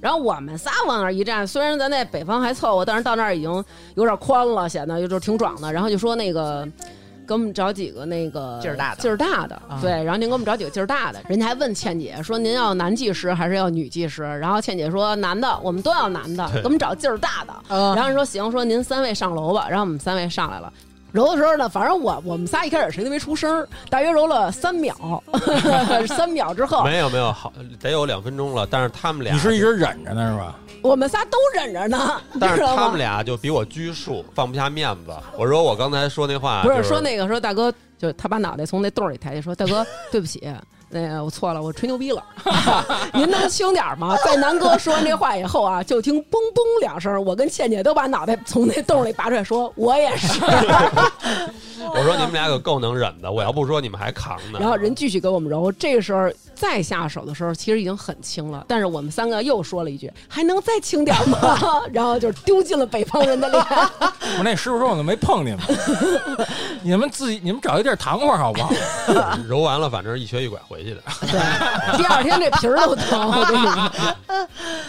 [SPEAKER 1] 然后我们仨往那儿一站，虽然咱在北方还凑合，但是到那儿已经有点宽了，显得就是挺壮的。然后就说那个给我们找几个那个
[SPEAKER 2] 劲儿大的
[SPEAKER 1] 劲儿大的
[SPEAKER 2] 啊，
[SPEAKER 1] 对。然后您给我们找几个劲儿大的，人家还问倩姐说您要男技师还是要女技师？然后倩姐说男的，我们都要男的，
[SPEAKER 3] 对
[SPEAKER 1] 给我们找劲儿大的。
[SPEAKER 2] 嗯
[SPEAKER 1] 然后说行，说您三位上楼吧。然后我们三位上来了。揉的时候呢，反正我我们仨一开始谁都没出声儿，大约揉了三秒， 三秒之后，
[SPEAKER 3] 没有没有好，得有两分钟了，但是他们俩
[SPEAKER 5] 你是一直忍着呢是吧？
[SPEAKER 1] 我们仨都忍着呢，你
[SPEAKER 3] 但
[SPEAKER 1] 知
[SPEAKER 3] 是
[SPEAKER 1] 道
[SPEAKER 3] 他
[SPEAKER 1] 吗
[SPEAKER 3] 们？俩就比我拘束，放不下面子。我说我刚才说那话，
[SPEAKER 1] 不
[SPEAKER 3] 啊就是
[SPEAKER 1] 说那个说大哥，就是他把脑袋从那洞里抬起，说大哥对不起， 那个我错了，我吹牛 逼了， 您能轻点儿吗？在南哥说完这话以后啊，就听嘣嘣两声，我跟倩姐都把脑袋从那洞里拔出来，说我也 是，
[SPEAKER 3] 我说你们俩可够能忍的，我要不说你们还扛呢。
[SPEAKER 1] 然后人继续给我们揉。这个时候再下手的时候，其实已经很轻了，但是我们三个又说了一句，还能再轻点儿吗？ 然后就是丢进了北方人的脸。
[SPEAKER 5] 我那师傅说我都没碰你们， 你们自己你们找一地儿躺会儿好不好？
[SPEAKER 3] 揉完了，反正一瘸一拐回去的。
[SPEAKER 1] 对，第二天这皮儿都疼，我跟你 说。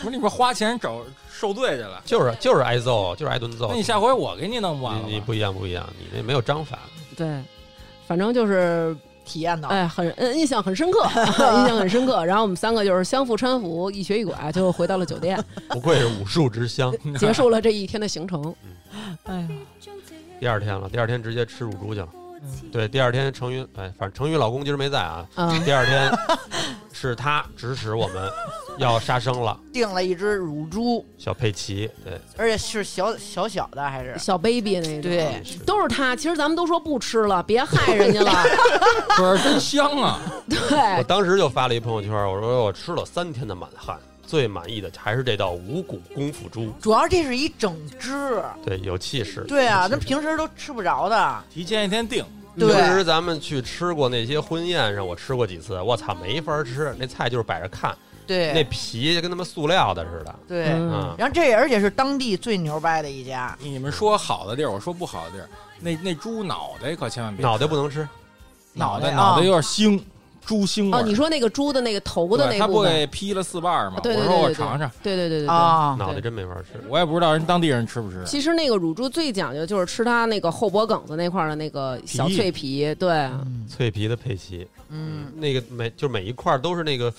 [SPEAKER 5] 不是你们花钱找受罪去了。
[SPEAKER 3] 就是就是挨揍，就是挨顿揍。
[SPEAKER 5] 那你下回我给你弄不完了吧
[SPEAKER 3] 你你不一样不一样，你那没有章法。
[SPEAKER 1] 对，反正就是
[SPEAKER 2] 体验到，
[SPEAKER 1] 哎，很嗯，印象很深刻， 印象很深刻。然后我们三个就是相互搀扶，一瘸一拐就回到了酒 店，
[SPEAKER 3] 不愧是武术之乡。
[SPEAKER 1] 结 束了这一天的行程。
[SPEAKER 5] 嗯
[SPEAKER 2] 哎呀，
[SPEAKER 3] 第二天了，第二天直接吃乳猪去了。
[SPEAKER 2] 嗯
[SPEAKER 3] 对，第二天成宇，哎，反正成宇老公今儿没在啊。
[SPEAKER 1] 啊、
[SPEAKER 3] 第二 天是他指使我们要杀生了，
[SPEAKER 2] 订了一只乳猪，
[SPEAKER 3] 小佩奇。对，
[SPEAKER 2] 而且是小小小的，还是
[SPEAKER 1] 小 baby 那种，
[SPEAKER 2] 对
[SPEAKER 3] 是
[SPEAKER 1] 都是他。其实咱们都说不吃了，别害人家了。
[SPEAKER 5] 不是真香啊！
[SPEAKER 3] 我
[SPEAKER 1] 对，
[SPEAKER 2] 哎
[SPEAKER 3] 当时就发了一朋友圈，我说我吃了三天的满汉，最满意的还是这道五谷功夫猪。
[SPEAKER 2] 主要这是一整只，
[SPEAKER 3] 对，有气势。
[SPEAKER 2] 对啊，
[SPEAKER 3] 有
[SPEAKER 2] 那
[SPEAKER 3] 气势
[SPEAKER 2] 平时都吃不着的，
[SPEAKER 5] 提前一天定，
[SPEAKER 3] 平时
[SPEAKER 2] 对，
[SPEAKER 3] 咱们去吃过那些婚宴上，我吃过几次，我操，没法吃，那菜就是摆着看，那
[SPEAKER 2] 对，
[SPEAKER 3] 皮就跟他妈塑料的啊似的。
[SPEAKER 2] 对。
[SPEAKER 1] 嗯，
[SPEAKER 2] 然后这而且是当地最牛掰的一家，
[SPEAKER 5] 你们说好的地儿，我说不好的地儿。那那猪脑袋可千万别吃
[SPEAKER 3] 脑袋不能吃，
[SPEAKER 2] 脑
[SPEAKER 5] 脑
[SPEAKER 2] 袋
[SPEAKER 5] 袋
[SPEAKER 2] 啊
[SPEAKER 5] 脑袋有点腥，猪腥味儿。
[SPEAKER 1] 哦，你说那个猪的那个头的
[SPEAKER 5] 对
[SPEAKER 1] 那
[SPEAKER 5] 他
[SPEAKER 1] 部
[SPEAKER 5] 不
[SPEAKER 1] 分，啊
[SPEAKER 5] 给劈了四瓣儿吗？
[SPEAKER 1] 对对
[SPEAKER 5] 我说
[SPEAKER 1] 对
[SPEAKER 5] 我
[SPEAKER 1] 对对
[SPEAKER 5] 尝尝，
[SPEAKER 1] 对对对对对。
[SPEAKER 2] 啊，
[SPEAKER 3] 脑袋真没法吃。
[SPEAKER 5] 我也不知道人当地人吃不吃。
[SPEAKER 1] 其实那个乳猪最讲究就是吃它那个后脖梗子那块儿的那个小
[SPEAKER 5] 皮
[SPEAKER 1] 脆皮，对，
[SPEAKER 3] 脆皮的佩奇，
[SPEAKER 2] 嗯，
[SPEAKER 3] 那个每就每一块都是那个，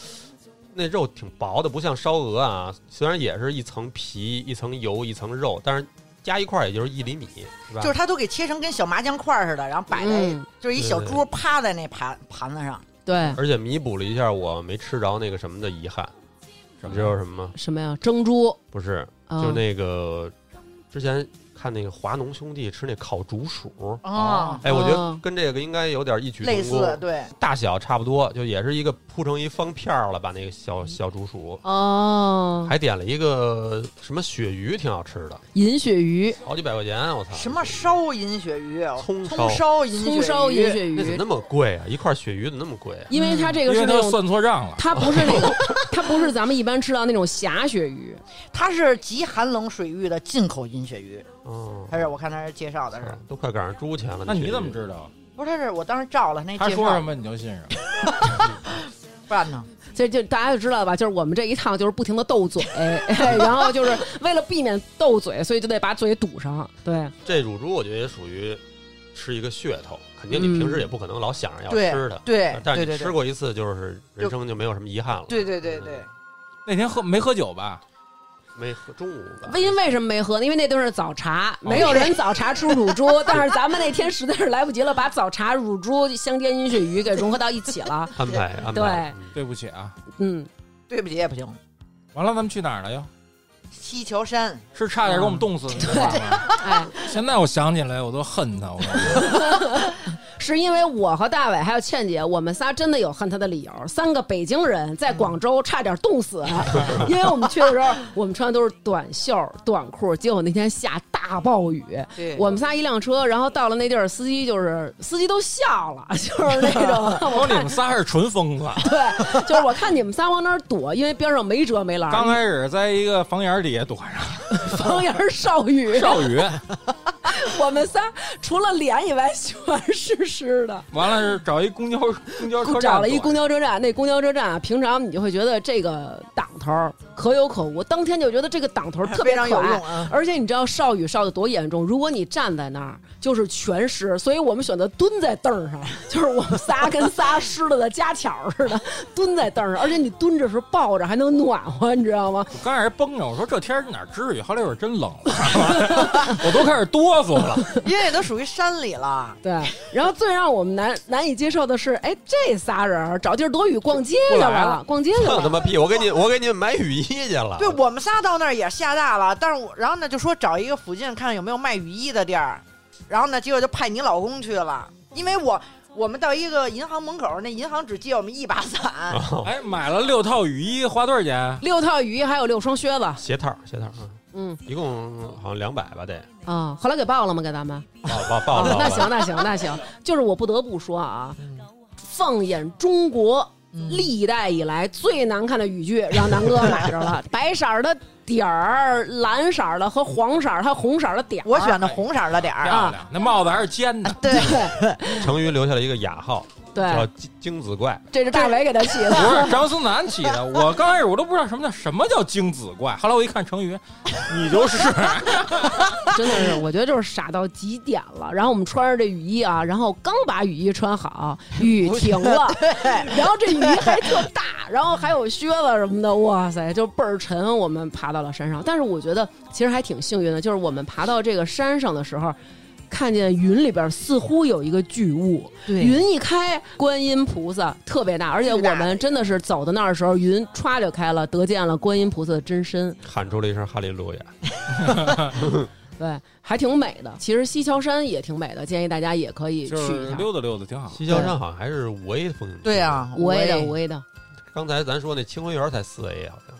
[SPEAKER 3] 那肉挺薄的，不像烧鹅啊，虽然也是一层皮、一层油、一层肉，但是加一块儿也就是一厘米，是吧？
[SPEAKER 2] 就是他都给切成跟小麻将块儿似的，然后摆在，
[SPEAKER 1] 嗯，
[SPEAKER 2] 就是一小
[SPEAKER 3] 对对
[SPEAKER 2] 猪趴在那盘盘子上，
[SPEAKER 1] 对，
[SPEAKER 3] 而且弥补了一下我没吃着那个什么的遗憾，你知道什么吗？
[SPEAKER 2] 嗯
[SPEAKER 1] 什么呀？蒸猪，
[SPEAKER 3] 不是，
[SPEAKER 1] 啊
[SPEAKER 3] 就那个之前看那个华农兄弟吃那烤竹鼠，
[SPEAKER 2] 啊，
[SPEAKER 3] 哎，我觉得
[SPEAKER 1] 哦
[SPEAKER 3] 跟这个应该有点异曲
[SPEAKER 2] 类
[SPEAKER 3] 同
[SPEAKER 2] 似
[SPEAKER 3] 工，
[SPEAKER 2] 对，
[SPEAKER 3] 大小差不多，就也是一个铺成一方片儿了，把那个
[SPEAKER 2] 嗯
[SPEAKER 3] 小小竹鼠，
[SPEAKER 1] 哦，
[SPEAKER 3] 还点了一个什么鳕鱼，挺好吃的，
[SPEAKER 1] 银鳕鱼、
[SPEAKER 3] 好几百块钱，啊我操！
[SPEAKER 2] 什么烧银鳕鱼，啊
[SPEAKER 3] 葱烧
[SPEAKER 2] 葱烧银
[SPEAKER 1] 葱烧银
[SPEAKER 2] 鳕鱼，
[SPEAKER 1] 鳕
[SPEAKER 3] 那怎么
[SPEAKER 1] 鱼
[SPEAKER 3] 那，么贵啊？一块鳕鱼怎么那么贵啊？
[SPEAKER 1] 因为它这
[SPEAKER 5] 因
[SPEAKER 1] 个是
[SPEAKER 5] 为
[SPEAKER 1] 那
[SPEAKER 5] 他
[SPEAKER 1] 种
[SPEAKER 5] 算错账了。
[SPEAKER 1] 它不是那个，它不是咱们一般吃到那种狭鳕鱼，
[SPEAKER 2] 它是极寒冷水域的进口银鳕鱼，
[SPEAKER 3] 嗯，
[SPEAKER 2] 它是我看它是介绍的是，
[SPEAKER 3] 啊都快赶上猪钱了。
[SPEAKER 5] 那你
[SPEAKER 3] 鳕鱼
[SPEAKER 5] 怎么？知道？
[SPEAKER 2] 不是它是我当时照了那
[SPEAKER 5] 他
[SPEAKER 2] 介
[SPEAKER 5] 说什
[SPEAKER 2] 绍，
[SPEAKER 5] 么你就信什么？
[SPEAKER 2] 不然呢？
[SPEAKER 1] 这就大家就知道吧，就是我们这一趟就是不停的斗嘴， 哎然后就是为了避免斗嘴，所以就得把嘴堵上。对，
[SPEAKER 3] 这乳猪我觉得也属于吃一个噱头，肯定你平时也不可能老想着要
[SPEAKER 2] 嗯对
[SPEAKER 3] 吃它，
[SPEAKER 2] 对
[SPEAKER 3] 但是
[SPEAKER 2] 对
[SPEAKER 3] 你
[SPEAKER 2] 对
[SPEAKER 3] 吃
[SPEAKER 2] 对
[SPEAKER 3] 过一次，就是人生就没有什么遗憾了。
[SPEAKER 2] 对对对对，
[SPEAKER 5] 那天喝没喝酒吧？
[SPEAKER 3] 没喝中午吧？
[SPEAKER 1] 因为什么没喝？因为那都是早茶，没有人早茶吃乳猪，但是咱们那天实在是来不及了，把早茶、乳猪、香煎银鳕鱼给融合到一起了。
[SPEAKER 3] 安排安排。嗯
[SPEAKER 5] 对不起啊。
[SPEAKER 1] 嗯，
[SPEAKER 2] 对不起也不行。
[SPEAKER 5] 完了，咱们去哪儿了呀？
[SPEAKER 2] 西樵山，
[SPEAKER 5] 是差点给我们冻死的那地方吗。
[SPEAKER 1] 哎，
[SPEAKER 5] 现在我想起来，我都恨他。我告诉 你，
[SPEAKER 1] 是因为我和大伟还有倩姐，我们仨真的有恨他的理由。三个北京人在广州差点冻死， 因为我们去的时候，我们穿的都是短袖短裤，结果那天下大暴雨，
[SPEAKER 2] 对
[SPEAKER 1] 我们仨一辆车，然后到了那地儿，司机就是司机都笑了，就是那 种
[SPEAKER 5] 说你们仨是纯疯子。
[SPEAKER 1] 对，就是我看你们仨往哪儿躲，因为边上没遮没拦，
[SPEAKER 5] 刚开始在一个房檐底下躲着，
[SPEAKER 1] 方言少语，
[SPEAKER 5] 少雨，
[SPEAKER 1] 我们仨除了脸以外，全是湿的。
[SPEAKER 5] 完了是找一公交公交车站躲 着，
[SPEAKER 1] 找了一公交车站，那公交车站啊，平常你就会觉得这个档头儿可有可无，当天就觉得这个档头儿特别
[SPEAKER 2] 非常
[SPEAKER 1] 可
[SPEAKER 2] 有
[SPEAKER 1] 爱
[SPEAKER 2] 用啊
[SPEAKER 1] 而且你知道少雨少的多严重，如果你站在那儿就是全湿，所以我们选择蹲在凳儿上，就是我们仨跟仨湿了的家巧儿似的蹲在凳儿上，而且你蹲着时候抱着还能暖和，你知道吗？
[SPEAKER 5] 我刚开始绷着，我说这天儿哪至于？后来一会儿真冷了， 我都开始哆嗦了。
[SPEAKER 2] 因为都属于山里了。
[SPEAKER 1] 对，然后最让我们难难以接受的是，哎，这仨人儿找地儿躲雨逛街去
[SPEAKER 5] 不来了
[SPEAKER 1] 了，逛街去
[SPEAKER 3] 嗯蹭他
[SPEAKER 1] 了。
[SPEAKER 3] 妈屁！我给你，我给你们买雨衣去了。
[SPEAKER 2] 对我们仨到那儿也下大了，但是我然后呢就说找一个附近看有没有卖雨衣的地儿，然后呢结果就派你老公去了，因为我我们到一个银行门口，那银行只借我们一把伞，
[SPEAKER 1] 哦
[SPEAKER 3] 啊，
[SPEAKER 5] 哎，买了六套雨衣，花多少钱？
[SPEAKER 1] 六套雨衣，还有六双靴子，
[SPEAKER 3] 鞋套鞋套啊，
[SPEAKER 1] 嗯
[SPEAKER 3] 一共好像两百吧得。
[SPEAKER 1] 啊，后来给报了吗？给咱们？
[SPEAKER 3] 报报报
[SPEAKER 1] 啊
[SPEAKER 2] 哦
[SPEAKER 3] 了，
[SPEAKER 1] 那行，那行，那行，就是我不得不说啊，放眼中国。
[SPEAKER 2] 嗯
[SPEAKER 1] 历代以来最难看的语句让南哥买着了，白色儿的点儿、蓝色儿的和黄色儿，还有红色儿的点儿。
[SPEAKER 2] 我选的红色的点
[SPEAKER 1] 啊
[SPEAKER 2] 儿。
[SPEAKER 5] 漂亮，那帽子还是尖的。
[SPEAKER 1] 对
[SPEAKER 3] 成瑜留下了一个雅号，叫
[SPEAKER 1] 对，
[SPEAKER 3] 精精子怪。
[SPEAKER 1] 这是大伟给他起的。
[SPEAKER 5] 不是张思楠起的，我刚开始我都不知道什么叫什么叫精子怪，后来我一 看成语，你就是
[SPEAKER 1] 真的是，我觉得就是傻到极点了。然后我们穿着这雨衣啊，然后刚把雨衣穿好，雨停 了，然后这雨衣还特大，然后还有靴子什么的，哇塞，就倍儿沉。我们爬到了山上，但是我觉得其实还挺幸运的，就是我们爬到这个山上的时候。看见云里边似乎有一个巨物，云一开，观音菩萨特别大，而且
[SPEAKER 2] 巨大
[SPEAKER 1] 我们真的是走到那儿的时候，云歘就开了，得见了观音菩萨的真身。
[SPEAKER 3] 喊出了一声哈利路亚。
[SPEAKER 1] 对，还挺美的。其实西樵山也挺美的，建议大家也可以去
[SPEAKER 5] 就
[SPEAKER 1] 一
[SPEAKER 5] 是
[SPEAKER 1] 下。
[SPEAKER 5] 溜达溜达挺好。
[SPEAKER 3] 西樵山好像还是五 A 风景区。
[SPEAKER 2] 对啊，
[SPEAKER 1] 五 A 的，
[SPEAKER 2] 也
[SPEAKER 1] 五 A 的，
[SPEAKER 3] 刚才咱说那清晖园才四 A 好像。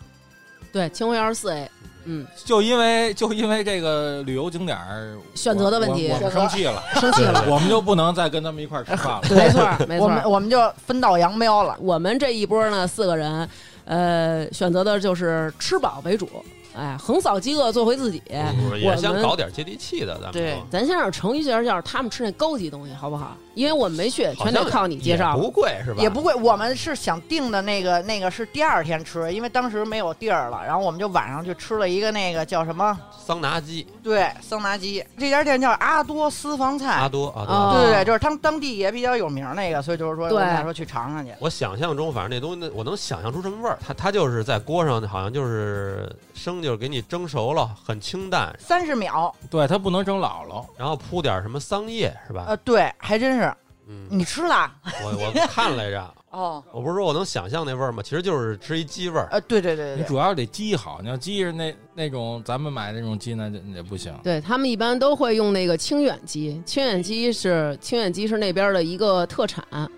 [SPEAKER 1] 对，清辉园四 A，嗯，
[SPEAKER 5] 就因为就因为这个旅游景点儿
[SPEAKER 1] 选择的问题
[SPEAKER 5] 我我我们生气了，
[SPEAKER 1] 生气了，
[SPEAKER 5] 我们就不能再跟他们一块儿吃 饭了。
[SPEAKER 1] 没错儿，没
[SPEAKER 2] 我
[SPEAKER 1] 错
[SPEAKER 2] 们
[SPEAKER 1] 儿。
[SPEAKER 2] 我们就分道扬镳了。
[SPEAKER 1] 我们这一波呢，四个人，呃，选择的就是吃饱为主，哎，横扫饥饿，做回自己。
[SPEAKER 3] 也
[SPEAKER 1] 我
[SPEAKER 3] 想
[SPEAKER 1] 们
[SPEAKER 3] 搞点接地气的，咱们
[SPEAKER 2] 对
[SPEAKER 1] 咱先让成一学校他们吃那高级东西好不好？因为我们没去，
[SPEAKER 3] 好像
[SPEAKER 1] 全得靠你介绍
[SPEAKER 3] 也。不贵是吧？
[SPEAKER 2] 也不贵，我们是想订的那个那个是第二天吃，因为当时没有地儿了，然后我们就晚上去吃了一个那个叫什么？
[SPEAKER 3] 桑拿鸡，
[SPEAKER 2] 对，桑拿鸡这家店叫阿多私房菜，
[SPEAKER 3] 阿多阿
[SPEAKER 1] 哦
[SPEAKER 3] 多。
[SPEAKER 2] 哎啊对对对，就是他们当地也比较有名儿那个，所以就是说，
[SPEAKER 1] 对
[SPEAKER 2] 我们俩说去尝尝去。
[SPEAKER 3] 我想象中，反正那东西我能想象出什么味儿。它它就是在锅上，好像就是生，就是给你蒸熟了，很清淡，
[SPEAKER 2] 三十秒，
[SPEAKER 5] 对他不能整姥姥，
[SPEAKER 3] 然后
[SPEAKER 2] 呃
[SPEAKER 3] 铺点什么桑叶是吧？
[SPEAKER 2] 呃，对，还真是
[SPEAKER 3] 嗯，
[SPEAKER 2] 你吃了，
[SPEAKER 3] 我我看来着，
[SPEAKER 2] 哦，
[SPEAKER 3] 我不是说我能想象那味儿吗？其实就是吃一鸡味儿。
[SPEAKER 2] 呃，对对对
[SPEAKER 5] 你
[SPEAKER 2] 对对，
[SPEAKER 5] 主要得鸡好，你要鸡是那那种咱们买那种鸡那就也不行。
[SPEAKER 1] 对他们一般都会用那个清远鸡，清远鸡是清远鸡是那边的一个特产，
[SPEAKER 3] 啊，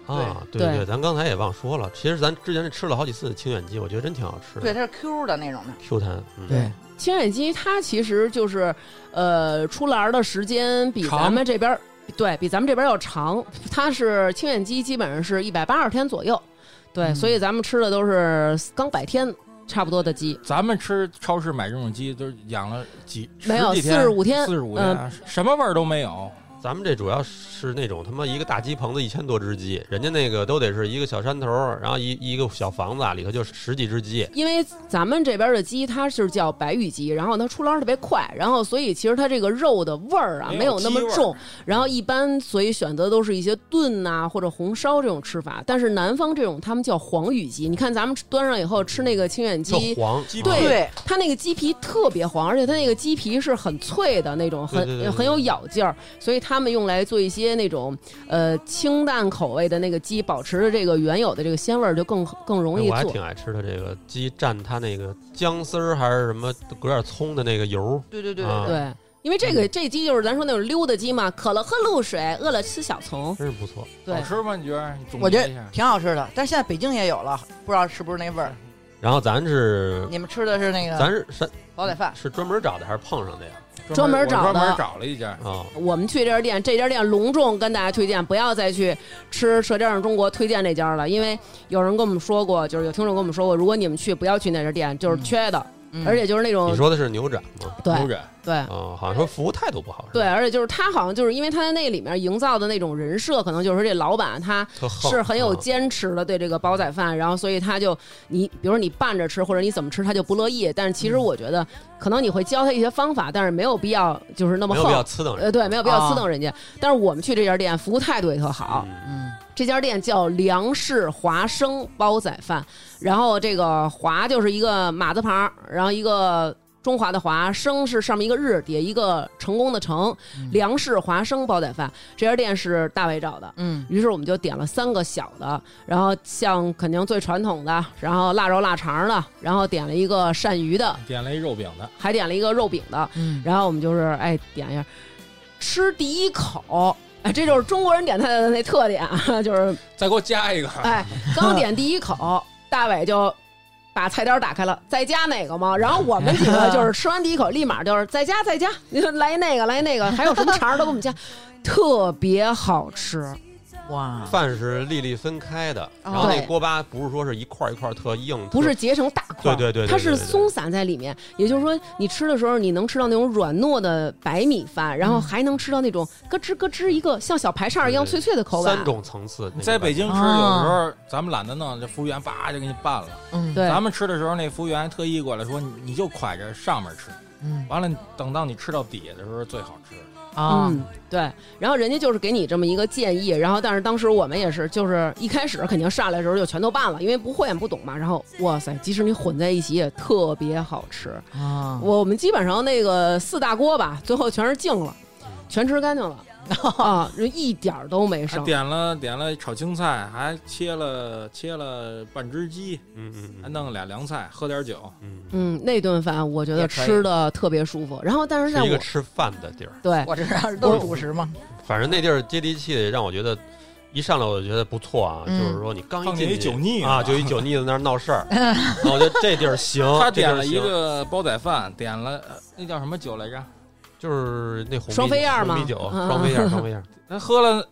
[SPEAKER 3] 对
[SPEAKER 1] 对
[SPEAKER 3] 对，咱刚才也忘说了，其实咱之前吃了好几次清远鸡，我觉得真挺好吃的
[SPEAKER 2] 对它是 Q 的那种的，
[SPEAKER 3] ，Q 弹。嗯，
[SPEAKER 1] 对，清远鸡它其实就是，呃，出栏的时间比
[SPEAKER 5] 长
[SPEAKER 1] 咱们这边儿对比咱们这边儿要长，它是清远鸡基本上是一百八十天左右，对，
[SPEAKER 5] 嗯
[SPEAKER 1] 所以咱们吃的都是刚百天差不多的鸡，
[SPEAKER 5] 咱们吃超市买这种鸡都是养了几
[SPEAKER 1] 没有45天嗯
[SPEAKER 5] 四十五天、什么味儿都没有。
[SPEAKER 3] 咱们这主要是那种他妈一个大鸡棚子一千多只鸡，人家那个都得是一个小山头儿，然后一一个小房子啊里头就十几只鸡。
[SPEAKER 1] 因为咱们这边儿的鸡它是叫白羽鸡，然后它出栏儿特别快，然后所以其实它这个肉的味儿啊
[SPEAKER 5] 没有
[SPEAKER 1] 没有那么
[SPEAKER 5] 鸡味儿
[SPEAKER 1] 重，然后一般所以选择都是一些炖呐、或者红烧这种吃法，但是南方这种他们叫黄羽鸡，你看咱们端上以后吃那个清远
[SPEAKER 3] 特
[SPEAKER 1] 鸡。
[SPEAKER 3] 黄，
[SPEAKER 5] 鸡
[SPEAKER 3] 啊
[SPEAKER 1] 对
[SPEAKER 2] 对
[SPEAKER 1] 它那个鸡皮特别黄，而且它那个鸡皮是很脆的那种，很
[SPEAKER 3] 对对对对
[SPEAKER 1] 很有咬劲儿，所以他们用来做一些那种呃清淡口味的那个鸡，保持着这个原有的这个鲜味儿，就更更容易
[SPEAKER 3] 哎我还
[SPEAKER 1] 做
[SPEAKER 3] 挺。爱吃它这个鸡蘸它那个姜丝儿还是什么，搁点葱的那个油儿。
[SPEAKER 2] 对对对
[SPEAKER 3] 啊
[SPEAKER 2] 对
[SPEAKER 1] 对，因为这个这鸡就是咱说那种溜达鸡嘛，渴了喝露水，饿了吃小虫。
[SPEAKER 3] 真是不错。
[SPEAKER 1] 对
[SPEAKER 5] 好，吃吗？你觉得？你总
[SPEAKER 2] 我觉
[SPEAKER 5] 结
[SPEAKER 2] 得
[SPEAKER 5] 一下。
[SPEAKER 2] 挺好吃的，但是现在北京也有了，不知道是不是那味儿。
[SPEAKER 3] 然后咱是
[SPEAKER 2] 你们吃的是那
[SPEAKER 3] 咱
[SPEAKER 2] 个
[SPEAKER 3] 是是
[SPEAKER 2] 煲仔饭，
[SPEAKER 3] 是专门找的还是碰上的呀？
[SPEAKER 1] 专门
[SPEAKER 5] 我
[SPEAKER 1] 找
[SPEAKER 5] 专门
[SPEAKER 1] 的
[SPEAKER 5] 找了一家，
[SPEAKER 3] 啊，
[SPEAKER 1] 我们去这家店，这家店隆重跟大家推荐，不要再去吃《舌尖上中国》推荐这家了，因为有人跟我们说过，就是有听众跟我们说过，如果你们去，不要去那家店，就是缺的，
[SPEAKER 2] 嗯
[SPEAKER 1] 而且就是那
[SPEAKER 3] 你
[SPEAKER 1] 种
[SPEAKER 3] 说的是牛展吗？
[SPEAKER 1] 对
[SPEAKER 5] 牛展
[SPEAKER 1] 对。
[SPEAKER 3] 啊，好像说服务态度不好，
[SPEAKER 1] 嗯
[SPEAKER 3] 是吧
[SPEAKER 1] 对，，而且就是他好像就是因为他在那里面营造的那种人设，可能就是说这老板他
[SPEAKER 3] 特横
[SPEAKER 1] 是很有
[SPEAKER 3] 啊
[SPEAKER 1] 坚持的对这个煲仔饭，然后所以他就你比如说你拌着吃或者你怎么吃他就不乐意，但是其实
[SPEAKER 3] 嗯
[SPEAKER 1] 我觉得可能你会教他一些方法，但是没有必要就是那么
[SPEAKER 3] 没有必要
[SPEAKER 1] 横。
[SPEAKER 3] 呲瞪人。
[SPEAKER 1] 呃，对，没有必要
[SPEAKER 2] 啊
[SPEAKER 1] 呲瞪人家。但是我们去这家店，服务态度也特好。
[SPEAKER 3] 嗯
[SPEAKER 2] 嗯，
[SPEAKER 1] 这家店叫梁氏华生煲仔饭，然后这个华就是一个马字旁，然后一个中华的华，生是上面一个日，底下一个成功的成。
[SPEAKER 2] 嗯
[SPEAKER 1] 梁氏华生煲仔饭这家店是大伟找的，
[SPEAKER 2] 嗯，
[SPEAKER 1] 于是我们就点了三个小的，然后像肯定最传统的，然后腊肉腊肠的，然后点了一个鳝鱼的，
[SPEAKER 5] 点了一肉饼的，
[SPEAKER 1] 还点了一个肉饼的，
[SPEAKER 2] 嗯
[SPEAKER 1] 然后我们就是哎点一下，吃第一口，哎，这就是中国人点菜的那特点啊，就是
[SPEAKER 5] 再给我加一个。
[SPEAKER 3] 啊
[SPEAKER 1] 哎，刚点第一口，大伟就把菜单打开了，再加哪个吗？然后我们几个 就是吃完第一口，立马 就是再加再加，来那个来那个，还有什么肠儿都给我们加，特别好吃。
[SPEAKER 2] 哇，
[SPEAKER 3] 饭是粒粒分开的，然后
[SPEAKER 1] 哦
[SPEAKER 3] 那
[SPEAKER 1] 对
[SPEAKER 3] 锅巴不是说是一块一块特硬，
[SPEAKER 1] 不是
[SPEAKER 3] 特
[SPEAKER 1] 结成大块儿，
[SPEAKER 3] 对对对对对
[SPEAKER 1] 它是松散在里面。也就是说，你吃的时候，你能吃到那种软糯的白米饭，然后还能吃到那种咯吱咯吱一个像小排叉一样
[SPEAKER 3] 嗯对对
[SPEAKER 1] 脆脆的口感。
[SPEAKER 3] 三种层次。那个
[SPEAKER 5] 在北京吃，有
[SPEAKER 2] 啊
[SPEAKER 5] 时候咱们懒得弄，这服务员叭就给你拌了。
[SPEAKER 2] 嗯，
[SPEAKER 1] 对
[SPEAKER 5] 咱们吃的时候，那服务员特意过来说，你你就蒯着上面吃，
[SPEAKER 2] 嗯
[SPEAKER 5] 完了等到你吃到底下的时候最好吃。
[SPEAKER 2] 啊，
[SPEAKER 1] 嗯，对，然后人家就是给你这么一个建议，然后但是当时我们也是，就是一开始肯定上来的时候就全都拌了，因为不会也不懂嘛。然后哇塞，即使你混在一起也特别好吃。
[SPEAKER 2] 啊，
[SPEAKER 1] 我们基本上那个四大锅吧，最后全是净了，全吃干净了啊，就一点儿都没
[SPEAKER 5] 还
[SPEAKER 1] 剩。
[SPEAKER 5] 点了点了炒青菜，还切了切了半只鸡，
[SPEAKER 3] 嗯嗯
[SPEAKER 5] 还
[SPEAKER 3] 嗯
[SPEAKER 5] 弄了俩凉菜，喝点酒。
[SPEAKER 3] 嗯嗯，
[SPEAKER 1] 嗯，那顿饭我觉得
[SPEAKER 2] 也可以
[SPEAKER 1] 吃的特别舒服。然后但是在
[SPEAKER 3] 是一个
[SPEAKER 1] 我
[SPEAKER 3] 吃饭的地儿，
[SPEAKER 1] 对
[SPEAKER 2] 我这是都是主食嘛，
[SPEAKER 3] 反正那地儿接地气，让我觉得一上来我就觉得不错啊。
[SPEAKER 2] 嗯
[SPEAKER 3] 就是说你刚
[SPEAKER 5] 碰
[SPEAKER 3] 一
[SPEAKER 5] 见
[SPEAKER 3] 进
[SPEAKER 5] 一
[SPEAKER 3] 去
[SPEAKER 5] 酒腻子
[SPEAKER 3] 啊，就一酒腻子那儿闹 事儿，然后我觉得这地儿行，
[SPEAKER 5] 他
[SPEAKER 3] 哦这地
[SPEAKER 5] 点
[SPEAKER 3] 儿
[SPEAKER 5] 了一
[SPEAKER 3] 行
[SPEAKER 5] 个煲仔饭，点了呃那叫什么酒来着？
[SPEAKER 3] 就是那红啤
[SPEAKER 1] 双飞燕儿嘛
[SPEAKER 3] 红啤酒，
[SPEAKER 1] 嗯
[SPEAKER 3] 双飞燕儿，双飞燕儿，
[SPEAKER 5] 他喝了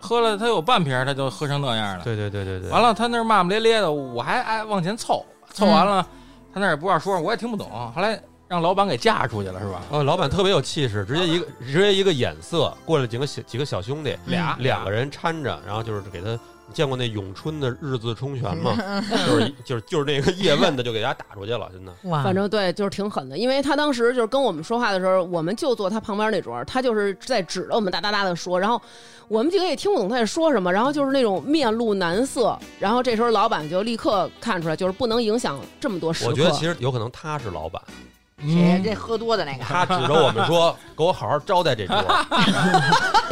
[SPEAKER 5] 喝了，他有半瓶儿，他就喝成那样了。
[SPEAKER 3] 对对对对对。
[SPEAKER 5] 完了，他那儿骂骂咧咧的，我还爱往前凑，凑完了，他那儿也不知道说什么，我也听不懂。后来让老板给架出去了，是吧？
[SPEAKER 3] 哦，老板特别有气势，直接一个直接一个眼色，过来几个小几个小兄弟，
[SPEAKER 5] 俩
[SPEAKER 3] 两个人搀着，然后就是给他，你见过那咏春的日字冲拳吗？
[SPEAKER 5] 嗯
[SPEAKER 3] 就是一就是就是那个叶问的就给他打出去了，真的。
[SPEAKER 2] 哇
[SPEAKER 1] 反正对，就是挺狠的，因为他当时就是跟我们说话的时候，我们就坐他旁边那桌儿，他就是在指着我们哒哒哒的说，然后我们几个也听不懂他在说什么，然后就是那种面露难色，然后这时候老板就立刻看出来，就是不能影响这么多食客。
[SPEAKER 3] 我觉得其实有可能他是老板，
[SPEAKER 2] 谁
[SPEAKER 5] 嗯
[SPEAKER 2] 这喝多的那个，
[SPEAKER 3] 他指着我们说：“给我好好招待这桌。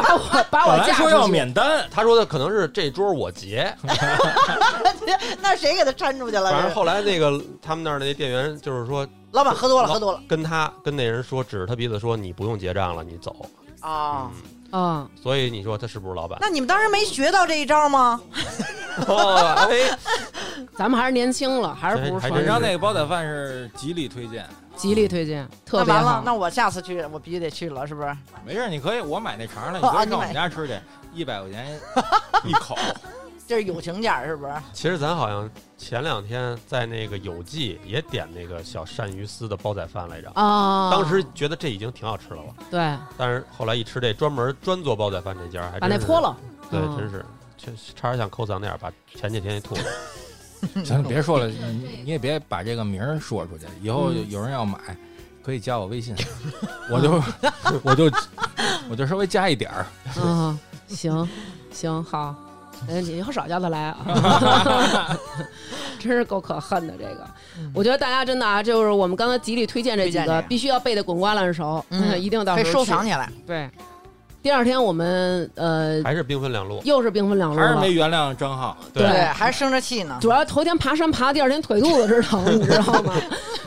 [SPEAKER 1] 把我把
[SPEAKER 5] 本
[SPEAKER 1] 我
[SPEAKER 5] 来
[SPEAKER 1] 嫁
[SPEAKER 5] 说要
[SPEAKER 1] 出去，
[SPEAKER 5] 免单”，
[SPEAKER 3] 他说的可能是这桌我 结，
[SPEAKER 2] 那谁给他搀出去了？
[SPEAKER 3] 反
[SPEAKER 2] 这
[SPEAKER 3] 正
[SPEAKER 2] 是
[SPEAKER 3] 后来那个他们那儿的那店员就是说
[SPEAKER 2] 老板喝多了，喝多了
[SPEAKER 3] 跟他跟那人说，指着他鼻子说：“你不用结账了，你走。
[SPEAKER 2] 啊！
[SPEAKER 1] 嗯，”
[SPEAKER 3] 所以你说他是不是老板？
[SPEAKER 2] 那你们当时没学到这一招吗？
[SPEAKER 3] 哦， 哎，
[SPEAKER 1] 咱们还是年轻了，还是不是
[SPEAKER 3] 还真
[SPEAKER 5] 文
[SPEAKER 1] 说
[SPEAKER 3] 是
[SPEAKER 5] 章那个煲仔饭是极力推荐，
[SPEAKER 1] 极力推荐，特
[SPEAKER 2] 那
[SPEAKER 1] 别
[SPEAKER 2] 完了
[SPEAKER 1] 好，。
[SPEAKER 2] 那我下次去，我必须得去了，是不是？
[SPEAKER 5] 没事，你可以我买那肠了，你
[SPEAKER 2] 哦
[SPEAKER 5] 可
[SPEAKER 2] 啊
[SPEAKER 5] 以上
[SPEAKER 2] 你
[SPEAKER 5] 我
[SPEAKER 2] 买
[SPEAKER 5] 们家吃去，一百块 钱一口，
[SPEAKER 2] 这是友情价，是不是？
[SPEAKER 3] 其实咱好像前两天在那个有记也点那个小鳝鱼丝的煲仔饭来着，
[SPEAKER 1] 啊，
[SPEAKER 3] 当时觉得这已经挺好吃的了，
[SPEAKER 1] 对，
[SPEAKER 3] 但是后来一吃这专门专做煲仔饭这家，还
[SPEAKER 1] 把
[SPEAKER 3] 真
[SPEAKER 1] 那
[SPEAKER 3] 是
[SPEAKER 1] 泼，了，
[SPEAKER 3] 对，
[SPEAKER 1] 嗯
[SPEAKER 3] 真是。确实差点想抠嗓子眼儿，把前几天那吐了。
[SPEAKER 5] 行，别说了，你你也别把这个名儿说出去，以后
[SPEAKER 1] 嗯
[SPEAKER 5] 有人要买，可以加我微 信，我就我就我就稍微加一点儿。
[SPEAKER 1] 嗯， 行行好，嗯，你以后少叫他来啊， 真是够可恨的这个。我觉得大家真的啊，就是我们刚才极力推荐这几
[SPEAKER 2] 推荐
[SPEAKER 1] 个
[SPEAKER 2] 这，个
[SPEAKER 1] 必须要背得滚瓜烂熟，
[SPEAKER 2] 嗯
[SPEAKER 1] 一定到
[SPEAKER 2] 可
[SPEAKER 1] 时
[SPEAKER 2] 以
[SPEAKER 1] 候
[SPEAKER 2] 收
[SPEAKER 1] 去
[SPEAKER 2] 藏起来。
[SPEAKER 1] 对，第二天我们呃
[SPEAKER 3] 还是兵分两路。
[SPEAKER 1] 又是兵分两路
[SPEAKER 5] 还是
[SPEAKER 1] 了
[SPEAKER 5] 没。原谅张浩，
[SPEAKER 1] 对
[SPEAKER 2] 对，还生着气呢。
[SPEAKER 1] 主要头天爬山爬，第二天腿肚子直疼，你知道吗？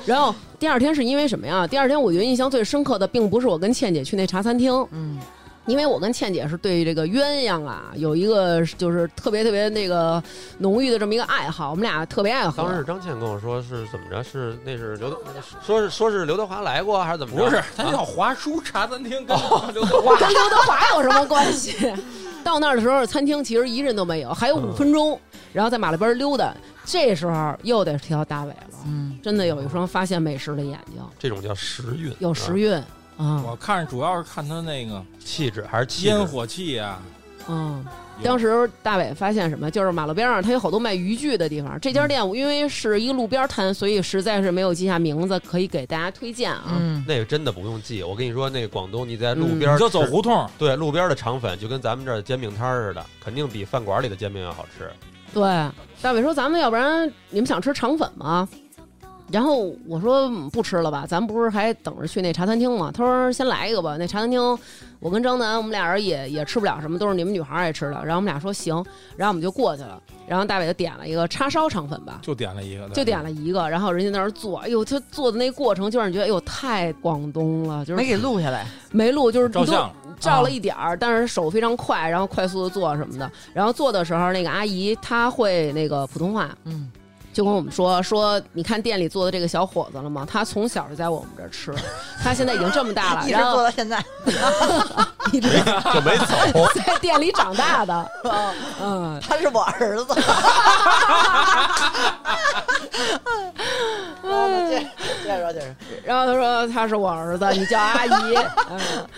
[SPEAKER 1] 然后第二天是因为什么呀？第二天我觉得印象最深刻的，并不是我跟倩姐去那茶餐厅，
[SPEAKER 2] 嗯，
[SPEAKER 1] 因为我跟倩姐是对这个鸳鸯啊有一个就是特别特别那个浓郁的这么一个爱好，我们俩特别爱喝。
[SPEAKER 3] 当时张倩跟我说是怎么着？是那是刘德，说是说是刘德华来过还是怎么着？啊
[SPEAKER 5] 不是，他叫华叔茶餐 厅，跟刘德华
[SPEAKER 1] 跟刘德华有什么关系？到那儿的时候，餐厅其实一人都没有，还有五分钟，然后在马路边溜达。这时候又得提到大伟了，
[SPEAKER 2] 嗯
[SPEAKER 1] 真的有一双发现美食的眼睛，
[SPEAKER 3] 这种叫时运，
[SPEAKER 1] 有时运啊，
[SPEAKER 5] 我看主要是看他那个
[SPEAKER 3] 啊气质还是嗯气质
[SPEAKER 5] 烟火气啊，
[SPEAKER 1] 嗯。
[SPEAKER 5] 有
[SPEAKER 1] 当时大伟发现什么？就是马路边上他有好多卖渔具的地方。这家店我因为是一个路边摊，所以实在是没有记下名字，可以给大家推荐啊。
[SPEAKER 2] 嗯，
[SPEAKER 3] 那个真的不用记。我跟你说，那个广东你在路
[SPEAKER 1] 嗯
[SPEAKER 3] 边
[SPEAKER 5] 你
[SPEAKER 3] 儿
[SPEAKER 5] 就走
[SPEAKER 3] 吃
[SPEAKER 5] 胡同，
[SPEAKER 3] 对，路边的肠粉就跟咱们这儿的煎饼摊儿似的，肯定比饭馆里的煎饼要好吃。
[SPEAKER 1] 对，大伟说：“咱们要不然你们想吃肠粉吗？”然后我说嗯不吃了吧，咱们不是还等着去那茶餐厅吗？他说先来一个吧。那茶餐厅，我跟张楠我们俩人也也吃不了什么，都是你们女孩儿爱吃的。然后我们俩说行，然后我们就过去了。然后大伟就点了一个叉烧肠粉吧，
[SPEAKER 5] 就点了一个，
[SPEAKER 1] 就点了一个，然后人家在那儿做，哎呦，他做的那过程就让你觉得，哎呦，太广东了，就是
[SPEAKER 2] 没给录下 来。
[SPEAKER 1] 没录，就是
[SPEAKER 5] 照
[SPEAKER 1] 你都
[SPEAKER 5] 相，
[SPEAKER 1] 照
[SPEAKER 2] 啊
[SPEAKER 1] 了一点儿，但是手非常快，然后快速的做什么的，然后做的时候，那个阿姨她会那个普通话，
[SPEAKER 2] 嗯，
[SPEAKER 1] 就跟我们说说，你看店里做的这个小伙子了吗？他从小就在我们这儿吃，他现在已经这么大了，
[SPEAKER 2] 一直
[SPEAKER 1] 然
[SPEAKER 2] 做
[SPEAKER 1] 后
[SPEAKER 2] 到现在。
[SPEAKER 1] 一直
[SPEAKER 3] 就没走，
[SPEAKER 1] 在店里长大的，
[SPEAKER 2] 哦
[SPEAKER 1] 嗯，
[SPEAKER 2] 他是我 儿子。哦接接着接着，
[SPEAKER 1] 然后他说他是我儿子，你叫阿姨。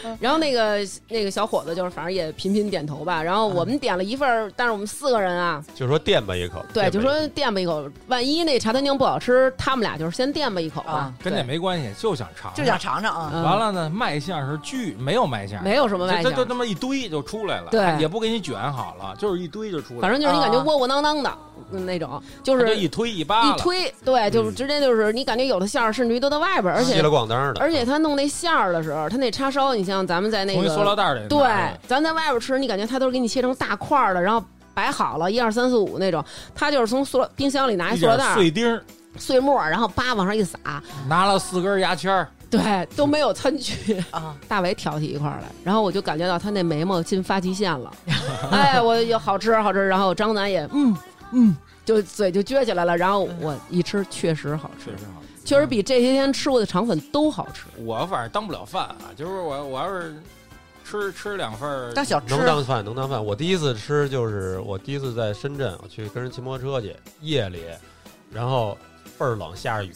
[SPEAKER 1] 嗯，然后那个那个小伙子就是反正也频频点头吧。然后我们点了一份儿，但是我们四个人啊，
[SPEAKER 3] 就说垫吧一口。
[SPEAKER 1] 对，
[SPEAKER 3] 垫吧一
[SPEAKER 1] 就
[SPEAKER 3] 口
[SPEAKER 1] 说垫吧一口，万一那茶餐厅不好吃，他们俩就是先垫吧一口吧
[SPEAKER 2] 啊，
[SPEAKER 5] 跟那没关系，就想尝，
[SPEAKER 2] 就想。尝尝啊。
[SPEAKER 1] 嗯
[SPEAKER 5] 完了呢，卖相是巨没有卖相，
[SPEAKER 1] 没有什么外
[SPEAKER 5] 就就
[SPEAKER 1] 向
[SPEAKER 5] 那，么一堆就出来了，
[SPEAKER 1] 对
[SPEAKER 5] 也不给你卷好了，就是一堆就出来了，
[SPEAKER 1] 反正就是你感觉
[SPEAKER 2] 啊
[SPEAKER 1] 窝窝囊囊的嗯那种，就
[SPEAKER 5] 他就是一推一扒
[SPEAKER 1] 一
[SPEAKER 5] 拉，
[SPEAKER 1] 推，对，就是直接就是你感觉有的馅儿甚至于都在外边儿，而
[SPEAKER 3] 嗯稀
[SPEAKER 1] 且
[SPEAKER 3] 了咣当的，
[SPEAKER 1] 而且他弄那馅儿的时候，他那叉烧，你像咱们在那
[SPEAKER 5] 从一
[SPEAKER 1] 个
[SPEAKER 5] 塑料袋里拿出
[SPEAKER 1] 对
[SPEAKER 5] 来，，
[SPEAKER 1] 咱在外边吃，你感觉它都是给你切成大块儿的，然后摆好了，一二三四五那种。它就是从塑料冰箱里拿一
[SPEAKER 5] 一
[SPEAKER 1] 塑料
[SPEAKER 5] 点
[SPEAKER 1] 袋儿、
[SPEAKER 5] 碎丁儿，
[SPEAKER 1] 碎末儿，然后叭往上一撒，
[SPEAKER 5] 拿了四根牙签儿，
[SPEAKER 1] 对，都没有餐具。
[SPEAKER 2] 啊，
[SPEAKER 1] 大伟挑起一块儿来，然后我就感觉到他那眉毛进发际线 了，哎，我有好吃好吃。然后张楠也嗯嗯，就嘴就撅起来了。然后我一吃，确实好吃
[SPEAKER 5] 确，实好。
[SPEAKER 1] 确实比这些天吃过的肠粉都好吃。
[SPEAKER 5] 我反正当不了饭啊，就是我我要是吃吃两份儿，
[SPEAKER 2] 当小吃
[SPEAKER 3] 能当饭能当饭。我第一次吃就是我第一次在深圳，我去跟人骑摩托车去，夜里，然后倍儿冷，下着雨，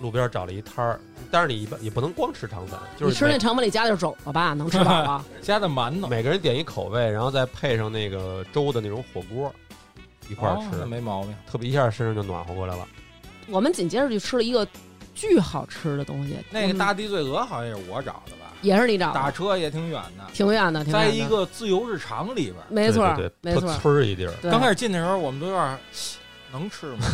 [SPEAKER 3] 路边找了一摊儿。但是你一般也不能光吃肠粉，就
[SPEAKER 1] 你
[SPEAKER 3] 是
[SPEAKER 1] 吃那
[SPEAKER 3] 每
[SPEAKER 1] 肠粉里加点肘子吧，能吃饱啊 了。
[SPEAKER 5] 加的馒头
[SPEAKER 3] 每个人点一口味，然后再配上那个粥的那种火锅，一块儿
[SPEAKER 5] 哦
[SPEAKER 3] 吃
[SPEAKER 5] 那，没毛病。
[SPEAKER 3] 特别一下身上就暖和过来了。
[SPEAKER 1] 我们紧接着就吃了一个巨好吃的东西，
[SPEAKER 5] 那个
[SPEAKER 1] 嗯
[SPEAKER 5] 大地罪鹅好像也是我找的吧？
[SPEAKER 1] 也是你找
[SPEAKER 5] 打
[SPEAKER 1] 的，
[SPEAKER 5] 车也挺远的，
[SPEAKER 1] 挺远的，挺远
[SPEAKER 5] 在
[SPEAKER 1] 的。
[SPEAKER 5] 一个自由市场里边儿。
[SPEAKER 1] 没错儿
[SPEAKER 3] 对，对
[SPEAKER 1] 没
[SPEAKER 3] 对
[SPEAKER 1] 错
[SPEAKER 3] 特
[SPEAKER 1] 儿，
[SPEAKER 3] 村儿一地儿。
[SPEAKER 1] 对
[SPEAKER 5] 刚开始进的时候，我们都有点儿呃能吃 吗？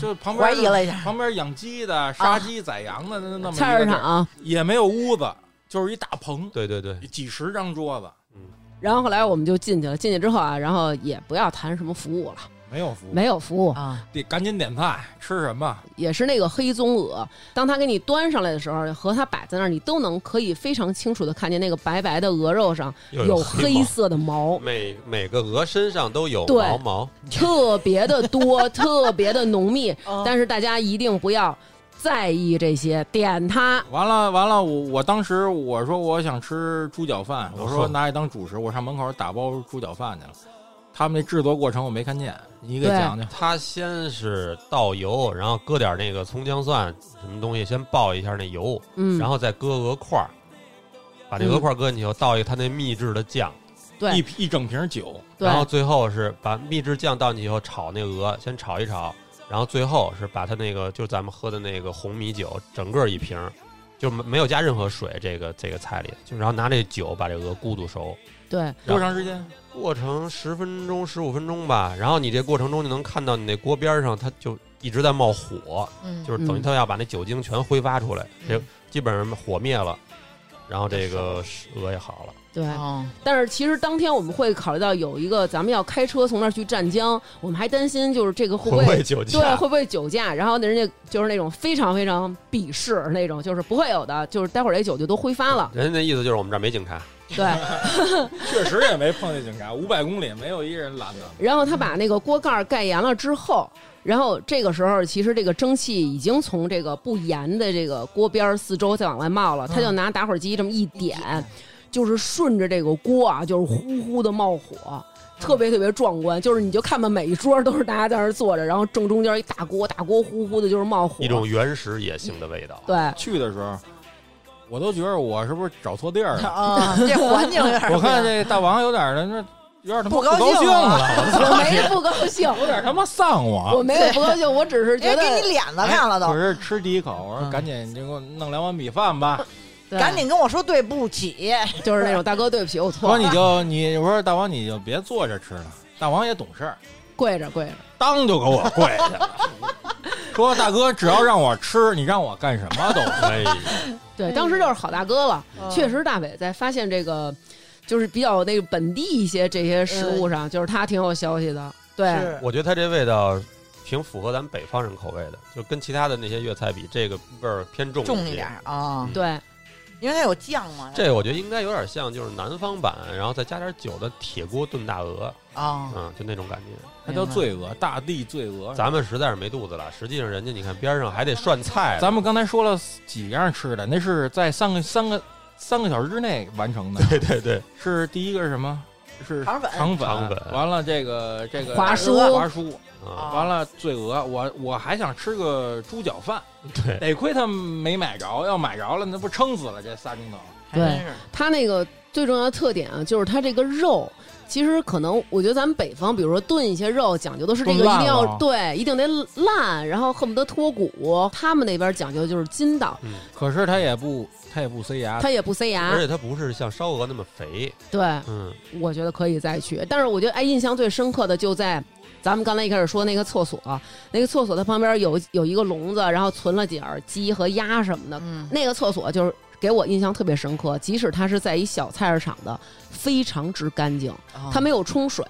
[SPEAKER 5] 就旁边
[SPEAKER 2] 怀疑了一下，
[SPEAKER 5] 旁边养鸡的、杀鸡宰羊的那那么一个
[SPEAKER 1] 菜市
[SPEAKER 5] 地儿
[SPEAKER 1] 场。啊
[SPEAKER 5] 也没有屋子，就是一大棚，
[SPEAKER 3] 对对对，
[SPEAKER 5] 几十张桌子，
[SPEAKER 1] 然后后来我们就进去了，进去之后啊，然后也不要谈什么服务了，
[SPEAKER 5] 没有服务，
[SPEAKER 1] 没有服务，
[SPEAKER 2] 啊，
[SPEAKER 5] 得赶紧点菜，吃什么？
[SPEAKER 1] 也是那个黑棕鹅，当它给你端上来的时候，和它摆在那儿，你都能可以非常清楚的看见那个白白的鹅肉上
[SPEAKER 3] 又
[SPEAKER 1] 有
[SPEAKER 3] 黑
[SPEAKER 1] 黑
[SPEAKER 3] 毛
[SPEAKER 1] 色的毛，
[SPEAKER 3] 每每个鹅身上都有
[SPEAKER 1] 对
[SPEAKER 3] 毛毛，
[SPEAKER 1] 特别的多， 特别的浓密。
[SPEAKER 2] 哦
[SPEAKER 1] 但是大家一定不要在意这些，点它。
[SPEAKER 5] 完了完了，我我当时我说我想吃猪脚饭，我说
[SPEAKER 3] 哦
[SPEAKER 5] 拿去当主食，我上门口打包猪脚饭去了。他们那制作过程我没看见，你给
[SPEAKER 1] 对
[SPEAKER 5] 讲讲。
[SPEAKER 3] 它先是倒油，然后搁点那个葱姜蒜什么东西，先爆一下那油，
[SPEAKER 1] 嗯，
[SPEAKER 3] 然后再搁鹅块儿，把那
[SPEAKER 1] 嗯
[SPEAKER 3] 鹅块儿搁进去以后，倒一个它那秘制的酱，
[SPEAKER 1] 对
[SPEAKER 5] 一一整瓶酒，
[SPEAKER 1] 对
[SPEAKER 3] 然后最后是把秘制酱倒进去以后炒那鹅，先炒一炒，然后最后是把它那个就是咱们喝的那个红米酒，整个一瓶儿，就没没有加任何水，这个这个菜里，就然后拿这酒把这鹅咕嘟熟，
[SPEAKER 1] 对，
[SPEAKER 5] 多长时间？
[SPEAKER 3] 过程十分钟十五分钟吧，然后你这过程中就能看到你那锅边儿上它就一直在冒火，
[SPEAKER 2] 嗯
[SPEAKER 3] 就是等于
[SPEAKER 1] 嗯
[SPEAKER 3] 它要把那酒精全挥发出来，这
[SPEAKER 2] 嗯
[SPEAKER 3] 基本上火灭了，然后这个鹅也好了。
[SPEAKER 1] 对，
[SPEAKER 2] 哦，
[SPEAKER 1] 但是其实当天我们会考虑到有一个，咱们要开车从那儿去湛江，我们还担心就是这个会不
[SPEAKER 3] 会不
[SPEAKER 1] 会
[SPEAKER 3] 会酒啊
[SPEAKER 1] 对
[SPEAKER 3] 驾
[SPEAKER 1] 会不会酒驾，然后人家就是那种非常非常鄙视那种，就是不会有的，就是待会儿这酒就都挥发了。
[SPEAKER 3] 人家那意思就是我们这儿没警察，
[SPEAKER 1] 对，
[SPEAKER 5] 确实也没碰见警察，五百公里没有一人拦的。
[SPEAKER 1] 然后他把那个锅盖儿盖严了之后，然后这个时候其实这个蒸汽已经从这个不严的这个锅边儿四周在往外冒了，他就拿打火机这么一点，就是顺着这个锅啊，就是呼呼的冒火。特别特别壮观，就是你就看吧，每一桌都是大家在那儿坐着，然后正中间一大锅，大锅呼呼的，就是冒火。
[SPEAKER 3] 一种原始野性的味道。
[SPEAKER 1] 对，
[SPEAKER 5] 去的时候，我都觉得我是不是找错地 儿了？
[SPEAKER 2] 啊，这环境有点儿，
[SPEAKER 5] 我看这大王有点儿的，那有点儿他妈
[SPEAKER 2] 不高
[SPEAKER 5] 高
[SPEAKER 2] 兴
[SPEAKER 5] 兴
[SPEAKER 2] 了
[SPEAKER 5] 了，
[SPEAKER 1] 我没有不高兴，
[SPEAKER 5] 有点儿他妈丧
[SPEAKER 1] 我
[SPEAKER 5] 我。
[SPEAKER 1] 没有不高兴，我只是觉
[SPEAKER 2] 人
[SPEAKER 1] 得
[SPEAKER 2] 家哎给你脸子看了
[SPEAKER 5] 我
[SPEAKER 2] 都，
[SPEAKER 5] 哎
[SPEAKER 2] 嗯
[SPEAKER 5] 是吃第一口，我说赶紧你给我弄两碗米 饭吧。
[SPEAKER 1] 对
[SPEAKER 2] 赶紧跟我说对不起，
[SPEAKER 1] 就是那种大哥，对不起，我
[SPEAKER 5] 我
[SPEAKER 1] 错了，
[SPEAKER 5] 说你就你，我说大王你就别坐着吃了，大王也懂事儿，
[SPEAKER 1] 跪着跪着，
[SPEAKER 5] 当就给我跪下了。 说大哥，只要让我吃，你让我干什么都 可
[SPEAKER 3] 哎
[SPEAKER 5] 以。
[SPEAKER 1] 对，当时就是好大哥了。确实，大北在发现这个，就是比较那个本地一些这些食物上，就是他挺有消息的。对，
[SPEAKER 2] 是
[SPEAKER 3] 我觉得它这味道挺符合咱们北方人口味的，就跟其他的那些粤菜比，这个味儿偏重
[SPEAKER 2] 重
[SPEAKER 3] 些
[SPEAKER 2] 一点。儿啊，
[SPEAKER 1] 对，
[SPEAKER 2] 因为它有酱嘛，
[SPEAKER 3] 这我觉得应该有点像就是南方版，然后再加点酒的铁锅炖大鹅，
[SPEAKER 2] 啊，
[SPEAKER 3] 嗯，就那种感觉。
[SPEAKER 5] 那叫罪恶，大地罪恶。
[SPEAKER 3] 咱们实在是没肚子了，实际上人家你看边上还得涮菜呢，
[SPEAKER 5] 咱们刚才说了几样吃的，那是在三个三个三个小时之内完成 的。
[SPEAKER 3] 对对对，
[SPEAKER 5] 是第一个是什么？是
[SPEAKER 2] 肠粉
[SPEAKER 5] 肠粉。
[SPEAKER 3] 肠粉
[SPEAKER 5] 完了这个这个
[SPEAKER 1] 华
[SPEAKER 2] 叔
[SPEAKER 5] 华叔。
[SPEAKER 3] 啊，
[SPEAKER 5] 完了醉鹅，我我还想吃个猪脚饭，
[SPEAKER 3] 对，
[SPEAKER 5] 得亏他没买着，要买着了那不撑死了这仨钟头。
[SPEAKER 2] 还真是
[SPEAKER 1] 他那个最重要的特点啊，就是他这个肉。其实可能，我觉得咱们北方，比如说炖一些肉，讲究的是这个一
[SPEAKER 5] 炖烂
[SPEAKER 1] 定
[SPEAKER 5] 了
[SPEAKER 1] 要对，一定得烂，然后恨不得脱骨。他们那边讲究就是筋道，
[SPEAKER 5] 可是他也不他也不塞牙，
[SPEAKER 1] 他也不塞牙
[SPEAKER 3] 而。且它不是像烧鹅那么肥，
[SPEAKER 1] 对，
[SPEAKER 3] 嗯，
[SPEAKER 1] 我觉得可以再去。但是我觉得哎，印象最深刻的就在咱们刚才一开始说那个厕所，那个厕所它旁边有有一个笼子，然后存了几耳鸡和鸭什么的。
[SPEAKER 2] 嗯，
[SPEAKER 1] 那个厕所就是给我印象特别深刻，即使它是在一小菜市场的，非常之干净，
[SPEAKER 2] 啊
[SPEAKER 1] 它没有冲水，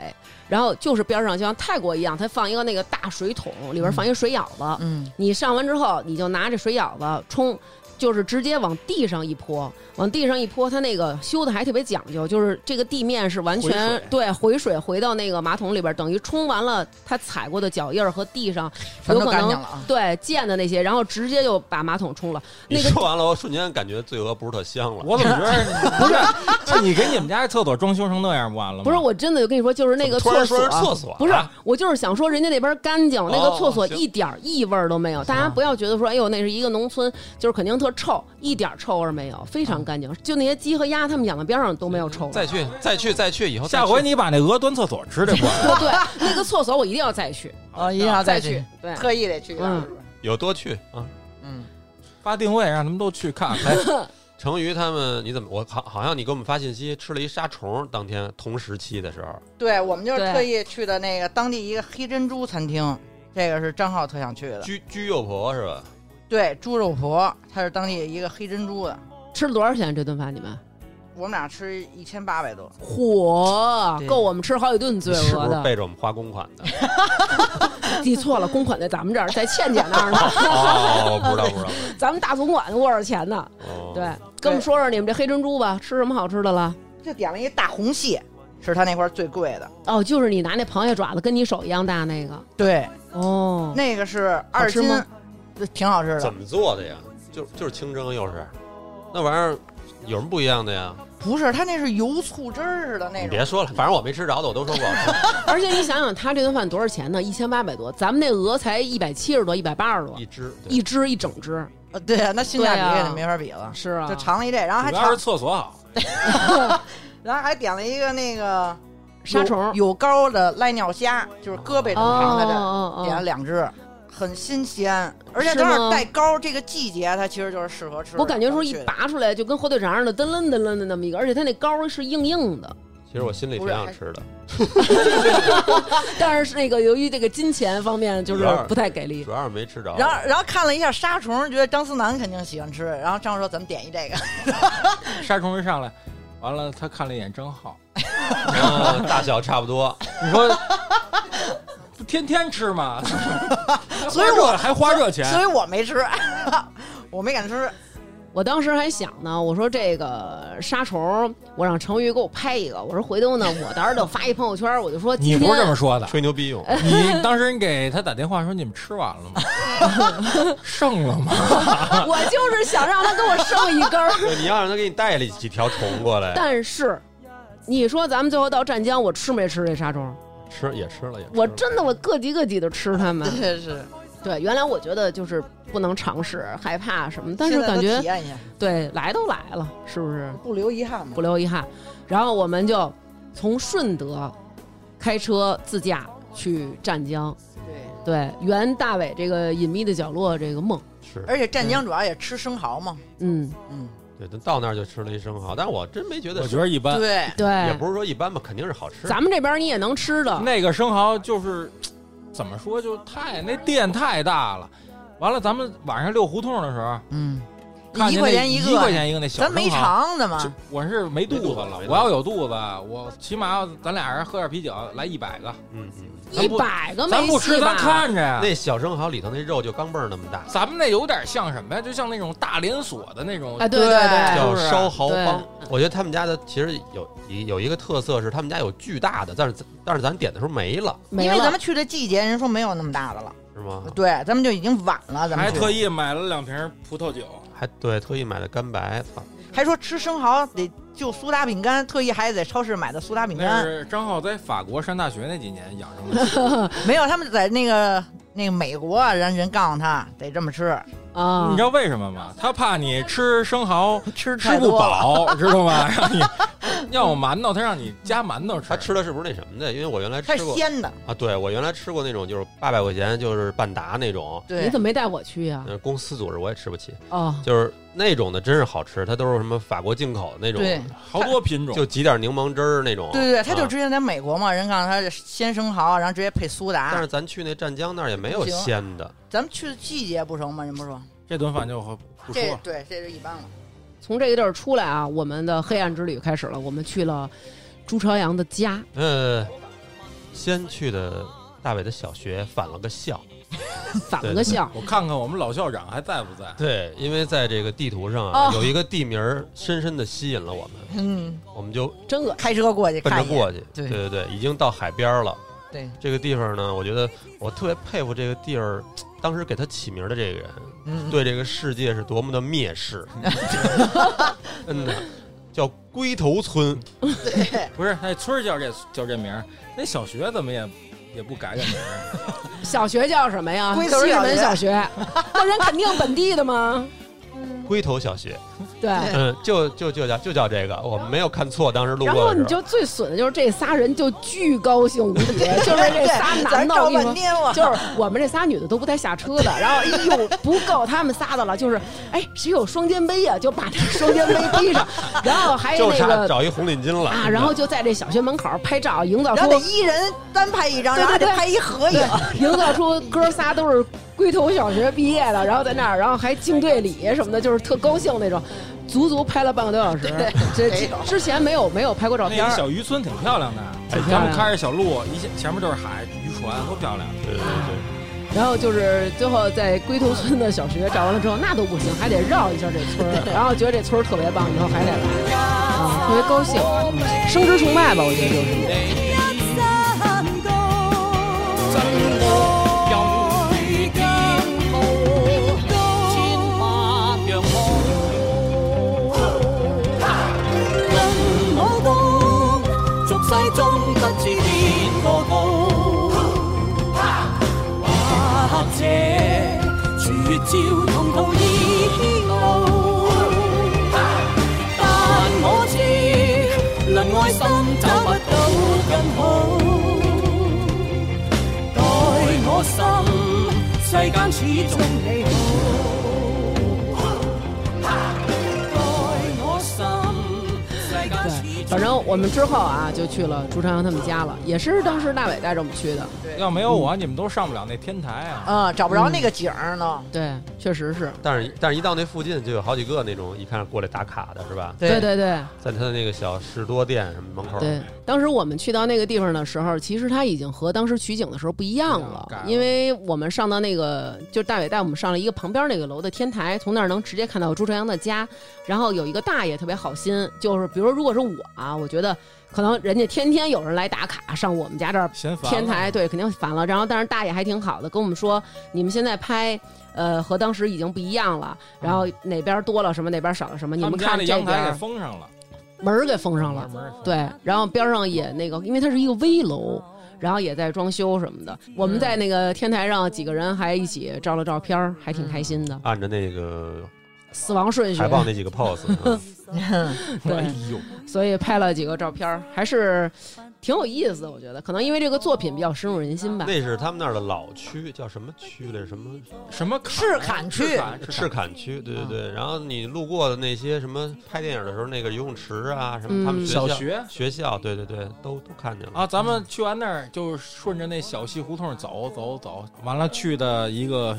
[SPEAKER 1] 然后就是边上就像泰国一样，它放一个那个大水桶，里边放一个水舀子，
[SPEAKER 2] 嗯
[SPEAKER 1] 你上完之后，你就拿这水舀子冲，就是直接往地上一泼，往地上一泼，它那个修的还特别讲究，就是这个地面是完
[SPEAKER 5] 回
[SPEAKER 1] 全
[SPEAKER 5] 水
[SPEAKER 1] 对回水回到那个马桶里边，等于冲完了它踩过的脚印儿和地上
[SPEAKER 2] 全
[SPEAKER 1] 有
[SPEAKER 2] 都
[SPEAKER 1] 可
[SPEAKER 2] 干净
[SPEAKER 1] 能
[SPEAKER 2] 了啊
[SPEAKER 1] 对溅的那些，然后直接就把马桶冲了。
[SPEAKER 3] 你
[SPEAKER 1] 那个
[SPEAKER 3] 说完了，我瞬间感觉醉鹅不是特香了。
[SPEAKER 5] 我怎么觉得不是？是你给你们家厕所装修成那样不完了吗？
[SPEAKER 1] 不是，我真的就跟你说，就是那个
[SPEAKER 3] 怎嗯么突
[SPEAKER 1] 厕所，
[SPEAKER 3] 然说是厕所啊
[SPEAKER 1] 不是，我就是想说，人家那边干净，那个
[SPEAKER 3] 哦
[SPEAKER 1] 厕所
[SPEAKER 3] 行嗯
[SPEAKER 1] 一点儿异味儿都没有。大家不要觉得说，哎呦，那是一个农村，就是肯定特臭，一点儿臭味儿没有，非常干净。就那些鸡和鸭，他们养的边上都没有臭味儿。
[SPEAKER 3] 嗯
[SPEAKER 1] 啊
[SPEAKER 3] 再去再去再去以后再
[SPEAKER 5] 下
[SPEAKER 3] 去
[SPEAKER 5] 回你把那鹅端厕所吃这不 完了？
[SPEAKER 1] 对对， 那个厕所我一定要再去，
[SPEAKER 2] 啊，一定要
[SPEAKER 1] 再
[SPEAKER 2] 去，，
[SPEAKER 1] 对，
[SPEAKER 2] 特意得去一趟，
[SPEAKER 1] 嗯
[SPEAKER 2] 是不是？
[SPEAKER 3] 有多去啊，
[SPEAKER 2] 嗯，
[SPEAKER 5] 发定位让他们都去看看。
[SPEAKER 3] 成鱼他们你怎么？我好好像你给我们发信息，吃了一沙虫，当天同时期的时候，
[SPEAKER 2] 对我们就是
[SPEAKER 1] 对
[SPEAKER 2] 特意去的那个当地一个黑珍珠餐厅，这个是张浩特想去的。
[SPEAKER 3] 居居幼婆是吧？
[SPEAKER 2] 对，猪肉婆，它是当地一个黑珍珠的，
[SPEAKER 1] 吃了多少钱这顿饭？你们？
[SPEAKER 2] 我们俩吃一千八百多。
[SPEAKER 1] 嚯，
[SPEAKER 2] 对
[SPEAKER 1] 够我们吃好几顿罪
[SPEAKER 3] 你是
[SPEAKER 1] 恶
[SPEAKER 3] 不是
[SPEAKER 1] 的。
[SPEAKER 3] 背着我们花公款 的？
[SPEAKER 1] 记错了，公款在咱们这儿，在倩姐那儿呢。
[SPEAKER 3] 哦，不知道不知道。
[SPEAKER 1] 咱们大总管多少钱呢？
[SPEAKER 3] 哦
[SPEAKER 1] 对，，跟我们说说你们这黑珍珠吧，吃什么好吃的了？
[SPEAKER 2] 就点了一大红蟹，是他那块儿最贵的。
[SPEAKER 3] 嗯
[SPEAKER 1] 哦，就是你拿那螃蟹爪子跟你手一样大那个。
[SPEAKER 2] 对，
[SPEAKER 1] 哦，
[SPEAKER 2] 那个是二
[SPEAKER 1] 吃
[SPEAKER 2] 斤
[SPEAKER 1] 吗，
[SPEAKER 2] 挺好吃的
[SPEAKER 3] 怎。么做的呀？就就是清蒸，又是那玩意儿有什么不一样的呀？
[SPEAKER 2] 不是，它那是油醋汁儿似的那
[SPEAKER 3] 你
[SPEAKER 2] 种。
[SPEAKER 3] 别说了，反正我没吃着的，我都说 不好吃。
[SPEAKER 1] 而且你想想，他这顿饭多少钱呢？一千八百多，咱们那鹅才一百七十多，一百八十多
[SPEAKER 3] 一，只对
[SPEAKER 1] 一只一整只。
[SPEAKER 2] 呃对啊，那性价比
[SPEAKER 1] 对
[SPEAKER 2] 也
[SPEAKER 1] 啊
[SPEAKER 2] 没法比了。
[SPEAKER 1] 是啊
[SPEAKER 2] 就，尝了一这，然后还
[SPEAKER 5] 主要
[SPEAKER 2] 尝
[SPEAKER 5] 是，厕所好，
[SPEAKER 2] 然后还点了一个那个
[SPEAKER 1] 沙虫
[SPEAKER 2] 有有膏的赖尿虾，就是胳膊
[SPEAKER 1] 哦
[SPEAKER 2] 这么长的这。
[SPEAKER 1] 哦
[SPEAKER 2] 点了
[SPEAKER 1] 哦，
[SPEAKER 2] 两只，很新鲜，而且
[SPEAKER 1] 是
[SPEAKER 2] 它
[SPEAKER 1] 吗
[SPEAKER 2] 是带膏，这个季节它其实就是适合吃。
[SPEAKER 1] 我感觉说
[SPEAKER 2] 咱
[SPEAKER 1] 一
[SPEAKER 2] 去的
[SPEAKER 1] 拔出来就跟火腿肠似的，噔楞噔楞的那么一个，而且它那膏是硬硬的。
[SPEAKER 3] 其实我心里挺想吃的，
[SPEAKER 1] 但是那个由于这个金钱方面就是
[SPEAKER 3] 主要是
[SPEAKER 1] 不太给力
[SPEAKER 3] 主，要是没吃着。
[SPEAKER 2] 然后然后看了一下沙虫，觉得张思楠肯定喜欢吃，然后张说咱们点一这个，
[SPEAKER 5] 沙虫一上来，完了他看了一眼张浩，
[SPEAKER 3] 嗯大小差不多，
[SPEAKER 5] 你说不天天吃吗？
[SPEAKER 2] 所以我
[SPEAKER 5] 还花热还花热钱，
[SPEAKER 2] 所以我没 吃，我没敢吃。
[SPEAKER 1] 我当时还想呢，我说这个沙虫，我让成宇给我拍一个。我说回头呢，我到时候就发一朋友圈，我就说
[SPEAKER 5] 你
[SPEAKER 1] 今
[SPEAKER 5] 不是这么
[SPEAKER 1] 天
[SPEAKER 5] 说的。
[SPEAKER 3] 吹牛逼用。
[SPEAKER 1] 呃
[SPEAKER 5] 你当时你给他打电话说你们吃完了吗？剩了吗？
[SPEAKER 1] 我就是想让他给我剩一根儿。
[SPEAKER 3] 对你要让他给你带了几条虫过来，
[SPEAKER 1] 但是，你说咱们最后到湛江，我吃没吃这沙虫？
[SPEAKER 3] 吃也吃了也吃了。
[SPEAKER 1] 我真的我个级个级的吃它们。
[SPEAKER 2] 对，是，
[SPEAKER 1] 对，原来我觉得就是不能尝试，害怕什么，但是
[SPEAKER 2] 现在
[SPEAKER 1] 感
[SPEAKER 2] 都
[SPEAKER 1] 觉
[SPEAKER 2] 体验一下，
[SPEAKER 1] 对来都来了，是不是？
[SPEAKER 2] 不留遗憾嘛
[SPEAKER 1] 不。留遗憾。然后我们就从顺德开车自驾去湛江，
[SPEAKER 2] 对，
[SPEAKER 1] 对，圆大伟这个隐秘的角落这个梦，
[SPEAKER 3] 是
[SPEAKER 2] 而且湛
[SPEAKER 5] 嗯
[SPEAKER 2] 江主要也吃生蚝嘛，
[SPEAKER 1] 嗯，
[SPEAKER 2] 嗯，
[SPEAKER 3] 对，到那儿就吃了一生蚝，但我真没觉得
[SPEAKER 5] 我
[SPEAKER 3] 是，
[SPEAKER 5] 觉得一般。
[SPEAKER 2] 对，
[SPEAKER 3] 也
[SPEAKER 1] 对，
[SPEAKER 3] 不是说一般吧，肯定是好吃。
[SPEAKER 1] 咱们这边你也能吃
[SPEAKER 2] 啊
[SPEAKER 1] 的，
[SPEAKER 5] 那个生蚝就是怎么说，就太那店太大了。完了，咱们晚上溜胡同的时候，
[SPEAKER 2] 嗯，
[SPEAKER 5] 看
[SPEAKER 2] 一
[SPEAKER 5] 见
[SPEAKER 2] 块
[SPEAKER 5] 那
[SPEAKER 2] 钱
[SPEAKER 5] 一
[SPEAKER 2] 个，
[SPEAKER 5] 块钱一个那小
[SPEAKER 2] 咱
[SPEAKER 5] 生
[SPEAKER 2] 没
[SPEAKER 5] 蚝。
[SPEAKER 2] 尝呢
[SPEAKER 5] 就
[SPEAKER 2] 嘛，
[SPEAKER 5] 我是没肚子了
[SPEAKER 3] 没肚子，
[SPEAKER 5] 我要有肚子，我起码咱俩人喝点啤酒，来一百个，
[SPEAKER 3] 嗯嗯，
[SPEAKER 1] 一百个
[SPEAKER 5] 咱
[SPEAKER 1] 没
[SPEAKER 5] 不吃
[SPEAKER 1] 戏
[SPEAKER 5] 咱
[SPEAKER 1] 吧？
[SPEAKER 5] 看着呀。
[SPEAKER 3] 那小生蚝里头那肉就钢镚儿那么大，
[SPEAKER 5] 咱们那有点像什么呀？就像那种大连锁的那种
[SPEAKER 1] 哎，对对
[SPEAKER 2] 对嗯
[SPEAKER 1] 对，
[SPEAKER 3] 叫
[SPEAKER 5] 就是啊
[SPEAKER 3] 烧蚝帮
[SPEAKER 1] 对。
[SPEAKER 3] 我觉得他们家的其实有一有一个特色是他们家有巨大的，但是咱但是咱点的时候没了，
[SPEAKER 1] 没
[SPEAKER 2] 因为
[SPEAKER 1] 了
[SPEAKER 2] 咱们去的季节，人说没有那么大的了，
[SPEAKER 3] 是吗？
[SPEAKER 2] 对，咱们就已经晚了，咱们
[SPEAKER 5] 啊还
[SPEAKER 2] 去
[SPEAKER 5] 特意买了两瓶葡萄酒，
[SPEAKER 3] 还对，特意买的干白，操，
[SPEAKER 2] 还说吃生蚝得就苏打饼干，特意还得超市买的苏打饼
[SPEAKER 5] 那
[SPEAKER 2] 干。
[SPEAKER 5] 是张浩在法国上大学那几年养成的。
[SPEAKER 2] 没有，他们在那个那个美国啊，人人告诉他得这么吃，
[SPEAKER 1] 啊
[SPEAKER 5] 你知，道为什么吗？他怕你吃生蚝
[SPEAKER 2] 吃
[SPEAKER 5] 吃
[SPEAKER 2] 太
[SPEAKER 5] 不
[SPEAKER 2] 多了。
[SPEAKER 5] 饱，知道吗？让你要有馒头，他让你加馒头吃
[SPEAKER 3] 他。吃的是不是那什么的？因为我原来
[SPEAKER 2] 它
[SPEAKER 3] 吃
[SPEAKER 2] 是
[SPEAKER 3] 过
[SPEAKER 2] 鲜的，
[SPEAKER 3] 啊，对我原来吃过那种就是八百块钱就是半达那种，
[SPEAKER 1] 你
[SPEAKER 2] 对
[SPEAKER 1] 怎，么没带我去
[SPEAKER 2] 啊
[SPEAKER 1] 呀？
[SPEAKER 3] 呃，公司组织我也吃不起，
[SPEAKER 1] 哦，
[SPEAKER 3] 就是那种的真是好吃，它都是什么法国进口的那种，
[SPEAKER 2] 对
[SPEAKER 5] 好多品种，
[SPEAKER 3] 就挤点柠檬汁儿那种，
[SPEAKER 2] 对对对，他就
[SPEAKER 3] 啊
[SPEAKER 2] 之前在美国嘛，人告诉他是鲜生蚝，然后直接配苏
[SPEAKER 3] 但
[SPEAKER 2] 打
[SPEAKER 3] 是。咱去那湛江那儿也没有
[SPEAKER 2] 不行
[SPEAKER 3] 鲜的，
[SPEAKER 2] 咱们去的季节不成吗？人不说，
[SPEAKER 5] 这顿饭就不说
[SPEAKER 2] 这
[SPEAKER 5] 了。
[SPEAKER 2] 对这就一般了。
[SPEAKER 1] 从这个地儿出来啊，我们的黑暗之旅开始了，我们去了朱朝阳的家，
[SPEAKER 3] 呃，先去的大伟的小学返了个校，
[SPEAKER 1] 反了
[SPEAKER 3] 对
[SPEAKER 1] 个
[SPEAKER 3] 对
[SPEAKER 1] 校，
[SPEAKER 5] 我看看我们老校长还在不在？
[SPEAKER 3] 对，因为在这个地图上啊，
[SPEAKER 1] 哦
[SPEAKER 3] 有一个地名儿深深的吸引了我们，
[SPEAKER 2] 嗯，
[SPEAKER 3] 我们就
[SPEAKER 1] 真恶
[SPEAKER 2] 开车过去
[SPEAKER 3] 奔着
[SPEAKER 2] 看一眼。
[SPEAKER 3] 过去，
[SPEAKER 2] 对
[SPEAKER 3] 对对，已经到海边儿了。
[SPEAKER 2] 对，
[SPEAKER 3] 这个地方呢，我觉得我特别佩服这个地儿，当时给他起名的这个人，
[SPEAKER 2] 嗯，
[SPEAKER 3] 对这个世界是多么的 蔑视。真的，叫龟头村，
[SPEAKER 5] 不是，那村儿叫这叫这名儿，那小学怎么也也不改改名 儿？啊
[SPEAKER 1] 小学叫什么呀？
[SPEAKER 2] 龟头
[SPEAKER 1] 西直
[SPEAKER 2] 小
[SPEAKER 1] 门
[SPEAKER 2] 学
[SPEAKER 1] 小学，那人肯定本地的吗？
[SPEAKER 3] 龟头小学，
[SPEAKER 1] 对。
[SPEAKER 3] 嗯，就就就叫就叫这个，我没有看错，当时路
[SPEAKER 1] 然
[SPEAKER 3] 过
[SPEAKER 1] 后你
[SPEAKER 3] 的时
[SPEAKER 1] 就最损的就是这仨人就巨高兴无比，就是这仨男
[SPEAKER 2] 咱
[SPEAKER 1] 的，
[SPEAKER 2] 照
[SPEAKER 1] 我跟
[SPEAKER 2] 半
[SPEAKER 1] 你说
[SPEAKER 2] 天了，
[SPEAKER 1] 就是我们这仨女的都不带下车的，然后哎 呦不够他们仨的了，就是哎谁有双肩背呀、就把这双肩背背 上，然后还
[SPEAKER 3] 候，
[SPEAKER 1] 有
[SPEAKER 3] 就
[SPEAKER 1] 那
[SPEAKER 3] 差
[SPEAKER 1] 个
[SPEAKER 3] 找一红领巾了
[SPEAKER 1] 啊， 然后就在这小学门口拍照，营造
[SPEAKER 2] 然
[SPEAKER 1] 出
[SPEAKER 2] 后得一人单拍一张，
[SPEAKER 1] 对
[SPEAKER 2] 然后还
[SPEAKER 1] 对
[SPEAKER 2] 得
[SPEAKER 1] 对
[SPEAKER 2] 拍一合影
[SPEAKER 1] 对。，营造出哥仨都是龟头小学毕业的，然后在那儿，然后还敬队礼什么的，就是特高兴那种，足足拍了半个多小时。这
[SPEAKER 2] 没有
[SPEAKER 1] 之前没有没有拍过照
[SPEAKER 5] 那
[SPEAKER 1] 片
[SPEAKER 5] 个
[SPEAKER 1] 儿，
[SPEAKER 5] 小渔村挺漂亮的，
[SPEAKER 1] 挺漂亮
[SPEAKER 5] 咱们开着小路，一下前面就是海，渔船多漂亮。
[SPEAKER 3] 对对对，
[SPEAKER 1] 然后就是最后在龟头村的小学照完了之后，那都不行，还得绕一下这村儿，然后觉得这村儿特别棒，以后还得来，
[SPEAKER 2] 嗯
[SPEAKER 1] 啊，特别高兴，升职崇拜吧，我觉得就是。对，反正我们之后啊，就去了朱朝阳他们家了，也是当时大伟带着我们去的。
[SPEAKER 5] 要没有我，你们都上不了那天台啊！
[SPEAKER 2] 嗯，找不着那个景儿呢。
[SPEAKER 1] 对，确实是。
[SPEAKER 3] 但是但是一到那附近就有好几个那种一看过来打卡的是吧？
[SPEAKER 1] 对对对
[SPEAKER 3] 在他的那个小士多店什么门口，
[SPEAKER 1] 对，当时我们去到那个地方的时候，其实它已经和当时取景的时候不一样了
[SPEAKER 5] 改了，
[SPEAKER 1] 因为我们上到那个，就是大伟带我们上了一个旁边那个楼的天台，从那儿能直接看到朱朝阳的家。然后有一个大爷特别好心，就是比如说如果是我啊，我觉得可能人家天天有人来打卡上我们家这儿
[SPEAKER 5] 嫌烦了
[SPEAKER 1] 天台，对，肯定烦了。然后但是大爷还挺好的，跟我们说你们现在拍。呃，和当时已经不一样了。然后哪边多了什么，哪边少了什么，你
[SPEAKER 5] 嗯他
[SPEAKER 1] 们
[SPEAKER 5] 们家
[SPEAKER 1] 看
[SPEAKER 5] 那
[SPEAKER 1] 这
[SPEAKER 5] 阳
[SPEAKER 1] 边
[SPEAKER 5] 台给
[SPEAKER 1] 儿
[SPEAKER 5] 封上了，
[SPEAKER 1] 门儿给封上了
[SPEAKER 5] 门。门
[SPEAKER 1] 对，然后边上也那个，因为它是一个危楼，然后也在装修什么的。我们在那个天台上，几个人还一起照了照片儿，还挺开心的。
[SPEAKER 3] 按着那个
[SPEAKER 1] 死亡顺序
[SPEAKER 3] 海，报那几个 pose，嗯
[SPEAKER 5] 哎
[SPEAKER 1] 对，
[SPEAKER 5] 呦，
[SPEAKER 1] 所以拍了几个照片儿，还是挺有意思的。我觉得，可能因为这个作品比较深入人心吧。
[SPEAKER 3] 那是他们那儿的老区，叫什么区来着？什么
[SPEAKER 5] 什么
[SPEAKER 2] 赤坎
[SPEAKER 5] 赤
[SPEAKER 2] 区
[SPEAKER 5] 坎
[SPEAKER 3] 赤坎区？对对对。然后你路过的那些什么拍电影的时候，那个游泳池啊，什么他们
[SPEAKER 1] 嗯
[SPEAKER 5] 小
[SPEAKER 3] 校
[SPEAKER 5] 学
[SPEAKER 3] 学校，对对对，都都看见了。
[SPEAKER 5] 啊，咱们去完那儿就顺着那小西胡同走走走，完了去的一个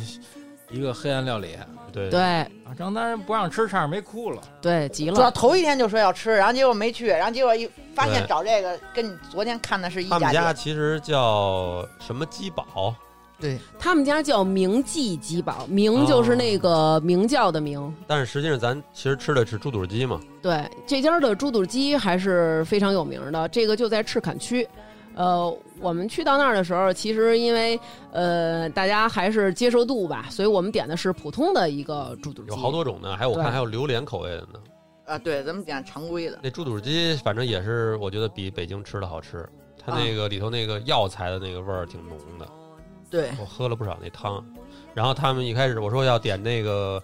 [SPEAKER 5] 一个黑暗料理啊，
[SPEAKER 3] 对
[SPEAKER 1] 对
[SPEAKER 5] 张丹不让吃，差点没哭了。
[SPEAKER 1] 对，急
[SPEAKER 2] 主要
[SPEAKER 1] 了。
[SPEAKER 2] 头一天就说要吃，然后结果没去，然后结果一发现
[SPEAKER 3] 对
[SPEAKER 2] 找这个跟你昨天看的是一
[SPEAKER 3] 他们
[SPEAKER 2] 家
[SPEAKER 3] 家
[SPEAKER 2] 店。
[SPEAKER 3] 其实叫什么鸡堡，
[SPEAKER 2] 对，
[SPEAKER 1] 他们家叫明记鸡堡，
[SPEAKER 3] 哦
[SPEAKER 1] 明就是那个明教的明。
[SPEAKER 3] 但是实际上咱其实吃的是猪肚鸡嘛。
[SPEAKER 1] 对，这家的猪肚鸡还是非常有名的，这个就在赤坎区。呃，我们去到那儿的时候，其实因为呃大家还是接受度吧，所以我们点的是普通的一个猪肚鸡。
[SPEAKER 3] 有好多种呢，还有我看
[SPEAKER 1] 对
[SPEAKER 3] 还有榴莲口味的呢。
[SPEAKER 2] 啊，对，咱们讲常规的。
[SPEAKER 3] 那猪肚鸡反正也是，我觉得比北京吃的好吃。它
[SPEAKER 2] 啊
[SPEAKER 3] 那个里头那个药材的那个味儿挺浓的，
[SPEAKER 2] 对，
[SPEAKER 3] 我喝了不少那汤。然后他们一开始我说要点那个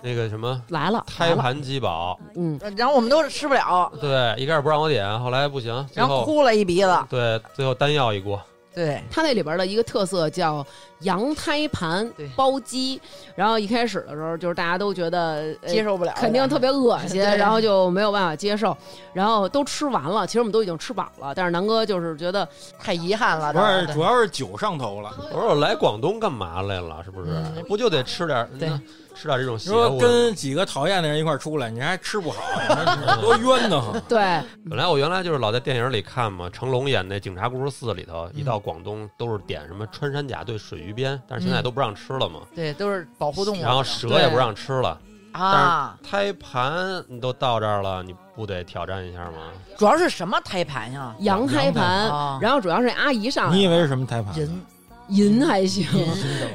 [SPEAKER 3] 那个什么
[SPEAKER 1] 来了，来
[SPEAKER 3] 胎
[SPEAKER 1] 了，
[SPEAKER 3] 盘鸡堡，
[SPEAKER 1] 嗯，
[SPEAKER 2] 然后我们都吃不了，
[SPEAKER 3] 对，一开始不让我点，后来不行，最
[SPEAKER 2] 然后
[SPEAKER 3] 后
[SPEAKER 2] 哭了一鼻子。
[SPEAKER 3] 对最后单要一锅，
[SPEAKER 2] 对，
[SPEAKER 1] 它那里边的一个特色叫羊胎盘
[SPEAKER 2] 对
[SPEAKER 1] 包鸡，然后一开始的时候就是大家都觉得、呃
[SPEAKER 2] 接受不了，
[SPEAKER 1] 肯定特别 恶心，
[SPEAKER 2] 对
[SPEAKER 1] 然后就没有办法接受，然后都吃完了，其实我们都已经吃饱了，但是南哥就是觉得
[SPEAKER 2] 太遗憾了。
[SPEAKER 5] 不是，
[SPEAKER 2] 对
[SPEAKER 5] 主要是酒上头了。
[SPEAKER 3] 我说我来广东干嘛来了？是不是？
[SPEAKER 2] 嗯
[SPEAKER 3] 不就得吃点
[SPEAKER 2] 对
[SPEAKER 3] 那吃点这种
[SPEAKER 5] 你
[SPEAKER 3] 邪
[SPEAKER 5] 说
[SPEAKER 3] 乎的？
[SPEAKER 5] 跟几个讨厌的人一块儿出来，你还吃不好，多冤得慌。
[SPEAKER 1] 对。
[SPEAKER 3] 本来我原来就是老在电影里看嘛，成龙演那《警察故事四》里头，一
[SPEAKER 2] 嗯
[SPEAKER 3] 到广东都是点什么穿山甲对水鱼鞭，但是
[SPEAKER 2] 嗯
[SPEAKER 3] 现在都不让吃了嘛。
[SPEAKER 2] 对，都是保护动物。
[SPEAKER 3] 然后蛇也不让吃了，
[SPEAKER 2] 啊，
[SPEAKER 3] 胎盘你都到这儿了，你不得挑战一下吗？
[SPEAKER 2] 主要是什么胎盘呀？
[SPEAKER 1] 羊胎盘，
[SPEAKER 2] 啊
[SPEAKER 1] 然后主要是阿姨上
[SPEAKER 5] 你以
[SPEAKER 1] 来，
[SPEAKER 5] 为是什么胎盘？
[SPEAKER 2] 人
[SPEAKER 1] 银还行。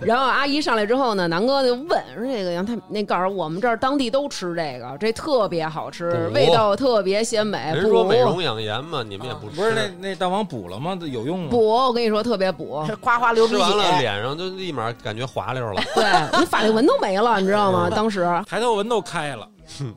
[SPEAKER 1] 然后阿姨上来之后呢，南哥就问说：“这个羊胎那告诉我们这儿当地都吃这个，这特别好吃，
[SPEAKER 3] 补
[SPEAKER 1] 味道特别鲜美，
[SPEAKER 3] 人
[SPEAKER 1] 补
[SPEAKER 3] 说美容养颜嘛，你们也不吃，
[SPEAKER 5] 啊不是那那大王补了吗？有用啊吗？
[SPEAKER 1] 补，我跟你说特别 补，
[SPEAKER 2] 是夸夸流鼻
[SPEAKER 3] 吃完了
[SPEAKER 2] 血，
[SPEAKER 3] 脸上就立马感觉滑溜了。
[SPEAKER 1] 对你法令纹都没了，你知道吗？当时
[SPEAKER 5] 抬头纹都开了，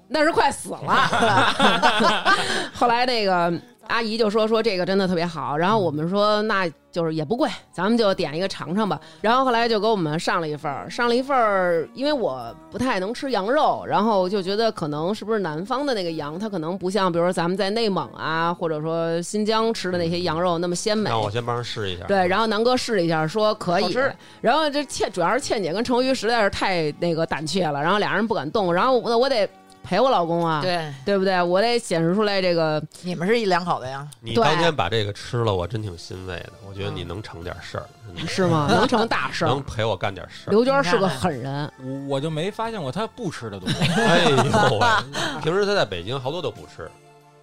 [SPEAKER 1] 那是快死了。后来那个阿姨就说说这个真的特别好，然后我们说那就是也不贵，咱们就点一个尝尝吧。然后后来就给我们上了一份儿，上了一份儿，因为我不太能吃羊肉，然后就觉得可能是不是南方的那个羊，它可能不像比如说咱们在内蒙啊，或者说新疆吃的那些羊肉那么鲜美。
[SPEAKER 3] 让我先帮人试一下。
[SPEAKER 1] 对，然后南哥试了一下，说可
[SPEAKER 2] 好
[SPEAKER 1] 以
[SPEAKER 2] 吃。
[SPEAKER 1] 然后这倩主要是倩姐跟成瑜实在是太那个胆怯了，然后俩人不敢动。然后我我得陪我老公啊，
[SPEAKER 2] 对，
[SPEAKER 1] 对不对？我得显示出来这个
[SPEAKER 2] 你们是一两口子呀？
[SPEAKER 3] 你
[SPEAKER 1] 对嗯
[SPEAKER 3] 当天把这个吃了，我真挺欣慰的。我觉得你能成点事儿，真的
[SPEAKER 1] 啊是啊吗？能成大事
[SPEAKER 3] 能
[SPEAKER 1] 儿。
[SPEAKER 3] 陪我干点 事儿。
[SPEAKER 1] 刘娟是个狠人，
[SPEAKER 5] 我我就没发现过他不吃的东西。
[SPEAKER 3] 哎呦喂！平时他在北京好多都不吃，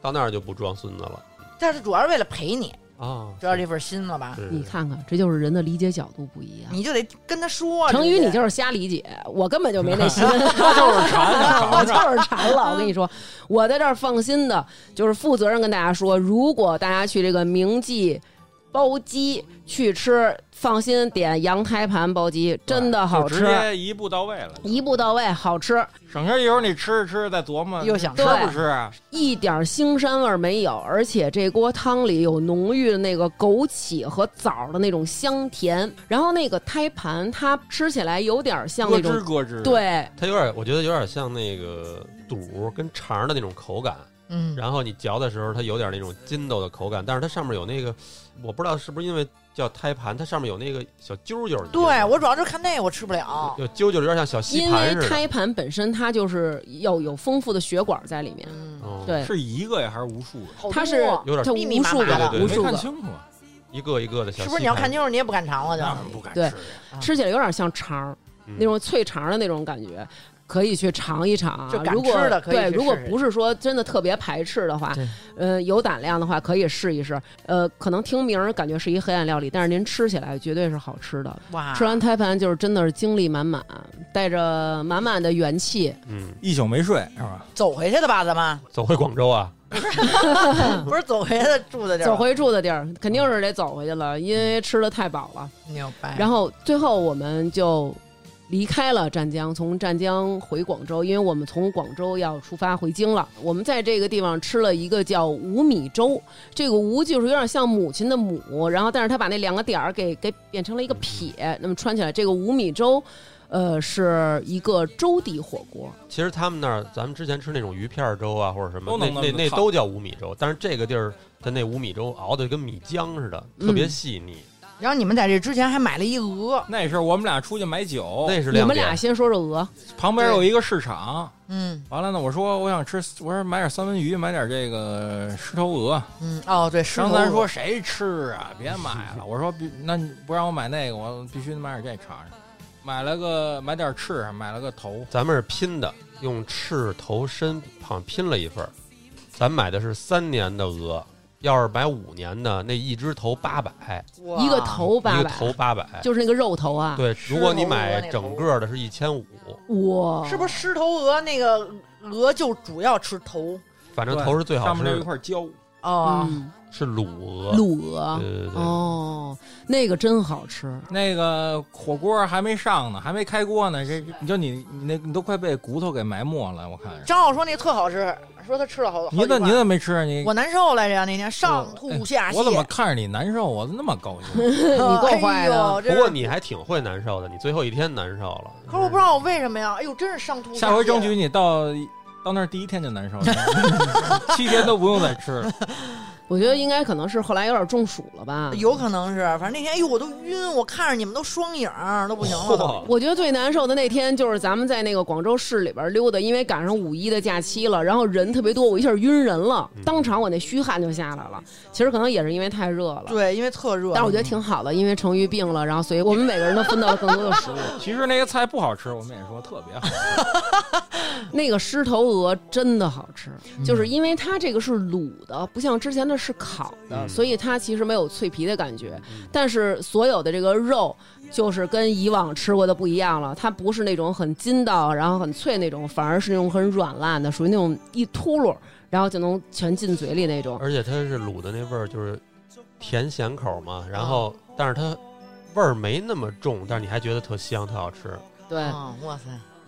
[SPEAKER 3] 到那儿就不装孙子了
[SPEAKER 2] 但是主要是为了陪你，
[SPEAKER 3] 啊。
[SPEAKER 2] 知道这份心了吧？
[SPEAKER 3] 是
[SPEAKER 1] 你看看，这就是人的理解角度不一样。
[SPEAKER 2] 你就得跟他说。
[SPEAKER 1] 成
[SPEAKER 2] 直
[SPEAKER 1] 瑜，
[SPEAKER 2] 接
[SPEAKER 1] 你就是瞎理解，我根本就 没那心。
[SPEAKER 5] 他就是馋，
[SPEAKER 1] 我
[SPEAKER 5] 他尝
[SPEAKER 1] 就
[SPEAKER 5] 尝。
[SPEAKER 1] 是馋了。我跟你说，我在这儿放心的，就是负责任跟大家说，如果大家去这个名记包鸡去吃，放心点羊胎盘包鸡， 真的好
[SPEAKER 7] 就
[SPEAKER 1] 吃啊
[SPEAKER 7] 直，接一步到位了。
[SPEAKER 1] 一步到位，好吃，
[SPEAKER 5] 省着一会儿你吃着吃着再琢磨，
[SPEAKER 2] 又想
[SPEAKER 5] 吃
[SPEAKER 1] 吃
[SPEAKER 5] 不吃啊？
[SPEAKER 1] 一点儿腥膻味儿没有，而且这锅汤里有浓郁的那个枸杞和枣儿的那种香甜，然后那个胎盘它吃起来有点儿像
[SPEAKER 5] 咯
[SPEAKER 1] 那种
[SPEAKER 5] 吱咯吱。，
[SPEAKER 1] 对。
[SPEAKER 3] 它有点，我觉得有点像那个肚儿跟肠儿的那种口感，
[SPEAKER 2] 嗯，
[SPEAKER 3] 然后你嚼的时候，它有点那种筋斗的口感，但是它上面有那个，我不知道是不是因为叫胎盘，它上面有那个小揪揪儿。
[SPEAKER 2] 对我主要就是看那个我吃不了。
[SPEAKER 3] 有揪揪儿，有点像小吸
[SPEAKER 1] 因
[SPEAKER 3] 盘
[SPEAKER 1] 为
[SPEAKER 3] 似的。
[SPEAKER 1] 胎盘本身它就是要有丰富的血管在里面，
[SPEAKER 2] 嗯，
[SPEAKER 3] 哦，
[SPEAKER 1] 对，
[SPEAKER 5] 是一个呀还是无数个？
[SPEAKER 2] 好多啊
[SPEAKER 1] 它是
[SPEAKER 3] 有点
[SPEAKER 1] 它
[SPEAKER 2] 密密
[SPEAKER 1] 无
[SPEAKER 2] 麻
[SPEAKER 1] 数
[SPEAKER 2] 麻
[SPEAKER 1] 个
[SPEAKER 3] 的
[SPEAKER 1] 无
[SPEAKER 5] 没
[SPEAKER 1] 数
[SPEAKER 5] 看
[SPEAKER 1] 个，
[SPEAKER 5] 清楚啊，
[SPEAKER 3] 一个一个的小吸盘。
[SPEAKER 2] 是不是你要看清楚你也不敢尝了就？
[SPEAKER 5] 当然不敢吃
[SPEAKER 1] 对
[SPEAKER 5] 呀。
[SPEAKER 2] 啊
[SPEAKER 1] 吃起来有点像肠儿，
[SPEAKER 3] 嗯
[SPEAKER 1] 那种脆肠儿的那种感觉。可以去尝一尝
[SPEAKER 2] 就
[SPEAKER 1] 啊！
[SPEAKER 2] 敢
[SPEAKER 1] 如果
[SPEAKER 2] 吃的可以去
[SPEAKER 1] 对，如果
[SPEAKER 2] 试试
[SPEAKER 1] 不是说真的特别排斥的话
[SPEAKER 2] 对，
[SPEAKER 1] 呃，有胆量的话可以试一试。呃，可能听名儿感觉是一黑暗料理，但是您吃起来绝对是好吃的。
[SPEAKER 2] 哇，
[SPEAKER 1] 吃完胎盘就是真的是精力满满，带着满满的元气。
[SPEAKER 3] 嗯，
[SPEAKER 5] 一宿没睡是吧？
[SPEAKER 2] 走回去的吧，咱们
[SPEAKER 3] 走回广州啊？
[SPEAKER 2] 不是走回去的住的地儿
[SPEAKER 1] 嗯
[SPEAKER 2] 吧，
[SPEAKER 1] 走回住的地儿肯定是得走回去了，因为吃的太饱了。
[SPEAKER 2] 牛
[SPEAKER 3] 嗯
[SPEAKER 2] 掰。
[SPEAKER 1] 哎然后最后我们就离开了湛江，从湛江回广州，因为我们从广州要出发回京了。我们在这个地方吃了一个叫无米粥，这个无就是有点像母亲的母，然后但是他把那两个点儿给给变成了一个撇，那么穿起来这个无米粥。呃，是一个粥底火锅，
[SPEAKER 3] 其实他们那儿，咱们之前吃那种鱼片儿粥啊，或者什么
[SPEAKER 5] 都，
[SPEAKER 3] 那
[SPEAKER 5] 能
[SPEAKER 3] 那
[SPEAKER 5] 那么
[SPEAKER 3] 那
[SPEAKER 5] 烫
[SPEAKER 3] 都叫五米粥，但是这个地儿的那五米粥熬的跟米浆似的，特别
[SPEAKER 1] 嗯
[SPEAKER 3] 细腻。
[SPEAKER 2] 然后你们在这之前还买了一鹅，
[SPEAKER 5] 那是我们俩出去买酒，
[SPEAKER 3] 那
[SPEAKER 1] 你
[SPEAKER 3] 是亮
[SPEAKER 1] 们
[SPEAKER 3] 点。
[SPEAKER 1] 俩先说说鹅，
[SPEAKER 5] 旁边有一个市场。
[SPEAKER 2] 嗯
[SPEAKER 5] 完了呢，我说我想吃，我说买点三文鱼，买点这个石头鹅。
[SPEAKER 2] 嗯，哦对，是
[SPEAKER 5] 然后咱说谁吃啊？别买了。我说必，那你不让我买那个，我必须买点这尝尝。买了个买点翅，买了个头，
[SPEAKER 3] 咱们是拼的，用翅头身好像拼了一份儿。咱买的是三年的鹅，要是买五年的，那一只头八百，
[SPEAKER 1] 一个头八
[SPEAKER 3] 一个
[SPEAKER 1] 百，
[SPEAKER 3] 头八百。
[SPEAKER 1] 就是那个肉头啊，
[SPEAKER 3] 对，如果你
[SPEAKER 2] 狮头鹅那
[SPEAKER 3] 买
[SPEAKER 2] 头
[SPEAKER 3] 整个的是一千五，
[SPEAKER 1] 哇，
[SPEAKER 2] 是不是狮头鹅那个鹅就主要吃头
[SPEAKER 3] 反正头是最好
[SPEAKER 5] 上
[SPEAKER 3] 吃
[SPEAKER 5] 面有一
[SPEAKER 3] 的，
[SPEAKER 5] 块胶，
[SPEAKER 2] 哦，
[SPEAKER 1] 嗯，
[SPEAKER 3] 是卤鹅。
[SPEAKER 1] 卤鹅，
[SPEAKER 3] 对对对，
[SPEAKER 1] 哦，那个真好吃，
[SPEAKER 5] 那个火锅还没上呢，还没开锅呢，这你就你你那你都快被骨头给埋没了，我看是。
[SPEAKER 2] 张浩说那特好吃，说他吃了好多。
[SPEAKER 5] 你
[SPEAKER 2] 好
[SPEAKER 5] 怎
[SPEAKER 2] 几
[SPEAKER 5] 你
[SPEAKER 2] 块
[SPEAKER 5] 怎么没吃啊你？
[SPEAKER 2] 我难受来着那天上吐下泻，
[SPEAKER 5] 我怎么看着你难受？啊我那么高 兴，
[SPEAKER 1] 你够坏的。
[SPEAKER 2] 哎呦
[SPEAKER 3] 不过，你还挺会难受的，你最后一天难受了。
[SPEAKER 2] 这可是我不知道我为什么呀？哎呦，真是上吐下泻。
[SPEAKER 5] 下回争取你到到那儿第一天就难受了，七天都不用再吃了。
[SPEAKER 1] 我觉得应该可能是后来有点中暑了吧。
[SPEAKER 2] 有可能是，反正那天哎呦我都晕，我看着你们都双影儿都不行了都。
[SPEAKER 3] 嚯
[SPEAKER 1] 我觉得最难受的那天就是咱们在那个广州市里边溜达，因为赶上五一的假期了，然后人特别多，我一下晕人了，当场我那虚汗就下来了。其实可能也是因为太热了，
[SPEAKER 2] 对，因为特热。
[SPEAKER 1] 但是我觉得挺好的，因为成瑜病了，然后所以我们每个人都分到了更多的食物。
[SPEAKER 5] 其实那个菜不好吃，我们也说特别好吃。
[SPEAKER 1] 那个狮头鹅真的好吃，
[SPEAKER 3] 嗯
[SPEAKER 1] 就是因为它这个是卤的，不像之前的是烤的，
[SPEAKER 3] 嗯
[SPEAKER 1] 所以它其实没有脆皮的感觉。但是所有的这个肉，就是跟以往吃过的不一样了，它不是那种很筋道，然后很脆那种，反而是那种很软烂的，属于那种一秃噜，然后就能全进嘴里那种。
[SPEAKER 3] 而且它是卤的那味儿，就是甜咸口嘛，然后但是它味儿没那么重，但是你还觉得特香，特好吃。
[SPEAKER 1] 对，
[SPEAKER 2] 嗯，哇塞，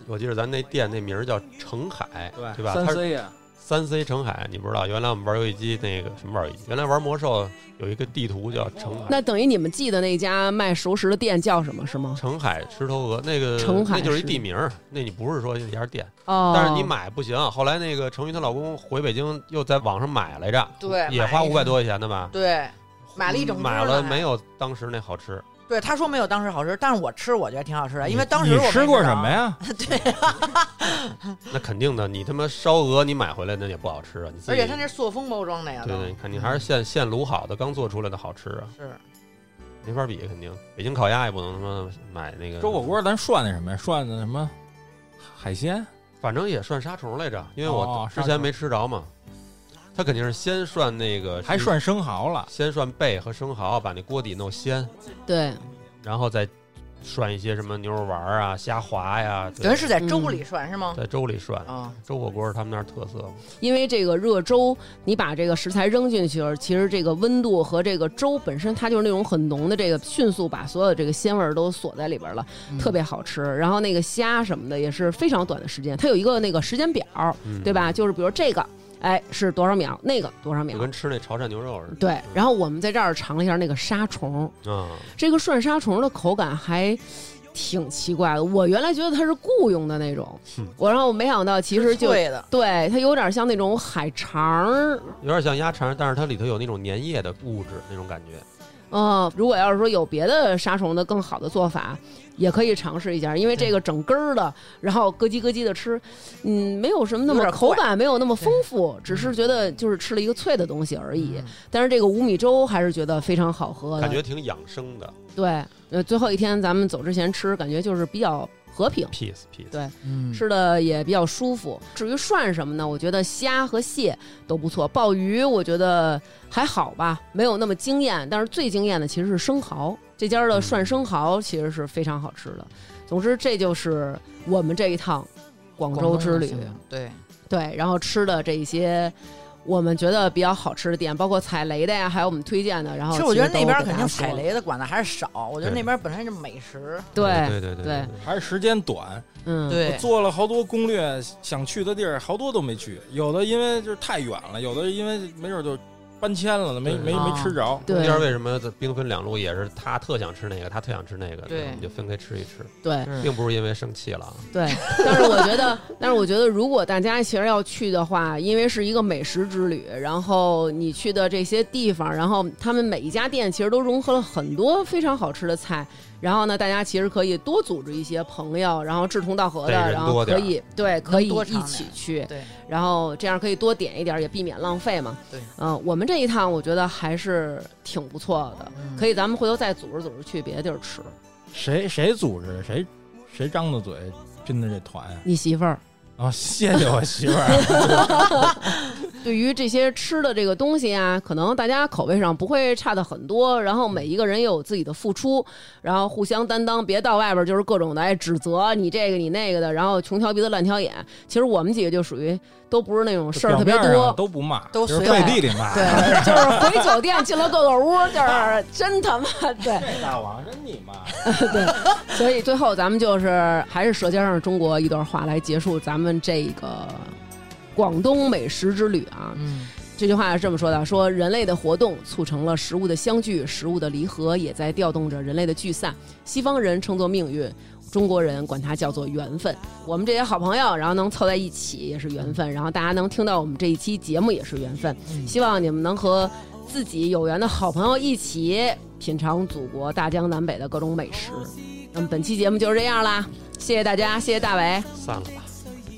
[SPEAKER 3] 我记得咱那店那名儿叫澄海，对吧？
[SPEAKER 5] 三
[SPEAKER 3] 它是
[SPEAKER 5] C 呀，
[SPEAKER 3] 三 C 澄海，你不知道？原来我们玩游戏机那个什么玩游戏机，原来玩魔兽有一个地图叫澄海，
[SPEAKER 1] 那等于你们记得那家卖熟食的店叫什么是吗？
[SPEAKER 3] 澄海石头鹅那个
[SPEAKER 1] 澄海
[SPEAKER 3] 那就是一
[SPEAKER 1] 是
[SPEAKER 3] 地名儿，那你不是说一家店，
[SPEAKER 1] 哦，
[SPEAKER 3] 但是你买不行。后来那个程昱她老公回北京又在网上买来着，
[SPEAKER 2] 对
[SPEAKER 3] 也
[SPEAKER 2] 买
[SPEAKER 3] 花
[SPEAKER 2] 一
[SPEAKER 3] 五百多块钱的吧，嗯
[SPEAKER 2] 对，买了一整只
[SPEAKER 3] 买
[SPEAKER 2] 呢
[SPEAKER 3] 了
[SPEAKER 2] 还
[SPEAKER 3] 没有当时那好吃，
[SPEAKER 2] 对，他说没有当时好吃，但是我吃我觉得挺好吃的，因为
[SPEAKER 5] 你
[SPEAKER 2] 当时我
[SPEAKER 5] 你
[SPEAKER 2] 没
[SPEAKER 5] 吃过
[SPEAKER 2] 道
[SPEAKER 5] 什么？ 呀？
[SPEAKER 3] 那肯定的，你他妈烧鹅你买回来那也不好吃啊，你自
[SPEAKER 2] 而
[SPEAKER 3] 己
[SPEAKER 2] 且他那是塑封包装的呀，
[SPEAKER 3] 对
[SPEAKER 2] 都
[SPEAKER 3] 对，你看你还是现现卤好的，刚做出来的好吃啊，
[SPEAKER 2] 是
[SPEAKER 3] 没法比肯定。北京烤鸭也不能说买那个
[SPEAKER 5] 周火，锅咱涮的什么呀？涮的什么海鲜？
[SPEAKER 3] 反正也涮杀虫来着，因为
[SPEAKER 5] 哦
[SPEAKER 3] 我之
[SPEAKER 5] 杀
[SPEAKER 3] 前
[SPEAKER 5] 虫
[SPEAKER 3] 没吃着嘛。他肯定是先涮那个，
[SPEAKER 5] 还涮生蚝了？
[SPEAKER 3] 先涮贝和生蚝，把那锅底弄鲜，
[SPEAKER 1] 对，
[SPEAKER 3] 然后再涮一些什么牛肉丸儿啊、虾滑呀，对
[SPEAKER 2] 等于是在粥
[SPEAKER 1] 嗯
[SPEAKER 2] 里涮是吗？
[SPEAKER 3] 在粥里涮。
[SPEAKER 2] 啊，
[SPEAKER 3] 粥火锅是他们那儿特色嘛，
[SPEAKER 1] 因为这个热粥，你把这个食材扔进去了，其实这个温度和这个粥本身，它就是那种很浓的，这个迅速把所有这个鲜味儿都锁在里边了，特别好吃。然后那个虾什么的也是非常短的时间，它有一个那个时间表，
[SPEAKER 3] 嗯
[SPEAKER 1] 对？吧？就是比如这个，哎，是多少秒，那个多少秒
[SPEAKER 3] 就。跟吃那潮汕牛肉似的。
[SPEAKER 1] 对，然后我们在这儿尝了一下那个沙虫，
[SPEAKER 3] 啊，
[SPEAKER 1] 这个涮沙虫的口感还挺奇怪的。我原来觉得它是雇佣的那种，
[SPEAKER 3] 嗯
[SPEAKER 1] 我然后我没想到其实就
[SPEAKER 2] 对的，
[SPEAKER 1] 对它有点像那种海肠儿，
[SPEAKER 3] 有点像鸭肠，但是它里头有那种粘液的物质，那种感觉。
[SPEAKER 1] 嗯，如果要是说有别的杀虫的更好的做法，也可以尝试一下，因为
[SPEAKER 2] 嗯
[SPEAKER 1] 这个整根儿的，然后咯叽咯叽的吃，嗯，没有什么那
[SPEAKER 2] 有
[SPEAKER 1] 么
[SPEAKER 2] 点
[SPEAKER 1] 口
[SPEAKER 2] 怪嗯
[SPEAKER 1] 感，没有那么丰富，只是觉得就是吃了一个脆的东西而已。但是这个五米粥还是觉得非常好喝的，
[SPEAKER 3] 感觉挺养生的
[SPEAKER 1] 对。呃，最后一天咱们走之前吃，感觉就是比较和平。
[SPEAKER 3] ，peace peace。
[SPEAKER 1] 对
[SPEAKER 5] 嗯
[SPEAKER 6] Mm.
[SPEAKER 1] 吃的也比较舒服。至于涮什么呢？我觉得虾和蟹都不错，鲍鱼我觉得还好吧，没有那么惊艳。但是最惊艳的其实是生蚝，这家的涮生蚝其实是非常好吃的。总之，这就是我们这一趟广州之旅。
[SPEAKER 2] 对，
[SPEAKER 1] 对，然后吃的这一些。我们觉得比较好吃的店，包括踩雷的呀，还有我们推荐的。然后
[SPEAKER 2] 其实我觉得
[SPEAKER 1] 都
[SPEAKER 2] 那边
[SPEAKER 1] 给大
[SPEAKER 2] 肯定
[SPEAKER 1] 家说
[SPEAKER 2] 踩
[SPEAKER 1] 了。
[SPEAKER 2] 雷的管的还是少，我觉得
[SPEAKER 3] 对
[SPEAKER 2] 那边本身是美食，
[SPEAKER 1] 对，
[SPEAKER 3] 对对对
[SPEAKER 1] 对
[SPEAKER 5] 还是时间短，
[SPEAKER 1] 嗯，
[SPEAKER 2] 对，
[SPEAKER 5] 做了好多攻略，想去的地儿好多都没去，有的因为就是太远了，有的因为没准就搬迁了，没没没吃着。
[SPEAKER 1] 对
[SPEAKER 3] 中间为什么兵分两路，也是他特想吃那个，他特想吃那个，
[SPEAKER 2] 对
[SPEAKER 3] 我们就分开吃一吃，
[SPEAKER 1] 对，
[SPEAKER 3] 并不是因为生气了啊。
[SPEAKER 1] 对，但是我觉得，但是我觉得，如果大家其实要去的话，因为是一个美食之旅，然后你去的这些地方，然后他们每一家店其实都融合了很多非常好吃的菜。然后呢，大家其实可以多组织一些朋友，然后志同道合的，
[SPEAKER 3] 对人
[SPEAKER 1] 然后可
[SPEAKER 3] 多点儿
[SPEAKER 1] 以对，可以
[SPEAKER 2] 多
[SPEAKER 1] 一
[SPEAKER 2] 尝
[SPEAKER 1] 起
[SPEAKER 2] 点儿
[SPEAKER 1] 去，
[SPEAKER 2] 对，
[SPEAKER 1] 然后这样可以多点一点儿，也避免浪费嘛。
[SPEAKER 2] 对
[SPEAKER 1] 嗯、我们这一趟我觉得还是挺不错的，
[SPEAKER 2] 嗯
[SPEAKER 1] 可以咱们回头再组织组织去别的地儿吃。
[SPEAKER 5] 谁谁组织谁谁张的嘴拼的这团啊
[SPEAKER 1] 你媳妇儿。
[SPEAKER 5] 啊！谢谢我媳妇儿，啊
[SPEAKER 1] 对于这些吃的这个东西啊，可能大家口味上不会差的很多，然后每一个人也有自己的付出，然后互相担当，别到外边就是各种的哎指责你这个你那个的，然后穷挑鼻子烂挑眼。其实我们几个就属于都不是那种事儿
[SPEAKER 5] 表
[SPEAKER 1] 特别
[SPEAKER 5] 面啊上
[SPEAKER 1] 多。
[SPEAKER 5] 都不骂，
[SPEAKER 2] 都
[SPEAKER 5] 就是
[SPEAKER 2] 随
[SPEAKER 5] 背
[SPEAKER 2] 便
[SPEAKER 5] 地里骂。
[SPEAKER 1] 对，就是回酒店进了各个屋，就是真他妈 对，
[SPEAKER 5] 这大王真你妈！
[SPEAKER 1] 所以最后咱们就是还是《舌尖上的中国》一段话来结束咱们这个广东美食之旅啊。
[SPEAKER 2] 嗯，
[SPEAKER 1] 这句话是这么说的：说人类的活动促成了食物的相聚，食物的离合也在调动着人类的聚散。西方人称作命运，中国人管它叫做缘分。我们这些好朋友，然后能凑在一起也是缘分，然后大家能听到我们这一期节目也是缘分。
[SPEAKER 5] 嗯
[SPEAKER 1] 希望你们能和自己有缘的好朋友一起品尝祖国大江南北的各种美食。那么本期节目就是这样啦，谢谢大家，谢谢大伟，
[SPEAKER 3] 散了吧，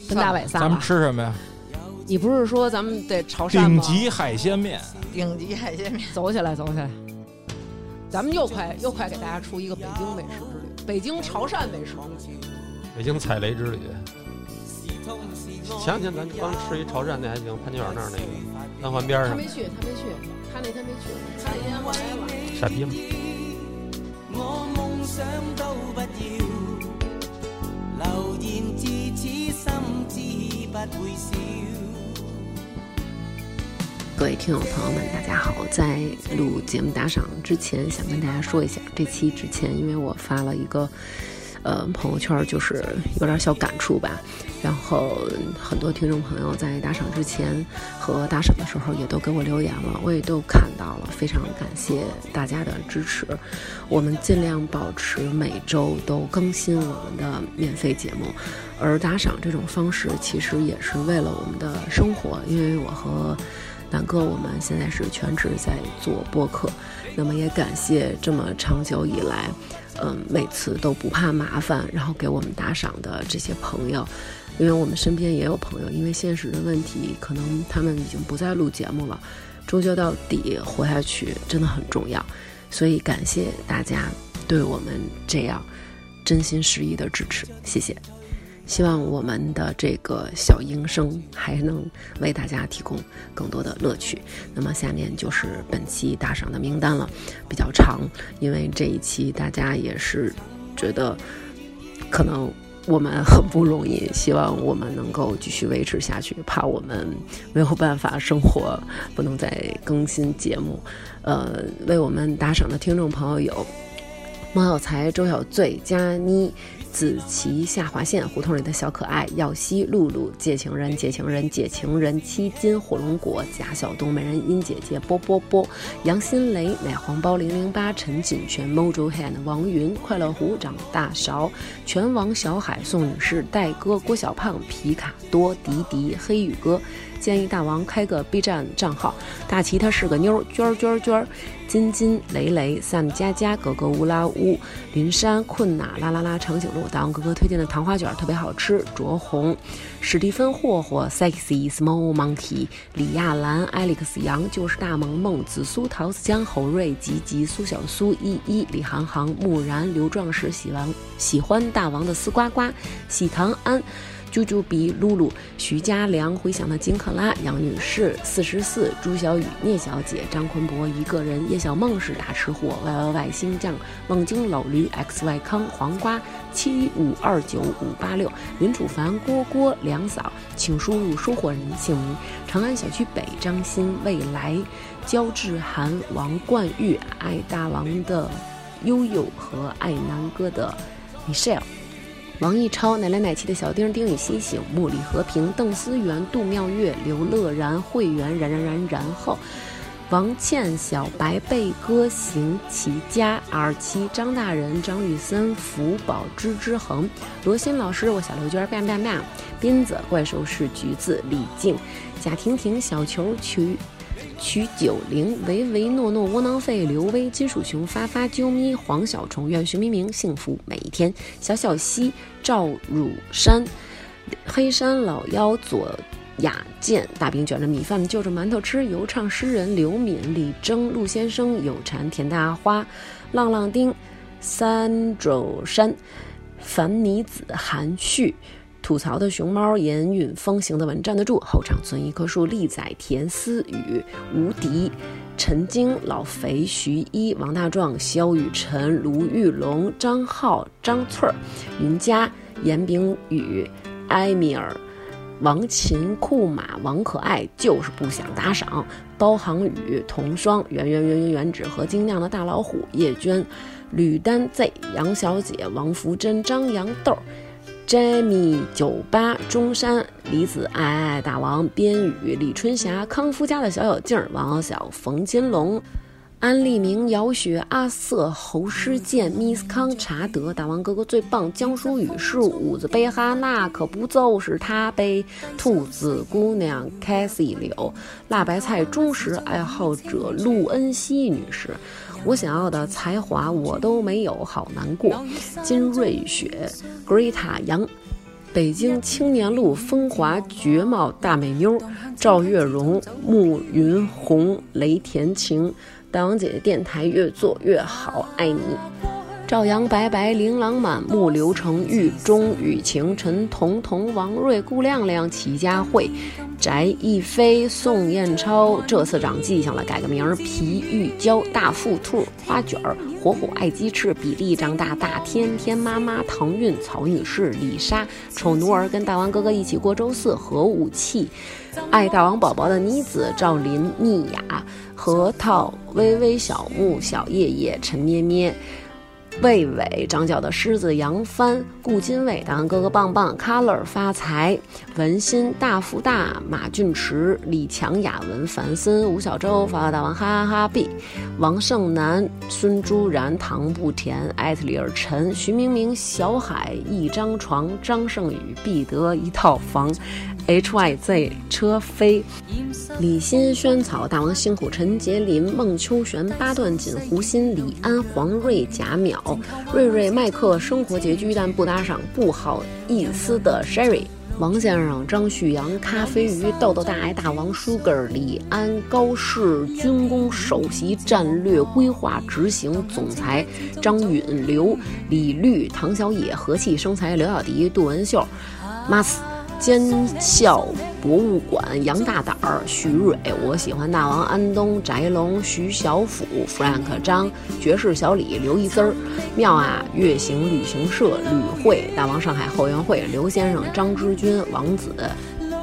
[SPEAKER 1] 跟大伟撒
[SPEAKER 5] 咱们
[SPEAKER 1] 了。
[SPEAKER 5] 吃什么呀？
[SPEAKER 1] 你不是说咱们得潮汕
[SPEAKER 5] 顶
[SPEAKER 1] 吗？
[SPEAKER 5] 级海鲜面。
[SPEAKER 2] 顶级海鲜面，
[SPEAKER 1] 走起来，走起来！咱们又快又快给大家出一个北京美食之旅，北京潮汕美食之旅。
[SPEAKER 3] 北京踩雷之旅。前两天咱刚吃一潮汕那还行，潘家园那儿那个三环边儿
[SPEAKER 1] 他
[SPEAKER 3] 上
[SPEAKER 1] 没，去，他没去，他那天没去，他那天回来晚。
[SPEAKER 3] 傻逼吗？
[SPEAKER 7] 我夢想都不要，留言至此心知不會少。
[SPEAKER 8] 各位听友朋友们，大家好！在录节目打赏之前，想跟大家说一下，这期之前因为我发了一个。呃朋友圈，就是有点小感触吧。然后很多听众朋友在打赏之前和打赏的时候也都给我留言了，我也都看到了，非常感谢大家的支持。我们尽量保持每周都更新我们的免费节目，而打赏这种方式其实也是为了我们的生活，因为我和南哥我们现在是全职在做播客，那么也感谢这么长久以来，嗯，每次都不怕麻烦，然后给我们打赏的这些朋友，因为我们身边也有朋友，因为现实的问题，可能他们已经不再录节目了，追究到底活下去真的很重要，所以感谢大家对我们这样真心实意的支持，谢谢。希望我们的这个小营生还能为大家提供更多的乐趣。那么下面就是本期打赏的名单了，比较长，因为这一期大家也是觉得可能我们很不容易，希望我们能够继续维持下去，怕我们没有办法生活，不能再更新节目。呃，为我们打赏的听众朋友有猫小才、周小醉、佳妮、子琪、下划线、胡同里的小可爱、耀西、露露、借情人、借情人、借情人、七金、火龙果、贾晓东、美人音姐姐、波波波、杨新雷、奶黄包零零八、陈锦全、Mojo Hand、王云、快乐虎、长大勺、拳王小海、宋女士、戴哥、郭小胖、皮卡多、迪迪、黑羽哥。建议大王开个 B 站账号，大齐他是个妞儿，娟儿娟儿娟儿，金金雷雷，Sam 佳佳，格格乌拉乌，林山困哪啦啦啦，长颈鹿，大王哥哥推荐的糖花卷儿特别好吃，卓红，史蒂芬霍霍，Sexy Small Monkey，李亚兰，Alex 杨就是大萌萌，紫苏桃子江，侯瑞吉吉，苏小苏，依依，李航航，木然，刘壮实，喜欢喜欢大王的丝瓜瓜，喜糖安。啾啾比露露、徐家良、回响的金克拉、杨女士、四十四、朱小雨、聂小姐、张坤博一个人、叶小梦是大吃货、Y Y Y 星将、望京老驴、X Y 康、黄瓜、七五二九五八六、林楚凡、郭郭、梁嫂，请输入收货人姓名。长安小区北张鑫、未来、焦志涵、王冠玉、爱大王的悠悠和爱南哥的 Michelle。王一超、奶来奶气的小丁、丁禹兮、醒目、李和平、邓思源、杜妙月、刘乐然、会员、然然然然后，王倩、小白、贝哥、邢齐佳、R 七、张大人、张玉森、福宝、芝芝恒、罗新老师、我小刘娟、bang bang bang、斌子、怪兽是橘子、李静、贾婷婷、小球、曲曲九龄、唯唯诺诺、窝囊废、刘威、金属熊、发发、啾咪、黄小虫、愿徐明明幸福每一天、小小溪、赵汝山、黑山老妖、左雅健、大饼卷着米饭就着馒头吃、游唱诗人刘敏、李征、陆先生、有蝉、田大花、浪浪丁、三肘山、樊妮子、韩旭。吐槽的熊猫、严允风行的文站得住，后场村一棵树、立仔、田思雨、吴迪、陈晶、老肥、徐一、王大壮、肖雨辰、卢玉龙、张浩、张翠儿、云佳、严炳宇、埃米尔、王琴、库马、王可爱，就是不想打赏。包航宇、童双、圆圆圆圆圆纸和精酿的大老虎、叶娟、吕丹 Z、杨小姐、王福珍、张杨豆儿。Jamie 酒吧、中山、李子爱爱大王、边宇、李春霞、康夫家的小小静儿、王小小、冯金龙、安利明、姚雪、阿瑟、侯诗健、Miss 康、查德、大王哥哥最棒、江疏雨是五子贝哈，那可不就是他呗。兔子姑娘、Cassie 柳、辣白菜忠实爱好者陆恩熙女士。我想要的才华我都没有，好难过。金瑞雪、Greta 杨、北京青年路风华绝貌大美妞、赵月荣、慕云红、雷田晴、大王姐姐电台越做越好，爱你。赵阳、白白、琳琅满目、刘成玉、钟雨晴、陈彤彤、王瑞、顾亮亮、齐佳慧、翟一飞、宋彦超，这次长记性了，改个名儿。皮玉娇、大腹兔、花卷儿、火火爱鸡翅、比利长大大、天天妈妈、唐韵、曹女士、李莎、丑奴儿跟大王哥哥一起过周四、核武器、爱大王宝宝的妮子、赵琳、妮雅、核桃、微微、小木、小叶叶、陈咩咩。魏伟、长角的狮子、杨帆、顾金伟、档案哥哥棒棒、Color 发财、文心、大富大、马俊驰、李强、雅文、樊森、吴小周、法法大王、哈哈哈 B、王胜男、孙朱然、唐不甜、艾特里尔、陈、徐明明、小海、一张床、张胜宇、必得一套房、HYZ 车飞、李欣、萱草、大王辛苦、陈杰林、孟秋璇、八段锦、胡鑫、李安、黄瑞、贾淼、瑞瑞、麦克、生活拮据但不打赏、不好意思的 Sherry。王先生、张旭阳、咖啡鱼、豆豆大爱、大王 Sugar、李安、高适、军工首席战略规划执行总裁张允、刘李律、唐小野、和气生财、刘小迪、杜文秀、马斯。尖笑博物馆、杨大胆儿、徐蕊，我喜欢大王、安东、翟龙、徐小虎、Frank 张、爵士小李、刘一丝儿、妙啊、月行旅行社、吕慧、大王上海后援会、刘先生、张之军、王子。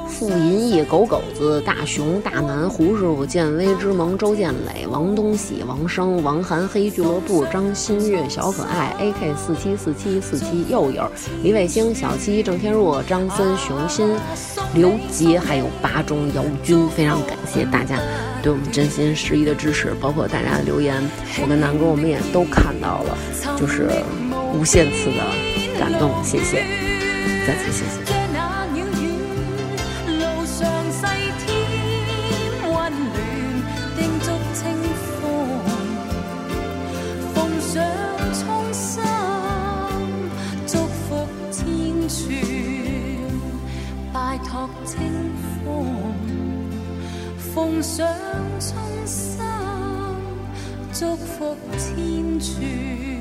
[SPEAKER 8] 傅银义、狗狗子、大熊、大南、胡师傅、建威之盟、周建磊、王东喜、王生、王涵、黑俱乐部、张馨月、小可爱、AK 四七四七四七、佑佑、李卫星、小七、郑天若、张森、熊心、刘杰，还有八中姚军，非常感谢大家对我们真心实意的支持，包括大家的留言，我跟南哥我们也都看到了，就是无限次的感动，谢谢，再次谢谢。
[SPEAKER 4] 嘅那鸟語，路上細天溫暖，叮足清風，奉上衷心祝福千串，拜託清風，奉上衷心祝福千串。